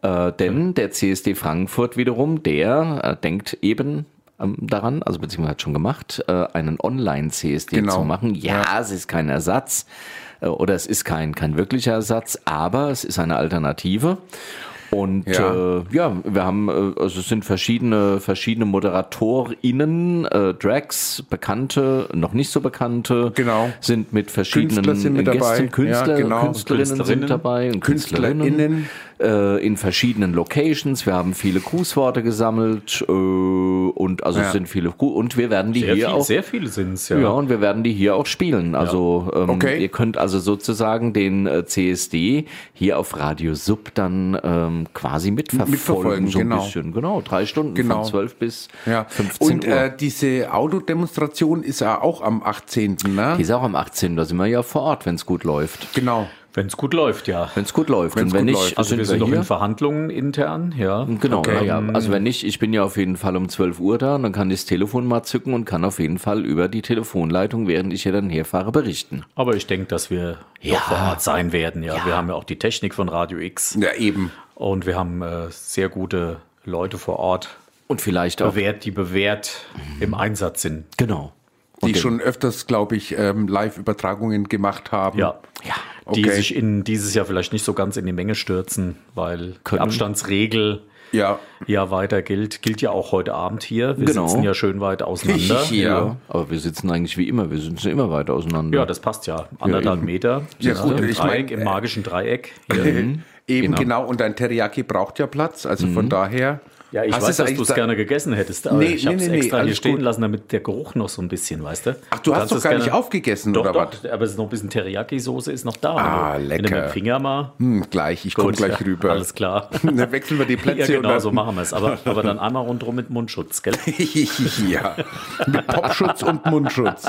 S1: Äh, denn der CSD Frankfurt wiederum, der äh, denkt eben ähm, daran, also beziehungsweise hat schon gemacht, äh, einen Online-CSD
S4: Genau.
S1: zu machen. Ja, es ist kein Ersatz äh, oder es ist kein, kein wirklicher Ersatz, aber es ist eine Alternative. Und
S4: Ja.
S1: Äh, ja, wir haben, äh, also es sind verschiedene, verschiedene ModeratorInnen, äh, Drags, Bekannte, noch nicht so Bekannte, genau. sind mit verschiedenen
S4: Künstler sind mit dabei.
S1: Gästen, Künstler,
S4: Ja, genau.
S1: Künstlerinnen,
S4: Künstlerinnen.
S1: sind dabei und
S4: Künstlerinnen.
S1: Künstlerinnen äh, in verschiedenen Locations. Wir haben viele Grußworte gesammelt äh, und also
S2: Ja.
S1: es sind viele Gru- und wir werden die
S2: Sehr,
S1: hier
S2: viel,
S1: auch
S2: sehr viele sind es,
S1: ja.
S2: ja.
S1: und wir werden die hier auch spielen. Also ähm,
S4: Okay.
S1: ihr könnt also sozusagen den äh, CSD hier auf Radio Sub dann ähm, quasi mitverfolgen,
S4: Mitverfolgen,
S1: so ein
S4: genau.
S1: bisschen. Genau, drei Stunden
S4: Genau.
S1: von 12 bis
S4: Ja.
S1: 15
S4: Und
S1: Uhr.
S4: äh, diese Autodemonstration ist ja auch am 18. Ne?
S1: die ist auch am 18. Da sind wir ja vor Ort, wenn es gut läuft.
S4: Genau.
S2: Wenn es gut läuft, ja.
S1: Wenn es gut läuft.
S2: Wenn's
S1: und wenn
S2: gut
S1: nicht,
S2: läuft. Also wir sind doch in Verhandlungen intern, ja.
S1: Genau,
S2: Ähm,
S1: ja, ja. also wenn nicht, ich bin ja auf jeden Fall um 12 Uhr da und dann kann ich das Telefon mal zücken und kann auf jeden Fall über die Telefonleitung, während ich hier dann herfahre, berichten.
S2: Aber ich denke, dass wir ja. vor Ort sein werden. Ja. wir haben ja auch die Technik von Radio X.
S4: Ja, eben.
S2: Und wir haben äh, sehr gute Leute vor Ort.
S1: Und vielleicht
S4: auch-
S2: bewährt, die bewährt im Einsatz sind.
S1: Genau.
S4: Die
S2: Und den-
S4: schon öfters, glaube ich, ähm, Live-Übertragungen gemacht haben.
S2: Ja. Die
S4: Mhm. Okay.
S2: sich in dieses Jahr vielleicht nicht so ganz in die Menge stürzen, weil die
S4: Können.
S2: Abstandsregel
S4: ja.
S2: weiter gilt. Gilt ja auch heute Abend hier. Wir
S1: Genau.
S2: sitzen ja schön
S1: <laughs>
S2: weit auseinander.
S1: Ja. Aber wir sitzen eigentlich wie immer, wir sitzen immer weit auseinander.
S2: Ja, das passt ja. Anderthalb
S1: eben.
S2: Meter.
S1: Ja,
S2: Siehst
S1: gut,
S2: du, im
S1: ich
S2: Dreieck,
S1: mein,
S2: im magischen Dreieck.
S4: <laughs> Eben, genau. Und ein Teriyaki braucht ja Platz. Also von daher.
S2: Ja, ich
S4: Hast
S2: weiß,
S4: du's
S2: dass
S4: eigentlich
S2: du es
S4: da-
S2: gerne gegessen hättest, aber
S4: Nee,
S2: ich
S4: nee,
S2: habe es
S4: nee, nee,
S2: extra hier
S4: alles
S2: stehen
S4: gut.
S2: lassen, damit der Geruch noch so ein bisschen, weißt du? Ach,
S4: du hast doch gar nicht aufgegessen,
S2: doch,
S4: oder
S2: doch, aber es ist noch ein bisschen Teriyaki-Soße ist noch da.
S4: Ah,
S2: Wenn du-
S4: lecker.
S2: Wenn du mit dem Finger mal...
S4: Hm, gleich, ich komme
S2: Gut,
S4: gleich
S2: ja,
S4: rüber.
S2: Alles klar.
S4: <laughs> Dann wechseln wir die
S2: ja,
S4: Plätze. und
S2: genau,
S4: dann-
S2: so machen wir es. Aber, aber dann einmal rundherum mit
S4: <laughs>
S2: Mundschutz, gell?
S4: ja, mit Popschutz und Mundschutz.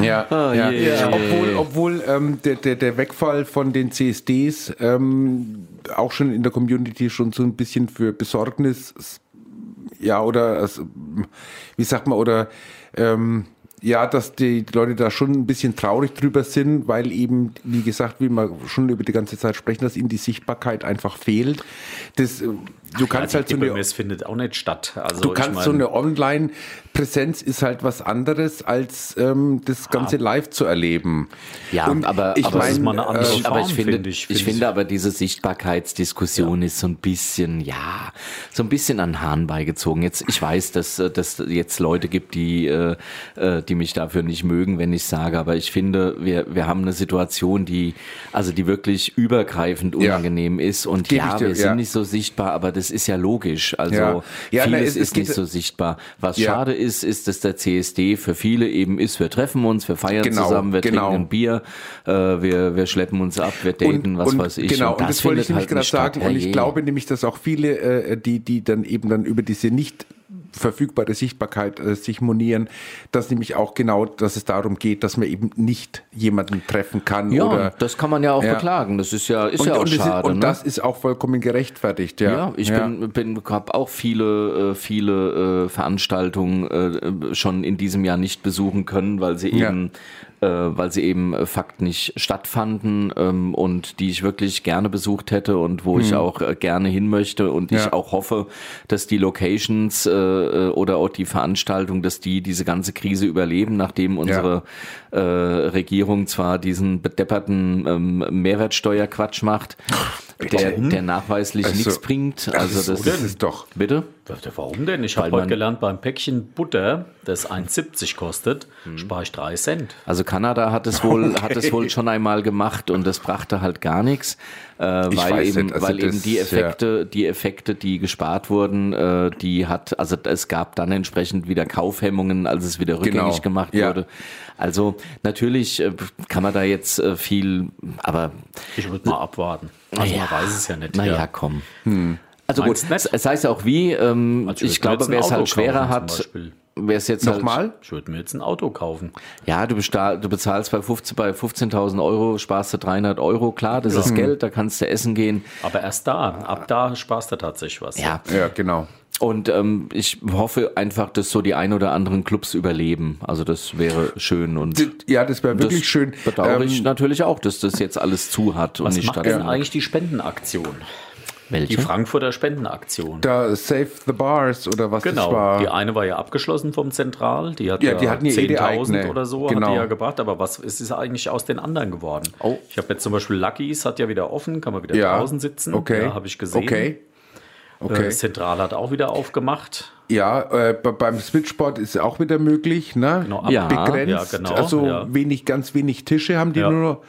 S4: Ja, ja.
S1: Ah, je, je, je,
S4: obwohl,
S1: je.
S4: obwohl ähm, der, der, der Wegfall von den CSDs ähm, auch schon in der Community schon so ein bisschen für Besorgnis, ja, oder also, wie sagt man, oder ähm, ja, dass die Leute da schon ein bisschen traurig drüber sind, weil eben, wie gesagt, wie wir schon über die ganze Zeit sprechen, dass ihnen die Sichtbarkeit einfach fehlt. Das, äh, du kannst
S2: ja,
S4: halt so eine
S2: es findet auch nicht statt. Also
S4: Du
S2: ich
S4: kannst
S2: mein,
S4: so eine Online-Präsenz ist halt was anderes, als ähm, das Ganze live zu erleben.
S1: Ja,
S4: Und
S1: aber,
S4: ich
S1: aber,
S4: mein, äh,
S1: ich, aber ich finde, ich, finde aber diese Sichtbarkeitsdiskussion ist so ein bisschen, ja, so ein bisschen an Hahn beigezogen. Jetzt, ich weiß, dass äh, dass jetzt Leute gibt, die, äh, äh, die mich dafür nicht mögen, wenn ich sage, aber ich finde, wir, wir haben eine Situation, die, also die wirklich übergreifend unangenehm ist und
S4: Geb ich
S1: ja,
S4: dir,
S1: wir sind
S4: ja.
S1: nicht so sichtbar, aber das ist ja logisch. Also
S4: Ja. Ja, na, es-
S1: vieles
S4: es
S1: ist
S4: geht-
S1: nicht so sichtbar. Was
S4: Ja.
S1: schade ist, ist, dass der CSD für viele eben ist, wir treffen uns, wir feiern
S4: Genau,
S1: zusammen, wir
S4: genau.
S1: trinken ein Bier, äh, wir, wir schleppen uns ab, wir daten, was
S4: und
S1: weiß ich.
S4: Genau,
S1: und halt
S4: und das wollte ich nämlich gerade
S1: nicht statt.
S4: sagen. Und ich
S1: Herrje.
S4: glaube nämlich, dass auch viele, äh, die, die dann eben dann über diese nicht verfügbare Sichtbarkeit äh, sich monieren, dass nämlich auch genau, dass es darum geht, dass man eben nicht jemanden treffen kann.
S1: Ja,
S4: oder,
S1: das kann man ja auch beklagen. Das ist ja, ist ja auch
S4: und es
S1: schade.
S4: Ist, und
S1: ne?
S4: das ist auch vollkommen gerechtfertigt. Ja,
S1: ich bin, bin habe auch viele, äh, viele äh, Veranstaltungen äh, schon in diesem Jahr nicht besuchen können, weil sie
S4: Ja.
S1: eben, äh, weil sie eben äh, fakt nicht stattfanden ähm, und die ich wirklich gerne besucht hätte und wo ich
S4: Hm.
S1: auch äh, gerne hin möchte und
S4: Ja.
S1: ich auch hoffe, dass die Locations äh, äh, oder auch die Veranstaltung, dass die diese ganze Krise überleben, nachdem unsere äh, Regierung zwar diesen bedepperten ähm, Mehrwertsteuerquatsch macht. Der,
S2: Warum?
S1: der nachweislich
S2: Also,
S1: nichts bringt.
S2: das
S1: Also
S2: ist-
S1: das,
S2: das ist
S4: doch.
S1: Bitte?
S2: Warum denn? Ich habe
S1: Weil
S2: heute
S1: man-
S2: gelernt, beim Päckchen Butter, das 1,70 kostet,
S4: Mhm.
S2: spare ich 3 Cent.
S1: Also Kanada hat es wohl,
S2: Okay.
S1: hat es wohl schon einmal gemacht und das brachte halt gar nichts, äh,
S4: Ich
S1: weil
S4: weiß
S1: eben,
S4: nicht, also
S1: weil eben
S4: das-
S1: die Effekte, die Effekte, die gespart wurden, äh, die hat, also es gab dann entsprechend wieder Kaufhemmungen, als es wieder rückgängig
S4: Genau,
S1: gemacht
S4: ja.
S1: wurde. Also natürlich äh, kann man da jetzt äh, viel, aber
S2: ich würde mal abwarten.
S4: Ah
S2: Also man weiß es ja nicht,
S1: Naja,
S2: ja.
S1: komm.
S2: Hm.
S1: Also
S2: Meinst
S1: gut, es heißt ja auch wie, ähm,
S2: Also
S1: ich
S2: würd mir
S1: glaube,
S2: jetzt ein
S1: wer es
S2: Auto
S1: halt schwerer
S2: kaufen zum
S1: hat,
S2: Beispiel.
S1: wer es jetzt Halt,
S2: Ich würde mir jetzt ein Auto kaufen.
S1: ja, du, besta- du bezahlst bei 15 bei 15.000 Euro, sparst du 300 Euro, klar, das
S2: Ja.
S1: ist Geld, da kannst du essen gehen.
S2: Aber erst da, ab da sparst du tatsächlich was.
S1: Ja.
S4: ja genau.
S1: Und ähm, ich hoffe einfach, dass so die ein oder anderen Clubs überleben. Also das wäre schön. Und
S4: ja, das wäre wirklich schön.
S1: Bedauere ich
S2: ne?
S4: Ähm,
S1: natürlich auch, dass das jetzt alles zu hat und
S2: Was
S1: nicht
S2: macht denn
S1: stattfindet.
S2: eigentlich die Spendenaktion?
S1: Welche?
S2: Die Frankfurter Spendenaktion.
S4: Da Save the Bars oder was
S2: Genau,
S4: das war.
S2: die eine war ja abgeschlossen vom Zentral, die hat ja,
S4: Ja, die hatten ja eh die
S2: 10.000
S4: eigene.
S2: oder so, hat
S4: Genau.
S2: die ja gebracht, aber was ist, ist eigentlich aus den anderen geworden? Ich habe jetzt zum Beispiel Lucky's, hat ja wieder offen, kann man wieder
S4: Ja,
S2: draußen sitzen,
S4: okay.
S2: ja, habe ich gesehen.
S4: Okay. Okay.
S2: Äh, Zentral hat auch wieder aufgemacht.
S4: Ja, äh, be- beim Switchboard ist auch wieder möglich, ne?
S2: Genau, ab- Ja.
S4: Begrenzt.
S2: Ja, genau,
S4: Also
S2: ja.
S4: wenig, ganz wenig Tische haben die
S2: Ja.
S4: nur.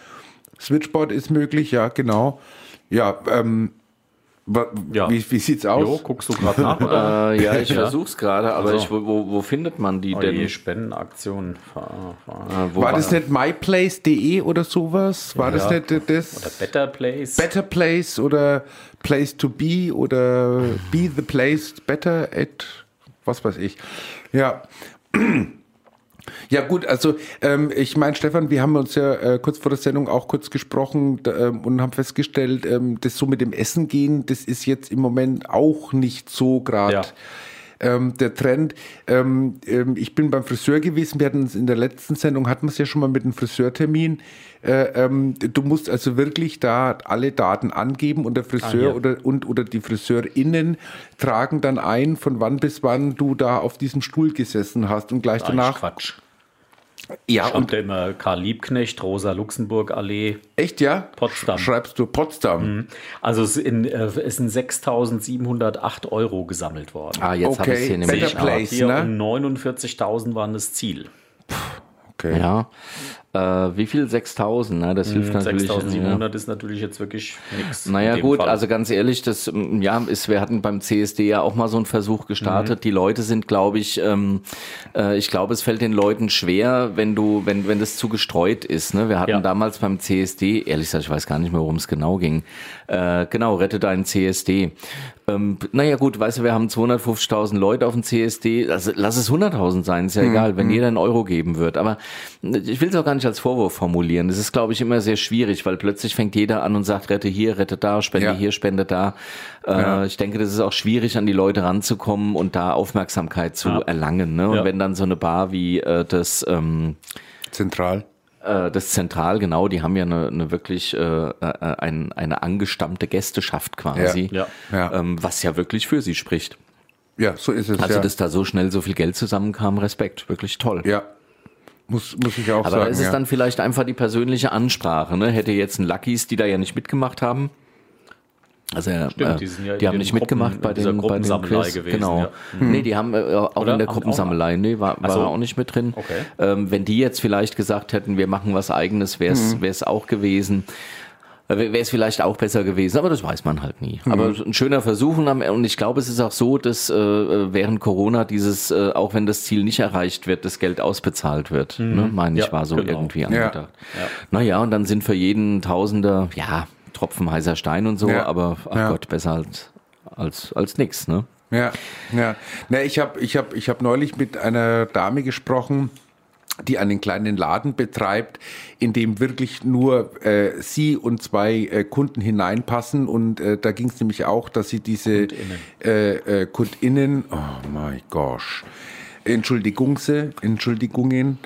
S4: Switchboard ist möglich, ja, genau. Ja, ähm, wa- wie, wie sieht's aus?
S2: Jo, guckst du gerade
S4: <laughs>
S2: nach? Oder?
S1: Äh,
S2: <laughs>
S1: ja, ich versuch's gerade, aber ich, wo, wo- wo findet man die
S2: Oh
S4: Äh,
S1: denn?
S2: je, Spendenaktion.
S4: war das nicht myplace.de oder sowas? War das
S2: Ja.
S4: nicht äh, das?
S2: Oder Better Place?
S4: Better Place oder Place to Be oder Be the Place Better at was weiß ich. Ja. Ja gut, also ähm, ich meine, Stefan, wir haben uns ja äh, kurz vor der Sendung auch kurz gesprochen d- ähm, und haben festgestellt, ähm, dass so mit dem Essen gehen, das ist jetzt im Moment auch nicht so gerade ähm, der Trend. Ähm, ähm, ich bin beim Friseur gewesen, wir hatten uns in der letzten Sendung, hatten wir es ja schon mal mit einem Friseurtermin. Äh, ähm, du musst also wirklich da alle Daten angeben und der Friseur
S2: Ah, ja.
S4: oder, und, oder die FriseurInnen tragen dann ein, von wann bis wann du da auf diesem Stuhl gesessen hast und gleich
S2: Eigentlich
S4: danach.
S2: Ah, Quatsch.
S1: Ah,
S4: Ja,
S2: Schreibt ja immer Karl Liebknecht, Rosa Luxemburg Allee.
S4: Echt, ja?
S2: Potsdam.
S4: Schreibst du Potsdam?
S2: Also es sind, äh, es sind 6.708 Euro gesammelt worden.
S1: Ah, jetzt hab Okay, ich's hier nämlich Better auch. Place,
S2: Hier
S1: ne?
S2: um 49.000 waren das Ziel.
S4: Okay.
S1: Ja. Äh, wie viel? 6000, ne? Das hilft
S2: Hm,
S1: natürlich.
S2: 6.700 ist natürlich jetzt wirklich nichts.
S1: Naja gut, also ganz ehrlich, das mm, ja, ist, wir hatten beim CSD ja auch mal so einen Versuch gestartet.
S2: Mhm.
S1: Die Leute sind, glaube ich, ähm, äh, ich glaube, es fällt den Leuten schwer, wenn du, wenn, wenn das zu gestreut ist. Ne? Wir hatten damals beim CSD, ehrlich gesagt, ich weiß gar nicht mehr, worum es genau ging. Äh, genau, rette deinen CSD. Ähm, naja gut, weißt du, wir haben 250.000 Leute auf dem CSD, also lass es 100.000 sein, ist ja
S2: Mhm.
S1: egal, wenn
S2: Mhm.
S1: jeder einen Euro geben wird. Aber äh, ich will es auch gar nicht nicht als Vorwurf formulieren. Es ist, glaube ich, immer sehr schwierig, weil plötzlich fängt jeder an und sagt, rette hier, rette da, spende hier, spende da. Äh,
S2: Ja.
S1: Ich denke, das ist auch schwierig, an die Leute ranzukommen und da Aufmerksamkeit zu
S2: Ja.
S1: erlangen. Ne? Und
S2: Ja.
S1: wenn dann so eine Bar wie äh, das ähm, äh,
S4: Zentral.
S1: Das Zentral, genau, die haben ja eine, eine wirklich äh, äh, ein, eine angestammte Gästeschaft quasi,
S4: Ja.
S1: Ähm, was ja wirklich für sie spricht.
S4: Ja, so ist es.
S1: Also,
S4: ja.
S1: dass da so schnell so viel Geld zusammenkam, Respekt, wirklich toll.
S4: Ja, muss, muss ich auch
S1: Aber
S4: sagen.
S1: ist es
S4: ja.
S1: dann vielleicht einfach die persönliche Ansprache, ne? Hätte jetzt ein Luckies, die da ja nicht mitgemacht haben. Also, äh,
S2: Stimmt, die sind ja in
S1: die haben
S2: den
S1: nicht
S2: Gruppen-
S1: mitgemacht
S2: in
S1: bei
S2: dieser
S1: den, bei den
S2: Gruppensammelei
S1: Quiz.
S2: gewesen,
S1: genau.
S2: ja. Mhm.
S1: Hm. Nee, die haben äh, auch
S2: Oder?
S1: in der
S2: Haben auch-
S1: Gruppensammelei, nee, war, war
S2: Ach so.
S1: er auch nicht mit drin.
S2: Okay.
S1: Ähm, wenn die jetzt vielleicht gesagt hätten, wir machen was eigenes, wäre es
S4: Mhm.
S2: Hm.
S1: auch gewesen. Wäre es vielleicht auch besser gewesen, aber das weiß man halt nie.
S4: Mhm.
S1: Aber ein schöner Versuch und am- und ich glaube, es ist auch so, dass äh, während Corona dieses, äh, auch wenn das Ziel nicht erreicht wird, das Geld ausbezahlt wird.
S2: Mhm.
S1: Ne? Meine ich,
S2: Ja,
S1: war so
S2: genau.
S1: irgendwie
S2: Ja.
S1: angedacht. Naja, und dann sind für jeden Tausender, ja, Tropfen heißer Stein und so,
S4: Ja.
S1: aber ach
S4: Ja.
S1: Gott, besser als, als, als nix, ne?
S4: Ja, ja. Na, ich habe ich hab, ich hab neulich mit einer Dame gesprochen, die einen kleinen Laden betreibt, in dem wirklich nur äh, sie und zwei äh, Kunden hineinpassen. Und äh, da ging es nämlich auch, dass sie diese äh, äh, KundInnen, oh my gosh, Entschuldigungse, Entschuldigungen,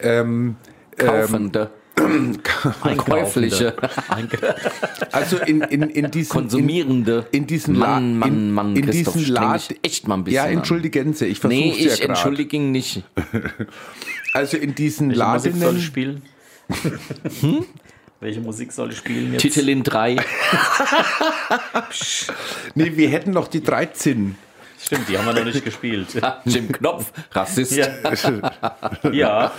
S4: ähm, ähm, <clears throat>
S1: Kaufende. Einkäufliche. <laughs>
S4: also in, in, in diesen
S1: Konsumierende.
S4: in, in diesen
S1: Mann,
S4: La-
S1: Mann,
S4: in,
S1: Mann,
S4: in
S1: Christoph,
S4: diesen
S1: streng
S4: Laden
S1: dich echt mal ein bisschen
S4: ja
S1: an.
S4: entschuldigense ich versuche
S1: Nee, ich
S4: ja grad.
S1: entschuldigen nicht.
S4: also in diesen
S1: Welche Musik soll
S4: Ladenen
S1: ich
S2: Spielen.
S1: Hm?
S2: Welche Musik soll ich spielen jetzt?
S1: Titel in drei.
S4: nee wir hätten noch die 13
S2: Stimmt, die haben wir noch nicht gespielt.
S1: <laughs> Jim Knopf, Rassist.
S2: Ja,
S1: <laughs>
S2: ja.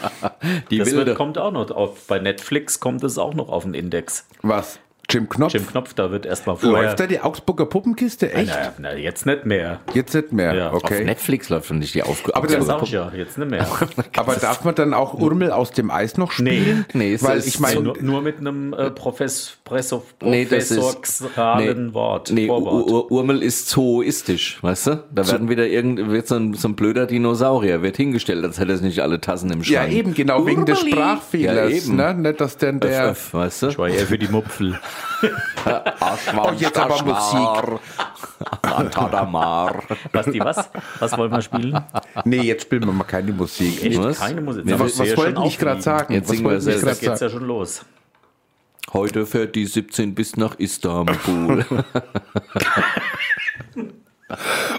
S1: Die
S2: das
S1: Wilde.
S2: wird, kommt auch noch auf. Bei Netflix kommt es auch noch auf den Index.
S4: Was? Jim Knopf?
S2: Jim Knopf, da wird erstmal vorher.
S4: läuft da die Augsburger Puppenkiste echt
S2: Na, na, jetzt nicht mehr.
S4: jetzt nicht mehr
S2: Ja.
S4: okay
S2: Auf
S1: Netflix läuft schon nicht die Aufgabe
S4: aber, dann,
S2: das sag ich ja, jetzt nicht mehr.
S4: <laughs> aber darf man dann auch Urmel aus dem Eis noch spielen
S1: Nee, es
S4: weil
S1: ist-
S4: ich meine
S2: nur, nur mit einem äh, Profess, Presso,
S1: Nee, das ist-
S2: professoralen Wort.
S1: Nee,
S2: Vorwort.
S1: Ur Ur- Urmel ist zooistisch, weißt du? Da werden wieder irgend, wird so ein, so ein blöder Dinosaurier, wird hingestellt, als hätte es nicht alle Tassen im
S4: ja
S1: Schrank.
S4: eben genau wegen des
S1: Urmeli.
S4: Sprachfehlers
S1: Ja, eben.
S4: ne nicht dass denn der
S1: Öff, öff, weißt du? Ich
S2: war eher für die Mupfel.
S1: Arschmann,
S4: Oh, jetzt aber
S1: Arschmann. Tadamar.
S2: Was, die was? Was wollen wir spielen?
S4: <laughs> Nee, jetzt spielen wir mal keine Musik.
S2: Echt?
S4: Was?
S2: Keine Musik.
S4: Ja,
S2: Das
S4: was
S2: ist ja
S4: was
S2: schon
S4: wollte ich
S2: aufliegen.
S4: gerade sagen?
S1: Jetzt
S4: was
S1: singen wir
S4: wollte ich
S1: selbst.
S2: Da
S4: grad
S2: geht's ja
S4: sagen?
S2: schon los.
S1: Heute fährt die 17 bis nach
S4: <laughs>
S1: Istanbul.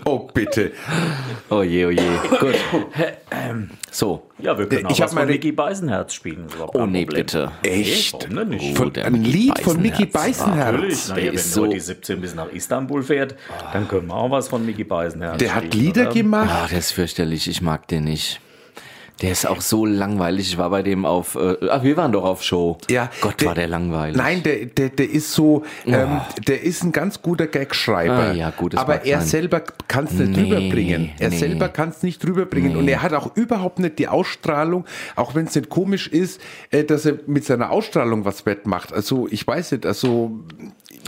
S4: Oh, bitte.
S1: Oh je, oh je. Gut.
S4: ähm.
S1: So.
S2: Ja, wir
S1: Ich
S2: können auch
S1: hab
S2: was
S1: meine-
S2: von Mickey Beisenherz spielen. Das ist überhaupt
S1: Oh,
S2: kein
S1: nee,
S2: Problem.
S1: bitte.
S4: Echt?
S2: Nee, warum denn nicht?
S4: Von-
S1: der
S4: ein
S1: Mickey
S4: Lied von Mickey
S1: Beisenherz.
S4: Beisenherz.
S2: Natürlich,
S1: Der
S2: naja, wenn
S1: ist
S2: nur
S1: so-
S2: die 17 bis nach Istanbul fährt, dann können wir auch was von Mickey Beisenherz
S4: Ah. Der hat
S2: spielen,
S4: Lieder
S2: oder?
S4: gemacht?
S1: Ah, der ist fürchterlich. Ich mag den nicht. Der ist auch so langweilig. Ich war bei dem auf. Äh, ach, wir waren doch auf Show. Ja. Gott, war der langweilig.
S4: Nein, der, der, der ist so, ähm, der ist ein ganz guter Gagschreiber.
S1: Oh. Ah, ja, gut, das mag
S4: aber er
S1: sein.
S4: selber kann es nicht
S1: Nee,
S4: rüberbringen. Er
S1: nee.
S4: selber kann es nicht rüberbringen.
S1: Nee.
S4: Und er hat auch überhaupt nicht die Ausstrahlung, auch wenn es nicht komisch ist, äh, dass er mit seiner Ausstrahlung was wettmacht. Also ich weiß nicht, also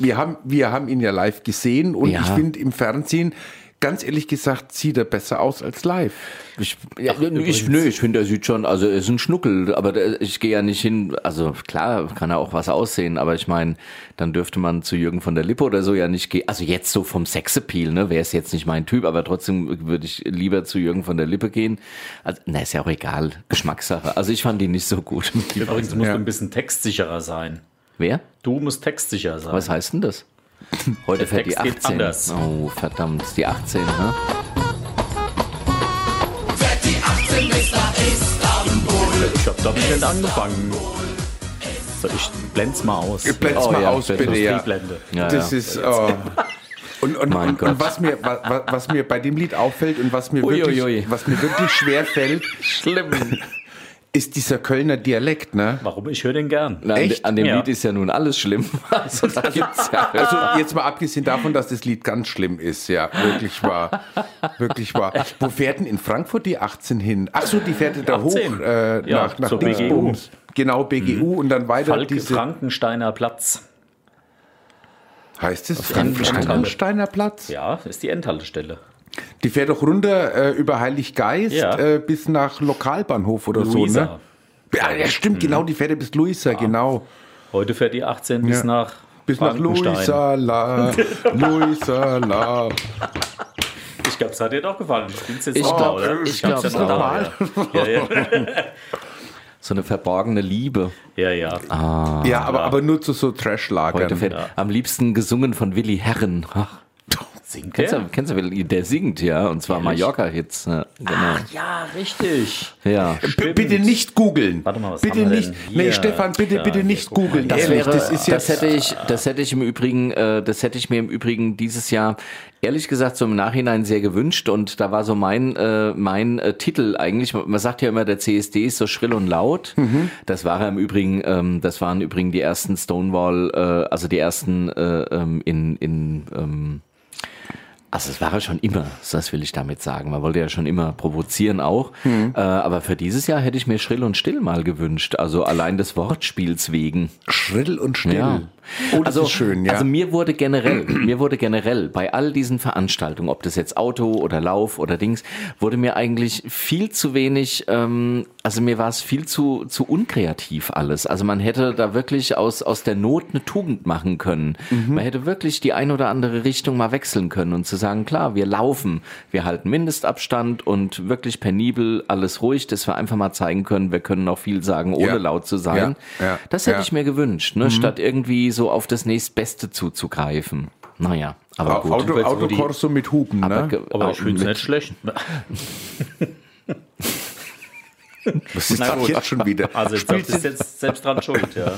S4: wir haben, wir haben ihn ja live gesehen und
S1: Ja.
S4: ich finde im Fernsehen, ganz ehrlich gesagt, sieht er besser aus als live.
S1: Ich, ja, ich, nö, ich finde, er sieht schon, also er ist ein Schnuckel, aber der, ich gehe ja nicht hin, also klar kann er auch was aussehen, aber ich meine, dann dürfte man zu Jürgen von der Lippe oder so ja nicht gehen, also jetzt so vom Sexappeal, ne, wäre es jetzt nicht mein Typ, aber trotzdem würde ich lieber zu Jürgen von der Lippe gehen. Also, na, ist ja auch egal, Geschmackssache. Also ich fand ihn nicht so gut.
S2: Übrigens musst du ein bisschen textsicherer sein.
S1: Wer?
S2: Du musst textsicher sein.
S1: Was heißt denn das? Heute
S2: Der
S1: fährt die
S2: Text geht
S1: 18.
S2: anders.
S1: Oh, verdammt, die 18, ne?
S2: Ich hab damit nicht angefangen. So, ich blend's mal aus.
S4: Ich
S1: Oh
S4: blend's mal aus, bitte. Ja.
S2: Industrieblende.
S4: das ist. Oh. Und, und, und, und was, mir, wa- wa- was mir bei dem Lied auffällt und was mir,
S1: Ui,
S4: wirklich,
S1: ui, ui.
S4: Was mir wirklich schwer fällt,
S1: Schlimm.
S4: ist dieser Kölner Dialekt. Ne?
S2: Warum? Ich höre den gern.
S1: Na, an,
S4: Echt?
S1: an dem
S4: Ja.
S1: Lied ist ja nun alles schlimm. <laughs> Also, da gibt's ja.
S4: Also
S2: Ah.
S4: jetzt mal abgesehen davon, dass das Lied ganz schlimm ist, ja, wirklich wahr. Wirklich wahr. Wo fährt denn in Frankfurt die 18 hin? Ach so, die fährt da hoch
S2: 18.
S4: äh,
S2: Ja,
S4: nach, nach
S2: zur BGU.
S4: Dingsbums. Genau, BGU und dann weiter
S2: Falk
S4: diese.
S2: Frankensteiner Platz.
S4: heißt es
S2: Frankensteiner.
S4: Frankensteiner Platz?
S2: Ja, ist die Endhaltestelle.
S4: Die fährt doch runter äh, über Heiliggeist
S2: Ja.
S4: äh, bis nach Lokalbahnhof oder so, ne?
S2: Luisa. Mhm. Ah.
S4: Ja, ja stimmt, genau, die fährt ja bis Luisa, genau.
S2: Heute fährt die 18 bis
S4: Ja.
S2: nach
S4: Bis nach
S2: Frankenstein.
S4: Luisa,
S2: Ah,
S4: la,
S2: <laughs>
S4: Luisa, la.
S2: Ich glaube, es hat dir doch gefallen. Du spielst jetzt
S1: Ich
S2: noch
S1: glaub-
S2: mal, oder?
S1: ich
S2: hab's
S1: glaub's
S2: noch da, ja. Ja, ja.
S1: So eine verborgene Liebe.
S2: Ja, ja.
S1: Ah.
S4: Ja, aber, aber nur zu so Trash-Lagern.
S1: Heute fährt am liebsten gesungen von Willi Herren. Ach.
S2: <laughs> Singt
S1: kennst
S2: der?
S1: du, kennst du, Willi? der singt, ja, und zwar
S2: Ehrlich?
S1: Mallorca-Hits. Ja, genau.
S2: ja, richtig.
S1: ja.
S4: B- Bitte nicht googeln.
S2: Warte mal, was
S4: Bitte
S2: haben wir
S4: nicht.
S2: denn hier?
S4: Nee, Stefan, bitte,
S2: Ja,
S4: bitte
S2: hier,
S4: nicht
S2: guck mal.
S4: googeln.
S1: Das
S4: Ehrlich,
S1: wäre,
S4: das ist jetzt.
S1: das hätte ich, das hätte ich im Übrigen, äh, das hätte ich mir im Übrigen dieses Jahr ehrlich gesagt so im Nachhinein sehr gewünscht und da war so mein äh, mein äh, Titel eigentlich. Man sagt ja immer, der CSD ist so schrill und laut.
S4: Mhm.
S1: Das war er im Übrigen, ähm, das waren im Übrigen die ersten Stonewall, äh, also die ersten äh, ähm, in in ähm, also es war ja schon immer, das will ich damit sagen. Man wollte ja schon immer provozieren auch.
S4: Mhm.
S1: Äh, aber für dieses Jahr hätte ich mir Schrill und Still mal gewünscht. Also allein des Wortspiels wegen.
S4: Schrill und Still. Oh, das
S1: also,
S4: ist schön, ja.
S1: Also mir wurde generell, <clears throat> mir wurde generell bei all diesen Veranstaltungen, ob das jetzt Auto oder Lauf oder Dings, wurde mir eigentlich viel zu wenig, ähm, also mir war es viel zu, zu unkreativ alles. Also man hätte da wirklich aus, aus der Not eine Tugend machen können.
S4: Mhm.
S1: Man hätte wirklich die ein oder andere Richtung mal wechseln können und zu sagen, klar, wir laufen, wir halten Mindestabstand und wirklich penibel, alles ruhig, dass wir einfach mal zeigen können, wir können auch viel sagen, ohne
S4: Ja.
S1: laut zu sein.
S4: Ja. Ja.
S1: Das hätte
S4: Ja.
S1: ich mir gewünscht, ne?
S4: Mhm.
S1: statt irgendwie so auf das nächstbeste zuzugreifen. Naja, aber gut.
S4: Auto, Autokorso mit Hupen,
S1: Aber
S4: ne?
S1: ge-
S2: Aber ich finde es
S1: mit- <laughs>
S2: nicht schlecht.
S4: Was ist
S2: Na
S4: das
S2: gut.
S4: jetzt schon wieder?
S2: Also jetzt
S4: Spielst
S2: bist du jetzt selbst dran schuld, ja.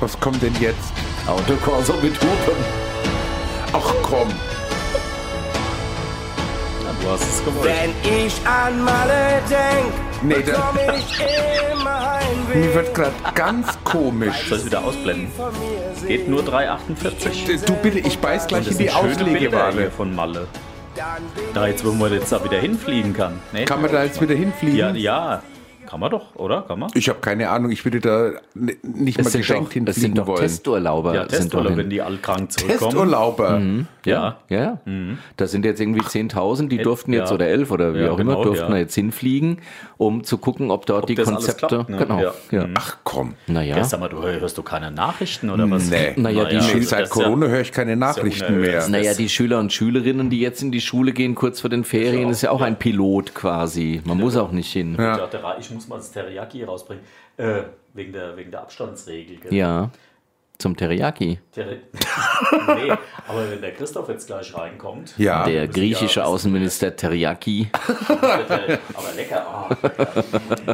S4: Was kommt denn jetzt?
S1: Autokorso mit Hupen.
S4: Ach komm.
S2: Na, du hast es gewollt.
S5: Wenn ich an Malle denk,
S4: Nee, da-
S5: bekomm ich immer Heimweh.
S4: <laughs> Mir wird gerade ganz komisch.
S2: Soll ich wieder ausblenden? Geht nur 3,48.
S4: Du bitte, ich beiß gleich in die Auslegewaage.
S2: von Malle. Da jetzt, wo man jetzt da wieder hinfliegen kann. Nee,
S4: Kann man da jetzt wieder hinfliegen?
S2: Ja, ja. Kann man doch, oder? Kann man?
S4: Ich habe keine Ahnung, ich würde da n- nicht
S1: Es
S4: mal
S1: sind
S4: geschenkt
S1: doch-
S4: hinfliegen
S1: es sind doch
S4: wollen.
S1: Testurlauber.
S2: ja,
S1: sind doch
S2: Testurlaub,
S1: hin-
S2: wenn die alle krank zurückkommen.
S4: Testurlauber.
S1: Mhm. Ja, ja. ja. Da sind jetzt irgendwie 10.000, die durften jetzt,
S2: Mhm. ja.
S1: oder 11 oder wie
S2: Ja,
S1: auch
S2: genau,
S1: immer, durften
S2: ja.
S1: da jetzt hinfliegen, um zu gucken, ob dort die
S2: das alles
S1: Konzepte.
S2: klappt, ne?
S1: Genau.
S2: Ja.
S1: Ja.
S4: Ach komm.
S1: Naja.
S2: Ja, sag mal, du hörst du keine Nachrichten oder was? also
S4: Nee.
S1: Naja, die
S4: nee,
S1: Schüler-
S4: seit
S2: das ist ja-
S4: Corona höre ich keine Nachrichten
S2: unerhört.
S4: mehr.
S2: Das-
S1: Naja, die Schüler und Schülerinnen, die jetzt in die Schule gehen, kurz vor den Ferien, ist ja auch ein Pilot quasi. Man muss auch nicht hin.
S2: Ich, dachte, ich muss mal das Teriyaki rausbringen. Äh, wegen, der, wegen der Abstandsregel. gell?
S1: Ja. Zum Teriyaki.
S2: Teri <laughs> nee, aber wenn der Christoph jetzt gleich reinkommt.
S4: Ah,
S1: Der
S2: dann müssen
S1: griechische
S2: wir-
S1: Außenminister Teriyaki.
S2: äh, aber
S1: <laughs>
S2: lecker. Oh,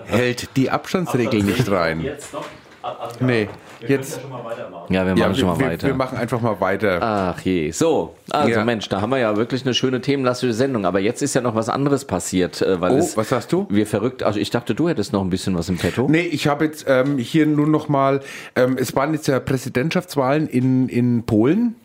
S4: Hält die Abstandsregel nicht rein.
S2: jetzt noch. Ah, ah,
S4: Nee, jetzt.
S2: wir können ja schon mal weitermachen.
S1: Ja, wir machen schon mal
S4: wir,
S1: weiter. Ah.
S4: Wir machen einfach mal weiter.
S1: Ach je. So, also
S4: Ja.
S1: Mensch, da haben wir ja wirklich eine schöne themenlastige Sendung. Aber jetzt ist ja noch was anderes passiert. äh, Weil
S4: Oh,
S1: es,
S4: was hast du?
S1: Wir verrückt. Also ich dachte, du hättest noch ein bisschen was im Petto.
S4: Nee, ich habe jetzt ähm, hier nur noch mal, ähm, es waren jetzt ja Präsidentschaftswahlen in, in Polen.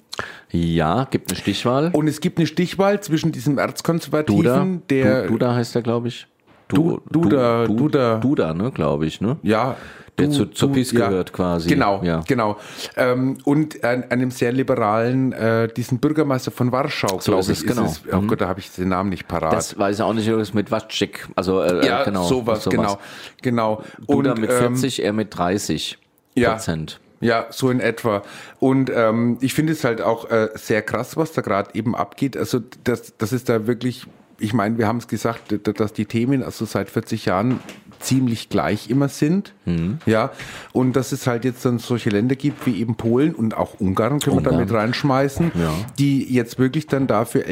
S1: Ja, gibt eine Stichwahl.
S4: Und es gibt eine Stichwahl zwischen diesem Erzkonservativen,
S1: Duda.
S4: der...
S1: Du- Duda heißt er, glaube ich.
S4: Du, Duda,
S1: Du-
S4: Duda.
S1: Duda, ne, glaube ich, ne?
S4: Ja.
S1: Der
S4: du-
S1: zu, zur
S4: du-
S1: PiS
S4: ja.
S1: gehört quasi.
S4: Genau,
S1: Ja.
S4: genau. Ähm, und an, einem sehr liberalen, äh, diesen Bürgermeister von Warschau,
S1: So
S4: glaube
S1: ist
S4: ich,
S1: es, genau.
S4: ist es. Oh Gott, da habe ich den Namen nicht parat.
S1: Das weiß ich auch nicht, was mit Watschik. Also, äh,
S4: ja,
S1: genau.
S4: sowas, genau. genau.
S1: Duda
S4: Und,
S1: mit
S4: ähm,
S1: 40, er mit 30
S4: Ja.
S1: Prozent.
S4: Ja, so in etwa. Und ähm, ich finde es halt auch äh, sehr krass, was da gerade eben abgeht. Also das, das ist da wirklich, ich meine, wir haben es gesagt, d- dass die Themen also seit 40 Jahren ziemlich gleich immer sind.
S1: Mhm.
S4: Ja, und dass es halt jetzt dann solche Länder gibt wie eben Polen und auch Ungarn können wir
S1: Ungarn.
S4: damit reinschmeißen,
S1: Ja.
S4: die jetzt wirklich dann dafür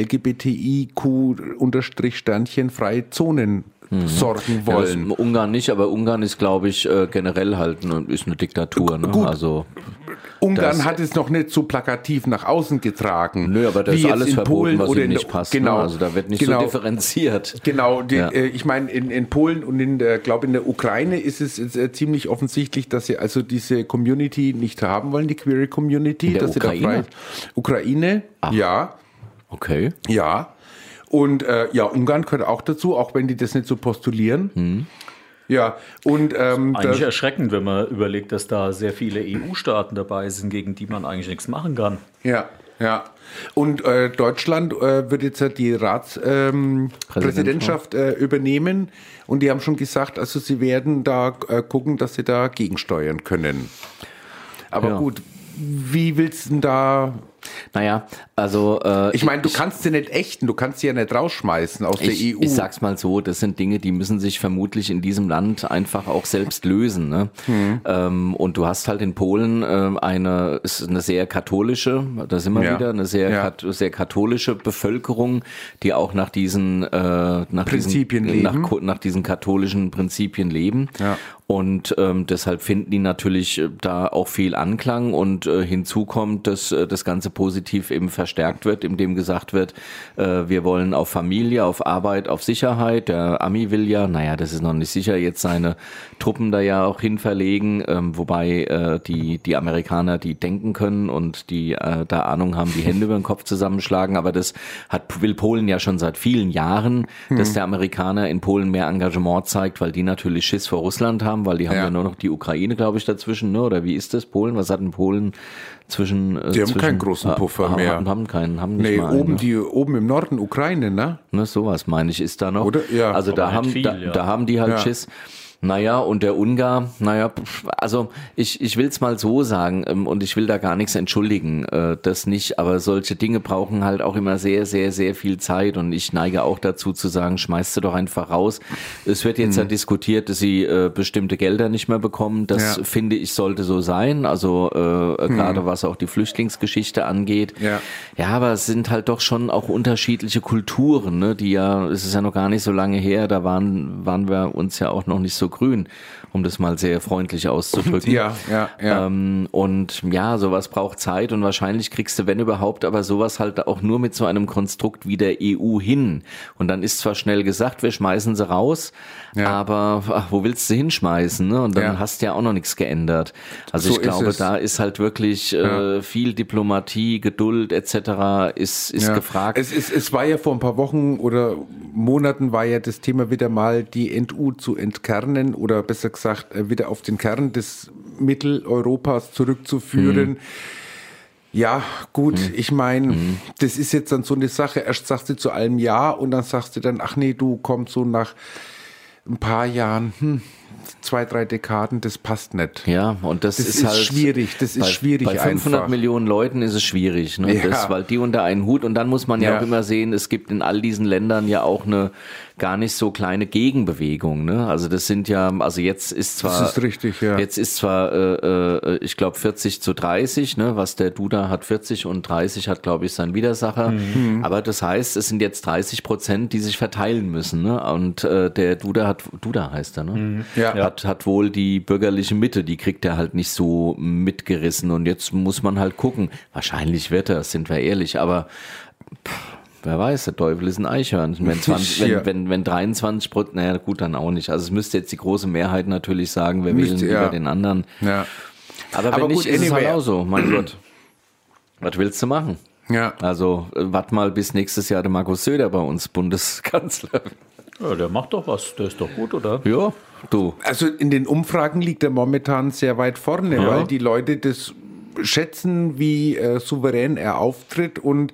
S4: LGBTIQ-Sternchen freie Zonen sorgen wollen.
S1: Mhm. Ja, das, Ungarn nicht, aber Ungarn ist, glaube ich, äh, generell halt eine, ist eine Diktatur. Ne?
S4: Gut.
S1: Also
S4: Ungarn
S1: Das-
S4: hat es noch nicht so plakativ nach außen getragen. Nö,
S1: aber da ist alles verboten, was ihnen nicht passt. ne?
S4: Genau,
S1: Also da wird nicht so differenziert.
S4: Genau, die,
S1: Ja.
S4: äh, ich meine, in, in Polen und in der, glaube in der Ukraine ist es jetzt, äh, ziemlich offensichtlich, dass sie also diese Community nicht haben wollen, die Queer Community,
S1: In der
S4: dass sie da
S1: Ukraine?
S4: frei. Ukraine, ja.
S1: Okay.
S4: Ja. Und äh, ja, Ungarn gehört auch dazu, auch wenn die das nicht so postulieren.
S1: Hm.
S4: Ja, und ähm,
S2: Eigentlich
S4: das-
S2: erschreckend, E wenn man überlegt, dass da sehr viele EU-Staaten dabei sind, gegen die man eigentlich nichts machen kann.
S4: Ja. Ja. Und äh, Deutschland äh, wird jetzt ja die Ratspräsidentschaft ähm, Präsidentschaft, äh, übernehmen und die haben schon gesagt, also sie werden da äh, gucken, dass sie da gegensteuern können. Aber
S1: Ja.
S4: gut, wie willst du denn da?
S1: Naja, also
S4: ich meine, du kannst sie nicht ächten, du kannst sie ja nicht rausschmeißen aus
S1: ich,
S4: der E EU.
S1: Ich sag's mal so, das sind Dinge, die müssen sich vermutlich in diesem Land einfach auch selbst lösen. Ne?
S4: Mhm.
S1: Ähm, und du hast halt in Polen ähm, eine, ist eine sehr katholische, da sind wir
S4: Ja.
S1: wieder, eine sehr,
S4: Ja.
S1: kat sehr katholische Bevölkerung, die auch nach diesen äh, nach
S4: Prinzipien
S1: diesen,
S4: leben.
S1: Nach, ko- nach diesen katholischen Prinzipien leben. Und ähm, deshalb finden die natürlich äh, da auch viel Anklang und äh, hinzu kommt, dass äh, das Ganze positiv eben verstärkt wird, indem gesagt wird, äh, wir wollen auf Familie, auf Arbeit, auf Sicherheit. Der Ami will ja, naja, das ist noch nicht sicher, jetzt seine Truppen da ja auch hin verlegen, ähm, wobei äh, die, die Amerikaner, die denken können und die äh, da Ahnung haben, die Hände <laughs> über den Kopf zusammenschlagen, aber das hat, will Polen ja schon seit vielen Jahren, dass
S4: Hm.
S1: der Amerikaner in Polen mehr Engagement zeigt, weil die natürlich Schiss vor Russland haben, weil die haben ja, nur noch die Ukraine, glaube ich, dazwischen, ne? oder wie ist das? Polen, was hat denn Polen zwischen... Äh,
S4: Die haben
S1: zwischen,
S4: keinen großen
S1: äh,
S4: Puffer
S1: haben,
S4: mehr.
S1: Haben, haben keinen, haben nicht
S4: nee,
S1: mal ne?
S4: oben,
S1: einen.
S4: die, oben im Norden Ukraine, ne?
S1: Ne, sowas meine ich, ist da noch.
S4: Oder? Ja.
S1: Also da
S4: Aber
S1: haben,
S4: nicht viel,
S1: da,
S4: ja.
S1: da haben die halt
S4: Ja.
S1: Schiss. Naja, und der Ungar, naja, pf, also ich, ich will's mal so sagen ähm, und ich will da gar nichts entschuldigen, äh, das nicht, aber solche Dinge brauchen halt auch immer sehr, sehr, sehr viel Zeit und ich neige auch dazu zu sagen, schmeißt sie doch einfach raus. Es wird jetzt
S4: Mhm.
S1: ja diskutiert, dass sie äh, bestimmte Gelder nicht mehr bekommen, das
S4: Ja.
S1: finde ich sollte so sein, also äh,
S4: Mhm.
S1: gerade was auch die Flüchtlingsgeschichte angeht.
S4: Ja.
S1: Ja, aber es sind halt doch schon auch unterschiedliche Kulturen, ne, die ja, es ist ja noch gar nicht so lange her, da waren, waren wir uns ja auch noch nicht so grün, um das mal sehr freundlich auszudrücken.
S4: Ja, ja, ja.
S1: Ähm, und ja, sowas braucht Zeit und wahrscheinlich kriegst du, wenn überhaupt, aber sowas halt auch nur mit so einem Konstrukt wie der EU hin. Und dann ist zwar schnell gesagt, wir schmeißen sie raus, aber ach, wo willst du sie hinschmeißen? Ne? Und dann
S4: Ja.
S1: hast du ja auch noch nichts geändert. Also
S4: So
S1: ich
S4: ist
S1: glaube,
S4: es.
S1: da ist halt wirklich
S4: Ja.
S1: äh, viel Diplomatie, Geduld etc. ist, ist
S4: Ja.
S1: gefragt.
S4: Es, es, es war ja vor ein paar Wochen oder Monaten war ja das Thema wieder mal, die NU zu entkernen oder besser gesagt äh, wieder auf den Kern des Mitteleuropas zurückzuführen. Ja, gut, ich meine, das ist jetzt dann so eine Sache. Erst sagst du zu allem Ja und dann sagst du dann, ach nee, du kommst so nach ein paar Jahren, hm, zwei, drei Dekaden, das passt nicht.
S1: Ja, und das,
S4: Das
S1: ist,
S4: ist
S1: halt
S4: schwierig, das ist
S1: bei,
S4: schwierig
S1: Bei 500
S4: einfach.
S1: Millionen Leuten ist es schwierig, ne?
S4: Ja.
S1: das, weil die unter einen Hut und dann muss man ja,
S4: Ja.
S1: auch immer sehen, es gibt in all diesen Ländern ja auch eine gar nicht so kleine Gegenbewegung. Ne? Also das sind ja, also jetzt ist zwar
S4: Das ist richtig, ja.
S1: jetzt ist zwar äh, äh, ich glaube 40 zu 30, ne? was der Duda hat 40 und 30 hat glaube ich sein Widersacher,
S4: Mhm.
S1: aber das heißt, es sind jetzt 30 Prozent, die sich verteilen müssen ne? und äh, der Duda hat Duda heißt er, ne?
S4: Mhm. Ja.
S1: hat, hat wohl die bürgerliche Mitte, die kriegt er halt nicht so mitgerissen. Und jetzt muss man halt gucken. Wahrscheinlich wird er, sind wir ehrlich, aber pff, wer weiß, der Teufel ist ein
S4: <laughs>
S1: Eichhörnchen. Wenn, 20,
S4: Ja.
S1: wenn, wenn, wenn 23 Prozent, naja, gut, dann auch nicht. Also es müsste jetzt die große Mehrheit natürlich sagen, wir
S4: Müsste,
S1: wählen
S4: ja.
S1: über den anderen.
S4: Ja.
S1: Aber wenn
S4: Aber
S1: nicht,
S4: gut,
S1: ist es halt
S4: anyway.
S1: auch so.
S4: <clears throat>
S1: Mein Gott. Was willst du machen?
S4: Ja.
S1: Also, äh, wart mal bis nächstes Jahr der Markus Söder bei
S4: <laughs>
S1: uns Bundeskanzler.
S2: Ja, der macht doch was. Der ist doch gut, oder?
S1: Ja, du.
S4: Also in den Umfragen liegt er momentan sehr weit vorne,
S2: Ja.
S4: weil die Leute das schätzen, wie äh, souverän er auftritt und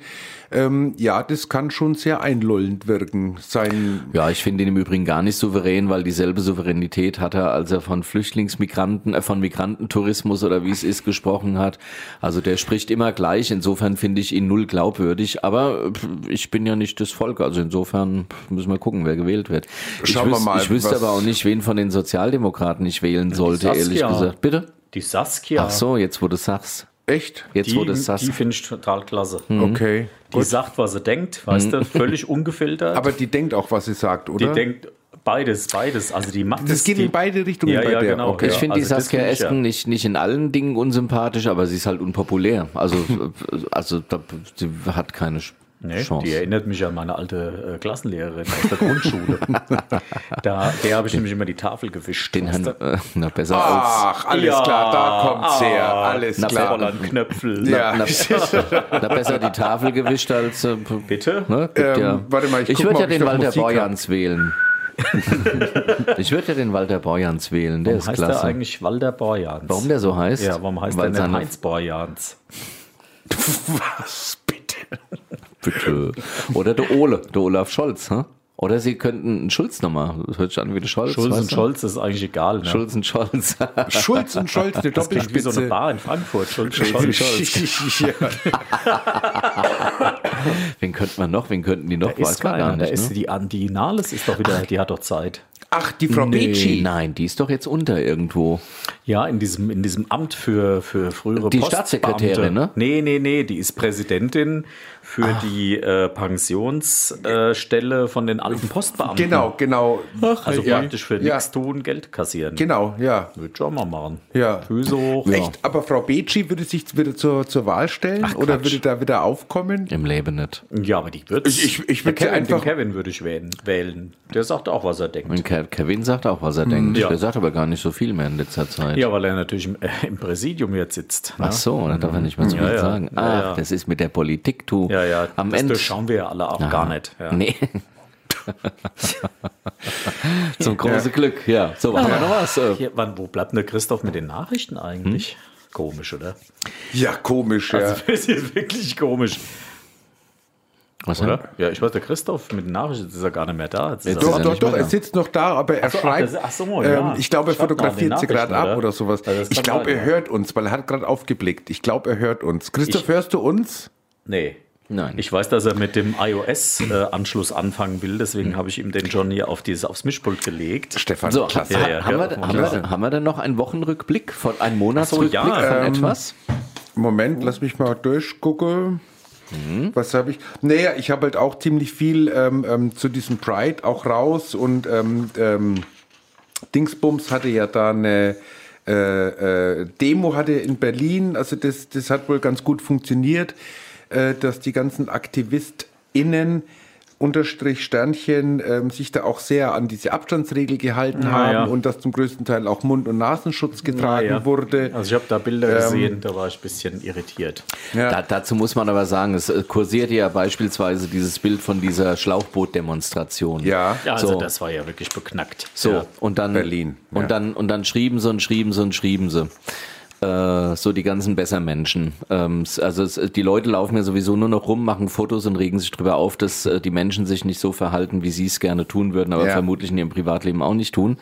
S4: ähm, ja, das kann schon sehr einlullend wirken. Sein
S1: Ja, ich finde ihn im Übrigen gar nicht souverän, weil dieselbe Souveränität hat er, als er von Flüchtlingsmigranten, äh, von Migrantentourismus oder wie es ist gesprochen hat. Also der spricht immer gleich. Insofern finde ich ihn null glaubwürdig. Aber äh, pf, ich bin ja nicht das Volk. Also insofern pf, müssen wir gucken, wer gewählt wird.
S4: Schauen
S1: ich
S4: wir
S1: wüs-
S4: mal,
S1: Ich wüsste
S4: was-
S1: aber auch nicht, wen von den Sozialdemokraten ich wählen sollte, ehrlich
S2: Saskia.
S1: gesagt. Bitte?
S2: Die Saskia.
S1: Ach so, jetzt wo du sagst.
S4: Echt?
S1: Jetzt
S2: die,
S1: wo du sagst.
S2: Die finde ich total klasse.
S4: Hm.
S1: Mhm. Okay,
S2: Die sagt, was sie denkt, weißt
S1: Mhm.
S2: du, völlig ungefiltert.
S4: Aber die denkt auch, was sie sagt, oder?
S2: Die denkt beides, beides. Also die macht
S4: Das geht
S2: die,
S4: in beide Richtungen
S2: ja,
S4: bei
S2: ja,
S4: der.
S2: Genau.
S4: Okay.
S1: Ich finde die
S2: Also das
S1: Saskia
S2: find ich ja.
S1: Esken nicht, nicht in allen Dingen unsympathisch, aber sie ist halt unpopulär. Also, also da, sie hat keine Sch-
S2: Nee,
S1: Chance.
S2: die erinnert mich an meine alte äh, Klassenlehrerin aus der Grundschule. da, der habe ich nämlich immer die Tafel gewischt. Den
S1: Herrn, äh, <laughs> na, besser
S4: Ach,
S1: als.
S4: alles klar, da
S2: Ah.
S4: kommt's her, alles
S1: na,
S4: klar.
S1: Fräulein
S2: Knöpfel.
S1: Na,
S4: Ja.
S1: na, na, besser die Tafel gewischt als. Äh,
S2: Bitte?
S1: Ne? Gibt
S4: Ähm,
S1: ja.
S4: warte mal, ich
S1: ich
S4: guck
S1: würde
S4: mal,
S1: ja
S4: ob ich
S1: den
S4: noch
S1: Walter
S4: Musik hab.
S1: Borjans wählen. ich würde ja den Walter Borjans wählen. Der
S2: Warum
S1: ist
S2: heißt
S1: klasse.
S2: der eigentlich Walder Borjans?
S1: Warum der so heißt?
S2: Ja, warum heißt
S1: Weil
S2: der denn
S1: seine-
S2: Heinz Borjans?
S1: Was bitte? Bitte. Oder der Ole, der Olaf Scholz, hä? Oder sie könnten Schulz nochmal, das hört sich an wie der Scholz.
S2: Schulz
S1: weißt
S2: und
S1: du?
S2: Scholz ist eigentlich egal. Ne?
S1: Schulz und Scholz. <laughs>
S4: Schulz und Scholz, eine
S2: Das klingt wie so
S4: Doppelspitze.
S2: eine Bar in Frankfurt. Schulz und Scholz.
S4: <laughs>
S1: Wen könnte man noch? Wen könnten die
S2: Da
S1: noch?
S2: ist
S1: man
S2: keiner. Da
S1: ne?
S2: ist die Andi Nahles ist doch wieder, die hat doch Zeit.
S4: Ach, die Frau Beachy.
S1: Nein, die ist doch jetzt unter irgendwo.
S2: Ja, in diesem, in diesem Amt für, für frühere
S1: Die
S2: Postbeamte.
S1: Staatssekretärin, ne?
S2: Nee, nee, nee, die ist Präsidentin für die äh, Pensionsstelle äh, Stelle von den alten Postbeamten.
S4: Genau, genau.
S2: Also
S4: ja.
S2: praktisch für
S4: Ja.
S2: nichts tun, Geld kassieren.
S4: Genau, ja.
S2: Würde schon mal machen.
S4: Ja.
S2: Füße hoch.
S4: Echt? Aber Frau Beachy würde sich wieder zur, zur Wahl stellen oder würde da wieder aufkommen?
S1: Im Leben nicht.
S2: Ja, aber die würde
S4: Ich- ich- ich würd sie
S2: Kevin,
S4: einfach-
S2: den Kevin würde ich wählen, wählen. Der sagt auch, was er denkt.
S1: Und Ke- Kevin sagt auch, was er denkt.
S2: Hm, Ja.
S1: Der sagt aber gar nicht so viel mehr in letzter Zeit.
S2: Ja, weil er natürlich im, äh, im Präsidium jetzt sitzt. ne?
S1: Ach so, da darf er nicht mehr so
S2: Ja,
S1: viel
S2: ja.
S1: sagen.
S2: Ja,
S1: Ach,
S2: ja.
S1: das ist mit der Politik, du.
S2: Ja, ja,
S1: Am
S2: das
S1: Ende.
S2: durchschauen wir ja alle auch
S1: Aha.
S2: gar nicht. Ja. <laughs>
S1: Nee. Zum großen Glück, ja. So, was haben wir noch was? Äh,
S2: Hier, wann, wo bleibt denn der Christoph mit den Nachrichten
S1: Hm?
S2: eigentlich? Komisch, oder? <laughs>
S4: Ja, komisch, ja.
S2: Also, das ist wirklich komisch.
S1: Was
S2: oder? Ja, ich weiß, der Christoph mit den Nachrichten jetzt ist ja gar nicht mehr da. Jetzt ist
S4: Doch,
S2: er
S4: doch,
S2: nicht mehr
S4: doch, er
S2: da.
S4: sitzt noch da, aber er
S2: Ach so, ach,
S4: schreibt.
S2: das- ach so, ja.
S4: ähm, ich glaube, er
S2: Schreibt noch
S4: fotografiert
S2: die
S4: sie gerade
S2: Nachrichten,
S4: ab
S2: oder?
S4: oder sowas.
S2: Also das
S4: ich
S2: kann
S4: glaube,
S2: sein,
S4: er
S2: ja.
S4: hört uns, weil er hat gerade aufgeblickt. Ich glaube, er hört uns. Christoph,
S2: Ich-
S4: hörst du uns?
S2: Nee.
S1: Nein.
S2: Ich weiß, dass er mit dem iOS-Anschluss anfangen will, deswegen habe ich ihm den John hier auf dieses, aufs Mischpult gelegt.
S4: Stefan,
S1: So, ha,
S4: klasse.
S2: Ja, ja,
S1: haben,
S2: ja,
S1: wir,
S2: auf
S1: haben,
S2: Klasse.
S1: wir, haben wir denn noch einen Wochenrückblick von einem Monatsrückblick
S2: Ach so, ja.
S1: von
S4: Ähm,
S1: etwas?
S4: Moment, lass mich mal durchgucken. Was habe ich? Naja, ich habe halt auch ziemlich viel ähm, ähm, zu diesem Pride auch raus und ähm, ähm, Dingsbums hatte ja da eine äh, äh, Demo hatte in Berlin. Also das, das hat wohl ganz gut funktioniert, äh, dass die ganzen AktivistInnen unterstrich Sternchen ähm, sich da auch sehr an diese Abstandsregel gehalten
S2: Na
S1: Ah,
S4: haben
S2: ja.
S4: und dass zum größten Teil auch Mund- und Nasenschutz getragen
S2: Ja.
S4: wurde.
S2: Also ich habe da Bilder
S4: Ähm,
S2: gesehen, da war ich ein bisschen irritiert.
S1: Da, dazu muss man aber sagen, es äh, kursierte ja beispielsweise dieses Bild von dieser Schlauchboot-Demonstration.
S4: Ja.
S2: Ja, also
S1: so.
S2: das war ja wirklich beknackt.
S1: So,
S2: Ja.
S1: und dann
S4: Berlin,
S1: Und
S4: ja.
S1: dann und dann schrieben sie und schrieben sie und schrieben sie. Äh, so die ganzen Bessermenschen. Ähm, s- also es, die Leute laufen ja sowieso nur noch rum, machen Fotos und regen sich drüber auf, dass äh, die Menschen sich nicht so verhalten, wie sie es gerne tun würden, aber
S4: Ja.
S1: vermutlich in ihrem Privatleben auch nicht tun.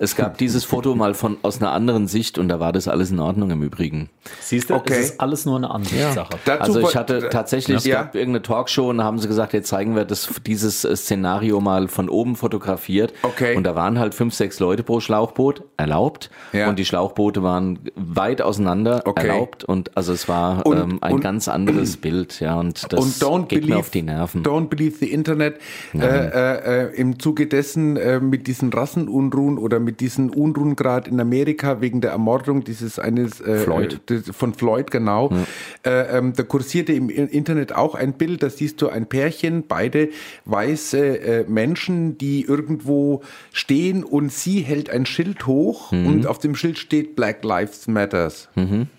S1: Es
S4: <laughs>
S1: gab dieses Foto mal von aus einer anderen Sicht und da war das alles in Ordnung im Übrigen.
S2: Siehst du,
S4: Okay.
S2: es ist alles nur eine Ansichtssache.
S4: Dazu
S1: Also ich
S4: woll- Äh,
S1: hatte tatsächlich,
S4: Ja.
S1: es gab irgendeine Talkshow und da haben sie gesagt, jetzt zeigen wir das, dieses äh, Szenario mal von oben fotografiert.
S4: Okay.
S1: Und da waren halt fünf, sechs Leute pro Schlauchboot erlaubt.
S4: Ja.
S1: Und die Schlauchboote waren weit auseinander
S4: Okay.
S1: erlaubt. Und also es war
S4: Und-
S1: ähm, ein
S4: und-
S1: ganz anderes Bild. Ja, und das
S4: und don't
S1: geht
S4: believe,
S1: mir auf die Nerven. genau.
S4: Don't believe the Internet. Äh, äh, äh, Im Zuge dessen äh, mit diesen Rassenunruhen oder mit diesen Unruhen gerade in Amerika wegen der Ermordung dieses eines äh,
S1: Floyd.
S4: äh, des- von Floyd genau. Äh, ähm, da kursierte im In- Internet auch ein Bild. Da siehst du ein Pärchen, beide weiße äh, Menschen, die irgendwo stehen und sie hält ein Schild hoch
S1: Mhm.
S4: und auf dem Schild steht Black Lives Matters.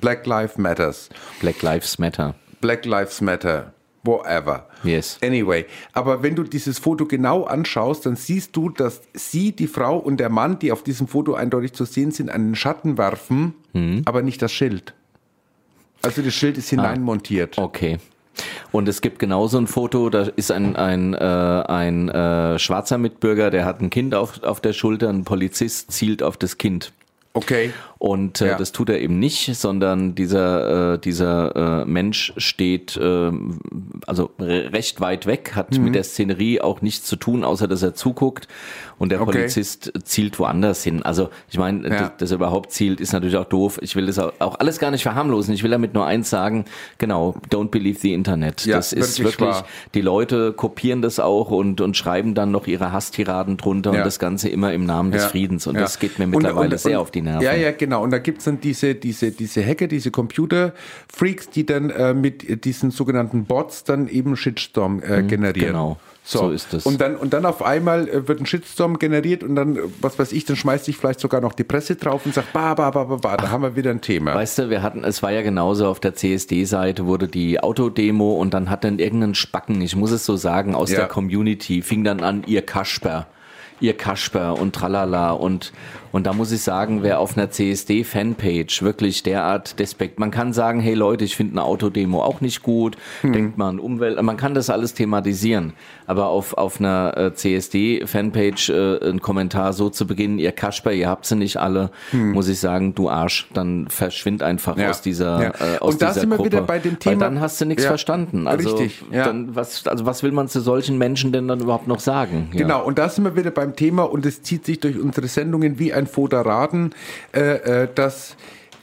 S4: Black Lives Matters.
S1: Black Lives Matter.
S4: Black Lives Matter, whatever.
S1: Yes.
S4: Anyway, aber wenn du dieses Foto genau anschaust, dann siehst du, dass sie, die Frau und der Mann, die auf diesem Foto eindeutig zu sehen sind, einen Schatten werfen, aber nicht das Schild. Also das Schild ist hineinmontiert.
S1: Okay. Und es gibt genauso ein Foto, da ist ein, ein, äh, ein äh, schwarzer Mitbürger, der hat ein Kind auf, auf der Schulter, ein Polizist zielt auf das Kind.
S4: Okay.
S1: Und äh,
S4: Ja.
S1: das tut er eben nicht, sondern dieser, äh, dieser äh, Mensch steht ähm, also re- recht weit weg, hat
S4: Mhm.
S1: mit der Szenerie auch nichts zu tun, außer dass er zuguckt und der
S4: Okay.
S1: Polizist zielt woanders hin. Also ich meine,
S4: Ja.
S1: dass, dass er überhaupt zielt, ist natürlich auch doof. Ich will das auch, auch alles gar nicht verharmlosen. Ich will damit nur eins sagen, genau, don't believe the Internet.
S4: Ja,
S1: das ist
S4: wirklich
S1: wirklich,
S4: wahr.
S1: die Leute kopieren das auch und, und schreiben dann noch ihre Hasstiraden drunter
S4: Ja.
S1: und das Ganze immer im Namen des
S4: Ja.
S1: Friedens. Und
S4: Ja.
S1: das geht mir mittlerweile
S4: Und- und-
S1: sehr
S4: und-
S1: auf die Nerven.
S4: Ja, ja, genau. Und da gibt's dann diese, diese, diese Hacker, diese Computer-Freaks, die dann äh, mit diesen sogenannten Bots dann eben Shitstorm äh, generieren.
S1: genau. So ist es.
S4: Und dann, und dann auf einmal äh, wird ein Shitstorm generiert und dann, äh, was weiß ich, dann schmeißt sich vielleicht sogar noch die Presse drauf und sagt, ba, ba, ba, ba, ba, da haben wir wieder ein Thema.
S1: Weißt du, wir hatten, es war ja genauso auf der CSD-Seite wurde die Autodemo und dann hat dann irgendein Spacken, ich muss es so sagen, aus
S4: Ja.
S1: der Community, fing dann an, ihr Kasper. ihr Kasper und tralala und, und da muss ich sagen, wer auf einer CSD-Fanpage wirklich derart despekt, man kann sagen, hey Leute, ich finde eine Autodemo auch nicht gut,
S4: Hm.
S1: denkt mal an Umwelt, man kann das alles thematisieren, aber auf, auf einer äh, CSD-Fanpage äh, einen Kommentar so zu beginnen, ihr Kasper, ihr habt sie nicht alle,
S4: Hm.
S1: muss ich sagen, du Arsch, dann verschwind einfach
S4: Ja.
S1: aus dieser,
S4: Ja.
S1: äh, aus
S4: Und da
S1: dieser
S4: sind wir
S1: Gruppe,
S4: wieder bei dem Thema-
S1: weil dann hast du nichts
S4: Ja.
S1: verstanden. Also,
S4: Richtig, ja.
S1: Dann, was, also was will man zu solchen Menschen denn dann überhaupt noch sagen? Ja.
S4: Genau, und da sind wir wieder beim Thema und es zieht sich durch unsere Sendungen wie ein Foder Raden, äh, äh, dass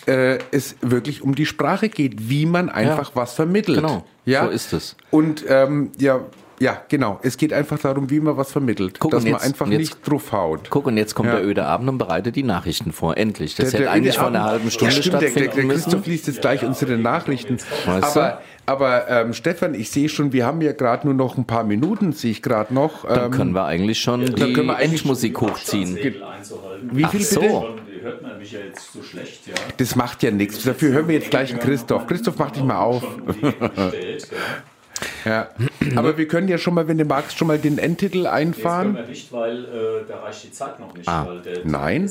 S4: äh, es wirklich um die Sprache geht, wie man einfach was vermittelt.
S1: Genau,
S4: ja?
S1: so ist es.
S4: Und ähm, ja, ja, genau, es geht einfach darum, wie man was vermittelt,
S1: Guck,
S4: dass
S1: und
S4: man
S1: jetzt-
S4: einfach
S1: und jetzt-
S4: nicht drauf haut.
S1: Guck, und jetzt kommt
S4: Ja.
S1: der öde Abend und bereitet die Nachrichten vor. Endlich. Das hätte
S4: öde
S1: eigentlich vor einer
S4: Abend-
S1: halben Stunde
S4: ja, stimmt, der,
S1: stattfinden
S4: der, der
S1: müssen.
S4: Christoph liest jetzt gleich unsere Nachrichten.
S1: Weißt du?
S4: aber aber ähm, Stefan, ich sehe schon, wir haben ja gerade nur noch ein paar Minuten, sehe ich gerade noch. Ähm,
S1: Dann können wir eigentlich schon
S4: dann
S1: die
S4: können wir eigentlich-
S1: Endmusik hochziehen.
S4: Wie viel
S1: Ach so.
S4: bitte?
S2: Hört man mich ja jetzt so schlecht, ja.
S4: Das macht ja nichts. Dafür hören wir jetzt gleich einen Christoph. Christoph, mach dich mal auf. <laughs>
S2: Äh,
S4: ja. Aber wir können ja schon mal, wenn du magst, schon mal den Endtitel einfahren.
S2: nicht, weil äh, da reicht die Zeit noch nicht.
S1: Ah,
S4: Nein.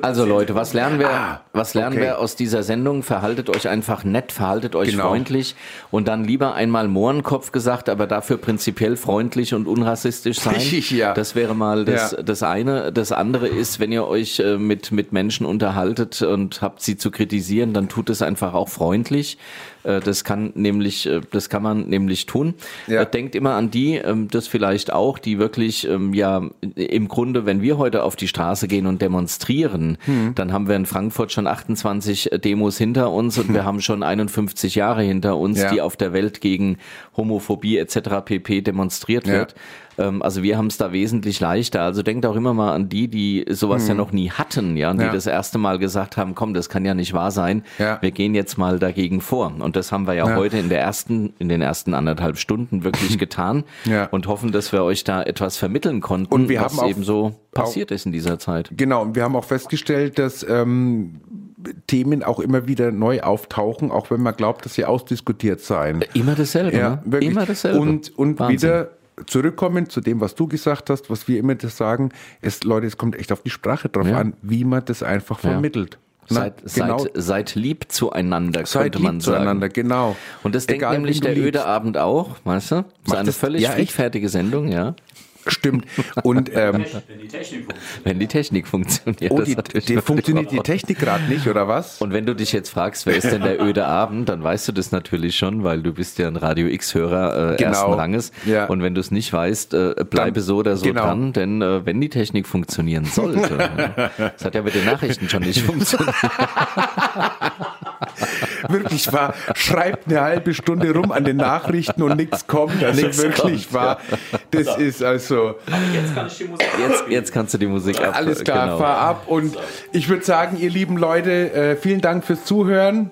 S1: Also Leute, was lernen wir, was lernen
S4: Ah, okay.
S1: wir aus dieser Sendung? Verhaltet euch einfach nett, verhaltet euch
S4: Genau.
S1: freundlich und dann lieber einmal Mohrenkopf gesagt, aber dafür prinzipiell freundlich und unrassistisch sein.
S4: <laughs> Ja.
S1: Das wäre mal das,
S4: Ja.
S1: das eine. Das andere ist, wenn ihr euch äh, mit, mit Menschen unterhaltet und habt sie zu kritisieren, dann tut es einfach auch freundlich. Äh, Das kann nämlich, äh, das kann man nämlich tun. Äh, Denkt immer an die, ähm, das vielleicht auch, die wirklich, ähm, ja, im Grunde, wenn wir heute auf die Straße gehen und demonstrieren,
S4: Hm.
S1: dann haben wir in Frankfurt schon 28 Demos hinter uns und
S4: <laughs>
S1: wir haben schon 51 Jahre hinter uns,
S4: Ja.
S1: die auf der Welt gegen Homophobie etc. pp. demonstriert
S4: Ja.
S1: wird. Ähm, also wir haben es da wesentlich leichter. Also denkt auch immer mal an die, die sowas
S4: Hm.
S1: ja noch nie hatten, ja, und
S4: Ja.
S1: die das erste Mal gesagt haben, komm, das kann ja nicht wahr sein. Wir gehen jetzt mal dagegen vor. Und das haben wir ja,
S4: Ja.
S1: heute in der ersten, in den ersten anderthalb
S4: <laughs>
S1: Stunden wirklich getan
S4: Ja.
S1: und hoffen, dass wir euch da etwas vermitteln konnten,
S4: Und wir
S1: was
S4: haben auch-
S1: eben so
S4: auch-
S1: passiert ist in dieser Zeit.
S4: Genau, und wir haben auch festgestellt, dass ähm, Themen auch immer wieder neu auftauchen, auch wenn man glaubt, dass sie ausdiskutiert seien.
S1: Immer dasselbe.
S4: Ja,
S1: ne?
S4: wirklich.
S1: Immer dasselbe.
S4: Und, und
S1: Wahnsinn.
S4: wieder zurückkommen zu dem, was du gesagt hast, was wir immer das sagen, es, Leute, es kommt echt auf die Sprache drauf
S1: Ja.
S4: an, wie man das einfach
S1: Ja.
S4: vermittelt. Na, genau.
S1: Seid, seid, seid lieb zueinander,
S4: Seid
S1: könnte
S4: lieb
S1: man sagen.
S4: zueinander, genau.
S1: Und das
S4: Egal,
S1: denkt nämlich
S4: wen
S1: der
S4: du
S1: öde
S4: liebst.
S1: Abend auch, weißt du? So
S4: Macht
S1: eine
S4: das-
S1: völlig
S4: ja, echt.
S1: friedfertige Sendung, ja.
S4: Stimmt. Und ähm,
S1: wenn die Technik funktioniert,
S4: Oh,
S1: das
S4: die-
S1: ist natürlich
S4: die
S1: noch
S4: funktioniert
S1: schlimmer.
S4: die Technik gerade nicht, oder was?
S1: Und wenn du dich jetzt fragst, wer ist
S4: <laughs>
S1: denn der öde Abend, dann weißt du das natürlich schon, weil du bist ja ein Radio X-Hörer äh,
S4: Genau.
S1: ersten Ranges.
S4: Ja.
S1: Und wenn du es nicht weißt, äh, bleibe
S4: Dann-
S1: so oder so
S4: genau.
S1: dran, denn äh, wenn die Technik
S4: <laughs>
S1: funktionieren sollte, ne, das hat ja mit den Nachrichten schon nicht <laughs> funktioniert.
S4: wirklich wahr, schreibt eine halbe Stunde rum an den Nachrichten und nichts kommt. Also
S1: Nichts
S4: wirklich
S1: kommt,
S4: wahr.
S1: ja.
S4: Das ist also
S2: Jetzt kann ich die Musik
S1: Jetzt, jetzt kannst du die Musik ab.
S4: alles klar,
S1: genau.
S4: fahr ab. Und ich würde sagen, ihr lieben Leute, äh, vielen Dank fürs Zuhören.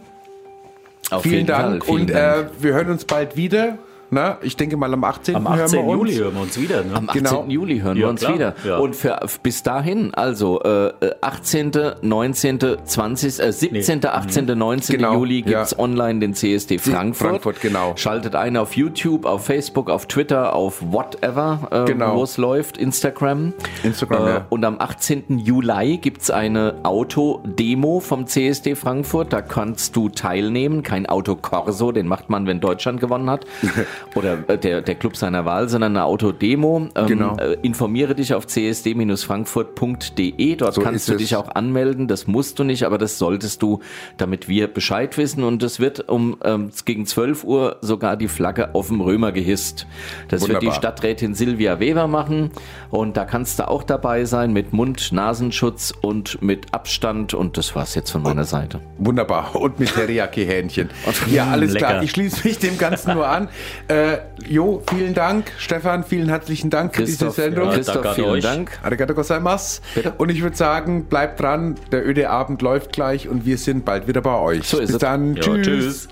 S1: Auf
S4: vielen
S1: jeden
S4: Dank.
S1: Fall, vielen
S4: und Äh,
S1: Dank.
S4: wir hören uns bald wieder. Na, ich denke mal am 18.
S2: Am 18.
S4: hören wir uns.
S2: Juli hören wir uns wieder. Ne?
S1: Am 18.
S4: Genau.
S1: Juli hören
S2: Ja,
S1: wir uns
S2: klar,
S1: wieder.
S2: ja.
S1: Und für, bis dahin, also äh, 18., 19., 20., äh, 17., 18.,
S2: Mhm.
S1: 19.
S4: Genau,
S1: Juli
S4: ja.
S1: gibt's online den CSD Frankfurt.
S4: Frankfurt, genau.
S1: Schaltet ein auf YouTube, auf Facebook, auf Twitter, auf whatever, äh,
S4: Genau.
S1: wo es läuft, Instagram. Äh,
S4: Instagram, ja.
S1: Und am 18. Juli gibt's eine Autodemo vom CSD Frankfurt. Da kannst du teilnehmen. Kein Autokorso, den macht man, wenn Deutschland
S4: <laughs>
S1: gewonnen hat. Oder äh, der, der Club seiner Wahl, sondern eine Autodemo. Ähm,
S4: Genau.
S1: äh, Informiere dich auf csd-frankfurt.de. Dort
S4: So ist
S1: kannst du
S4: es.
S1: dich auch anmelden. Das musst du nicht, aber das solltest du, damit wir Bescheid wissen. Und es wird um ähm, gegen 12 Uhr sogar die Flagge auf dem Römer gehisst. Das wird
S4: Wunderbar.
S1: die Stadt Stadträtin Silvia Weber machen. Und da kannst du auch dabei sein mit Mund-Nasenschutz und mit Abstand. Und das war's jetzt von meiner Seite.
S4: Wunderbar. Und mit Teriyaki-Hähnchen.
S1: <laughs>
S4: Ja, alles
S1: Lecker.
S4: klar. Ich schließe mich dem Ganzen nur an. Äh, jo, vielen Dank. Stefan, vielen herzlichen Dank
S1: Christoph,
S4: für diese Sendung.
S1: ja, Christoph, danke an vielen euch. Dank.
S4: Arigato gozaimasu. Und ich würde sagen, bleibt dran. Der öde Abend läuft gleich und wir sind bald wieder bei euch.
S1: So ist
S4: Bis
S1: es.
S4: dann.
S1: Ja,
S4: tschüss.
S1: tschüss.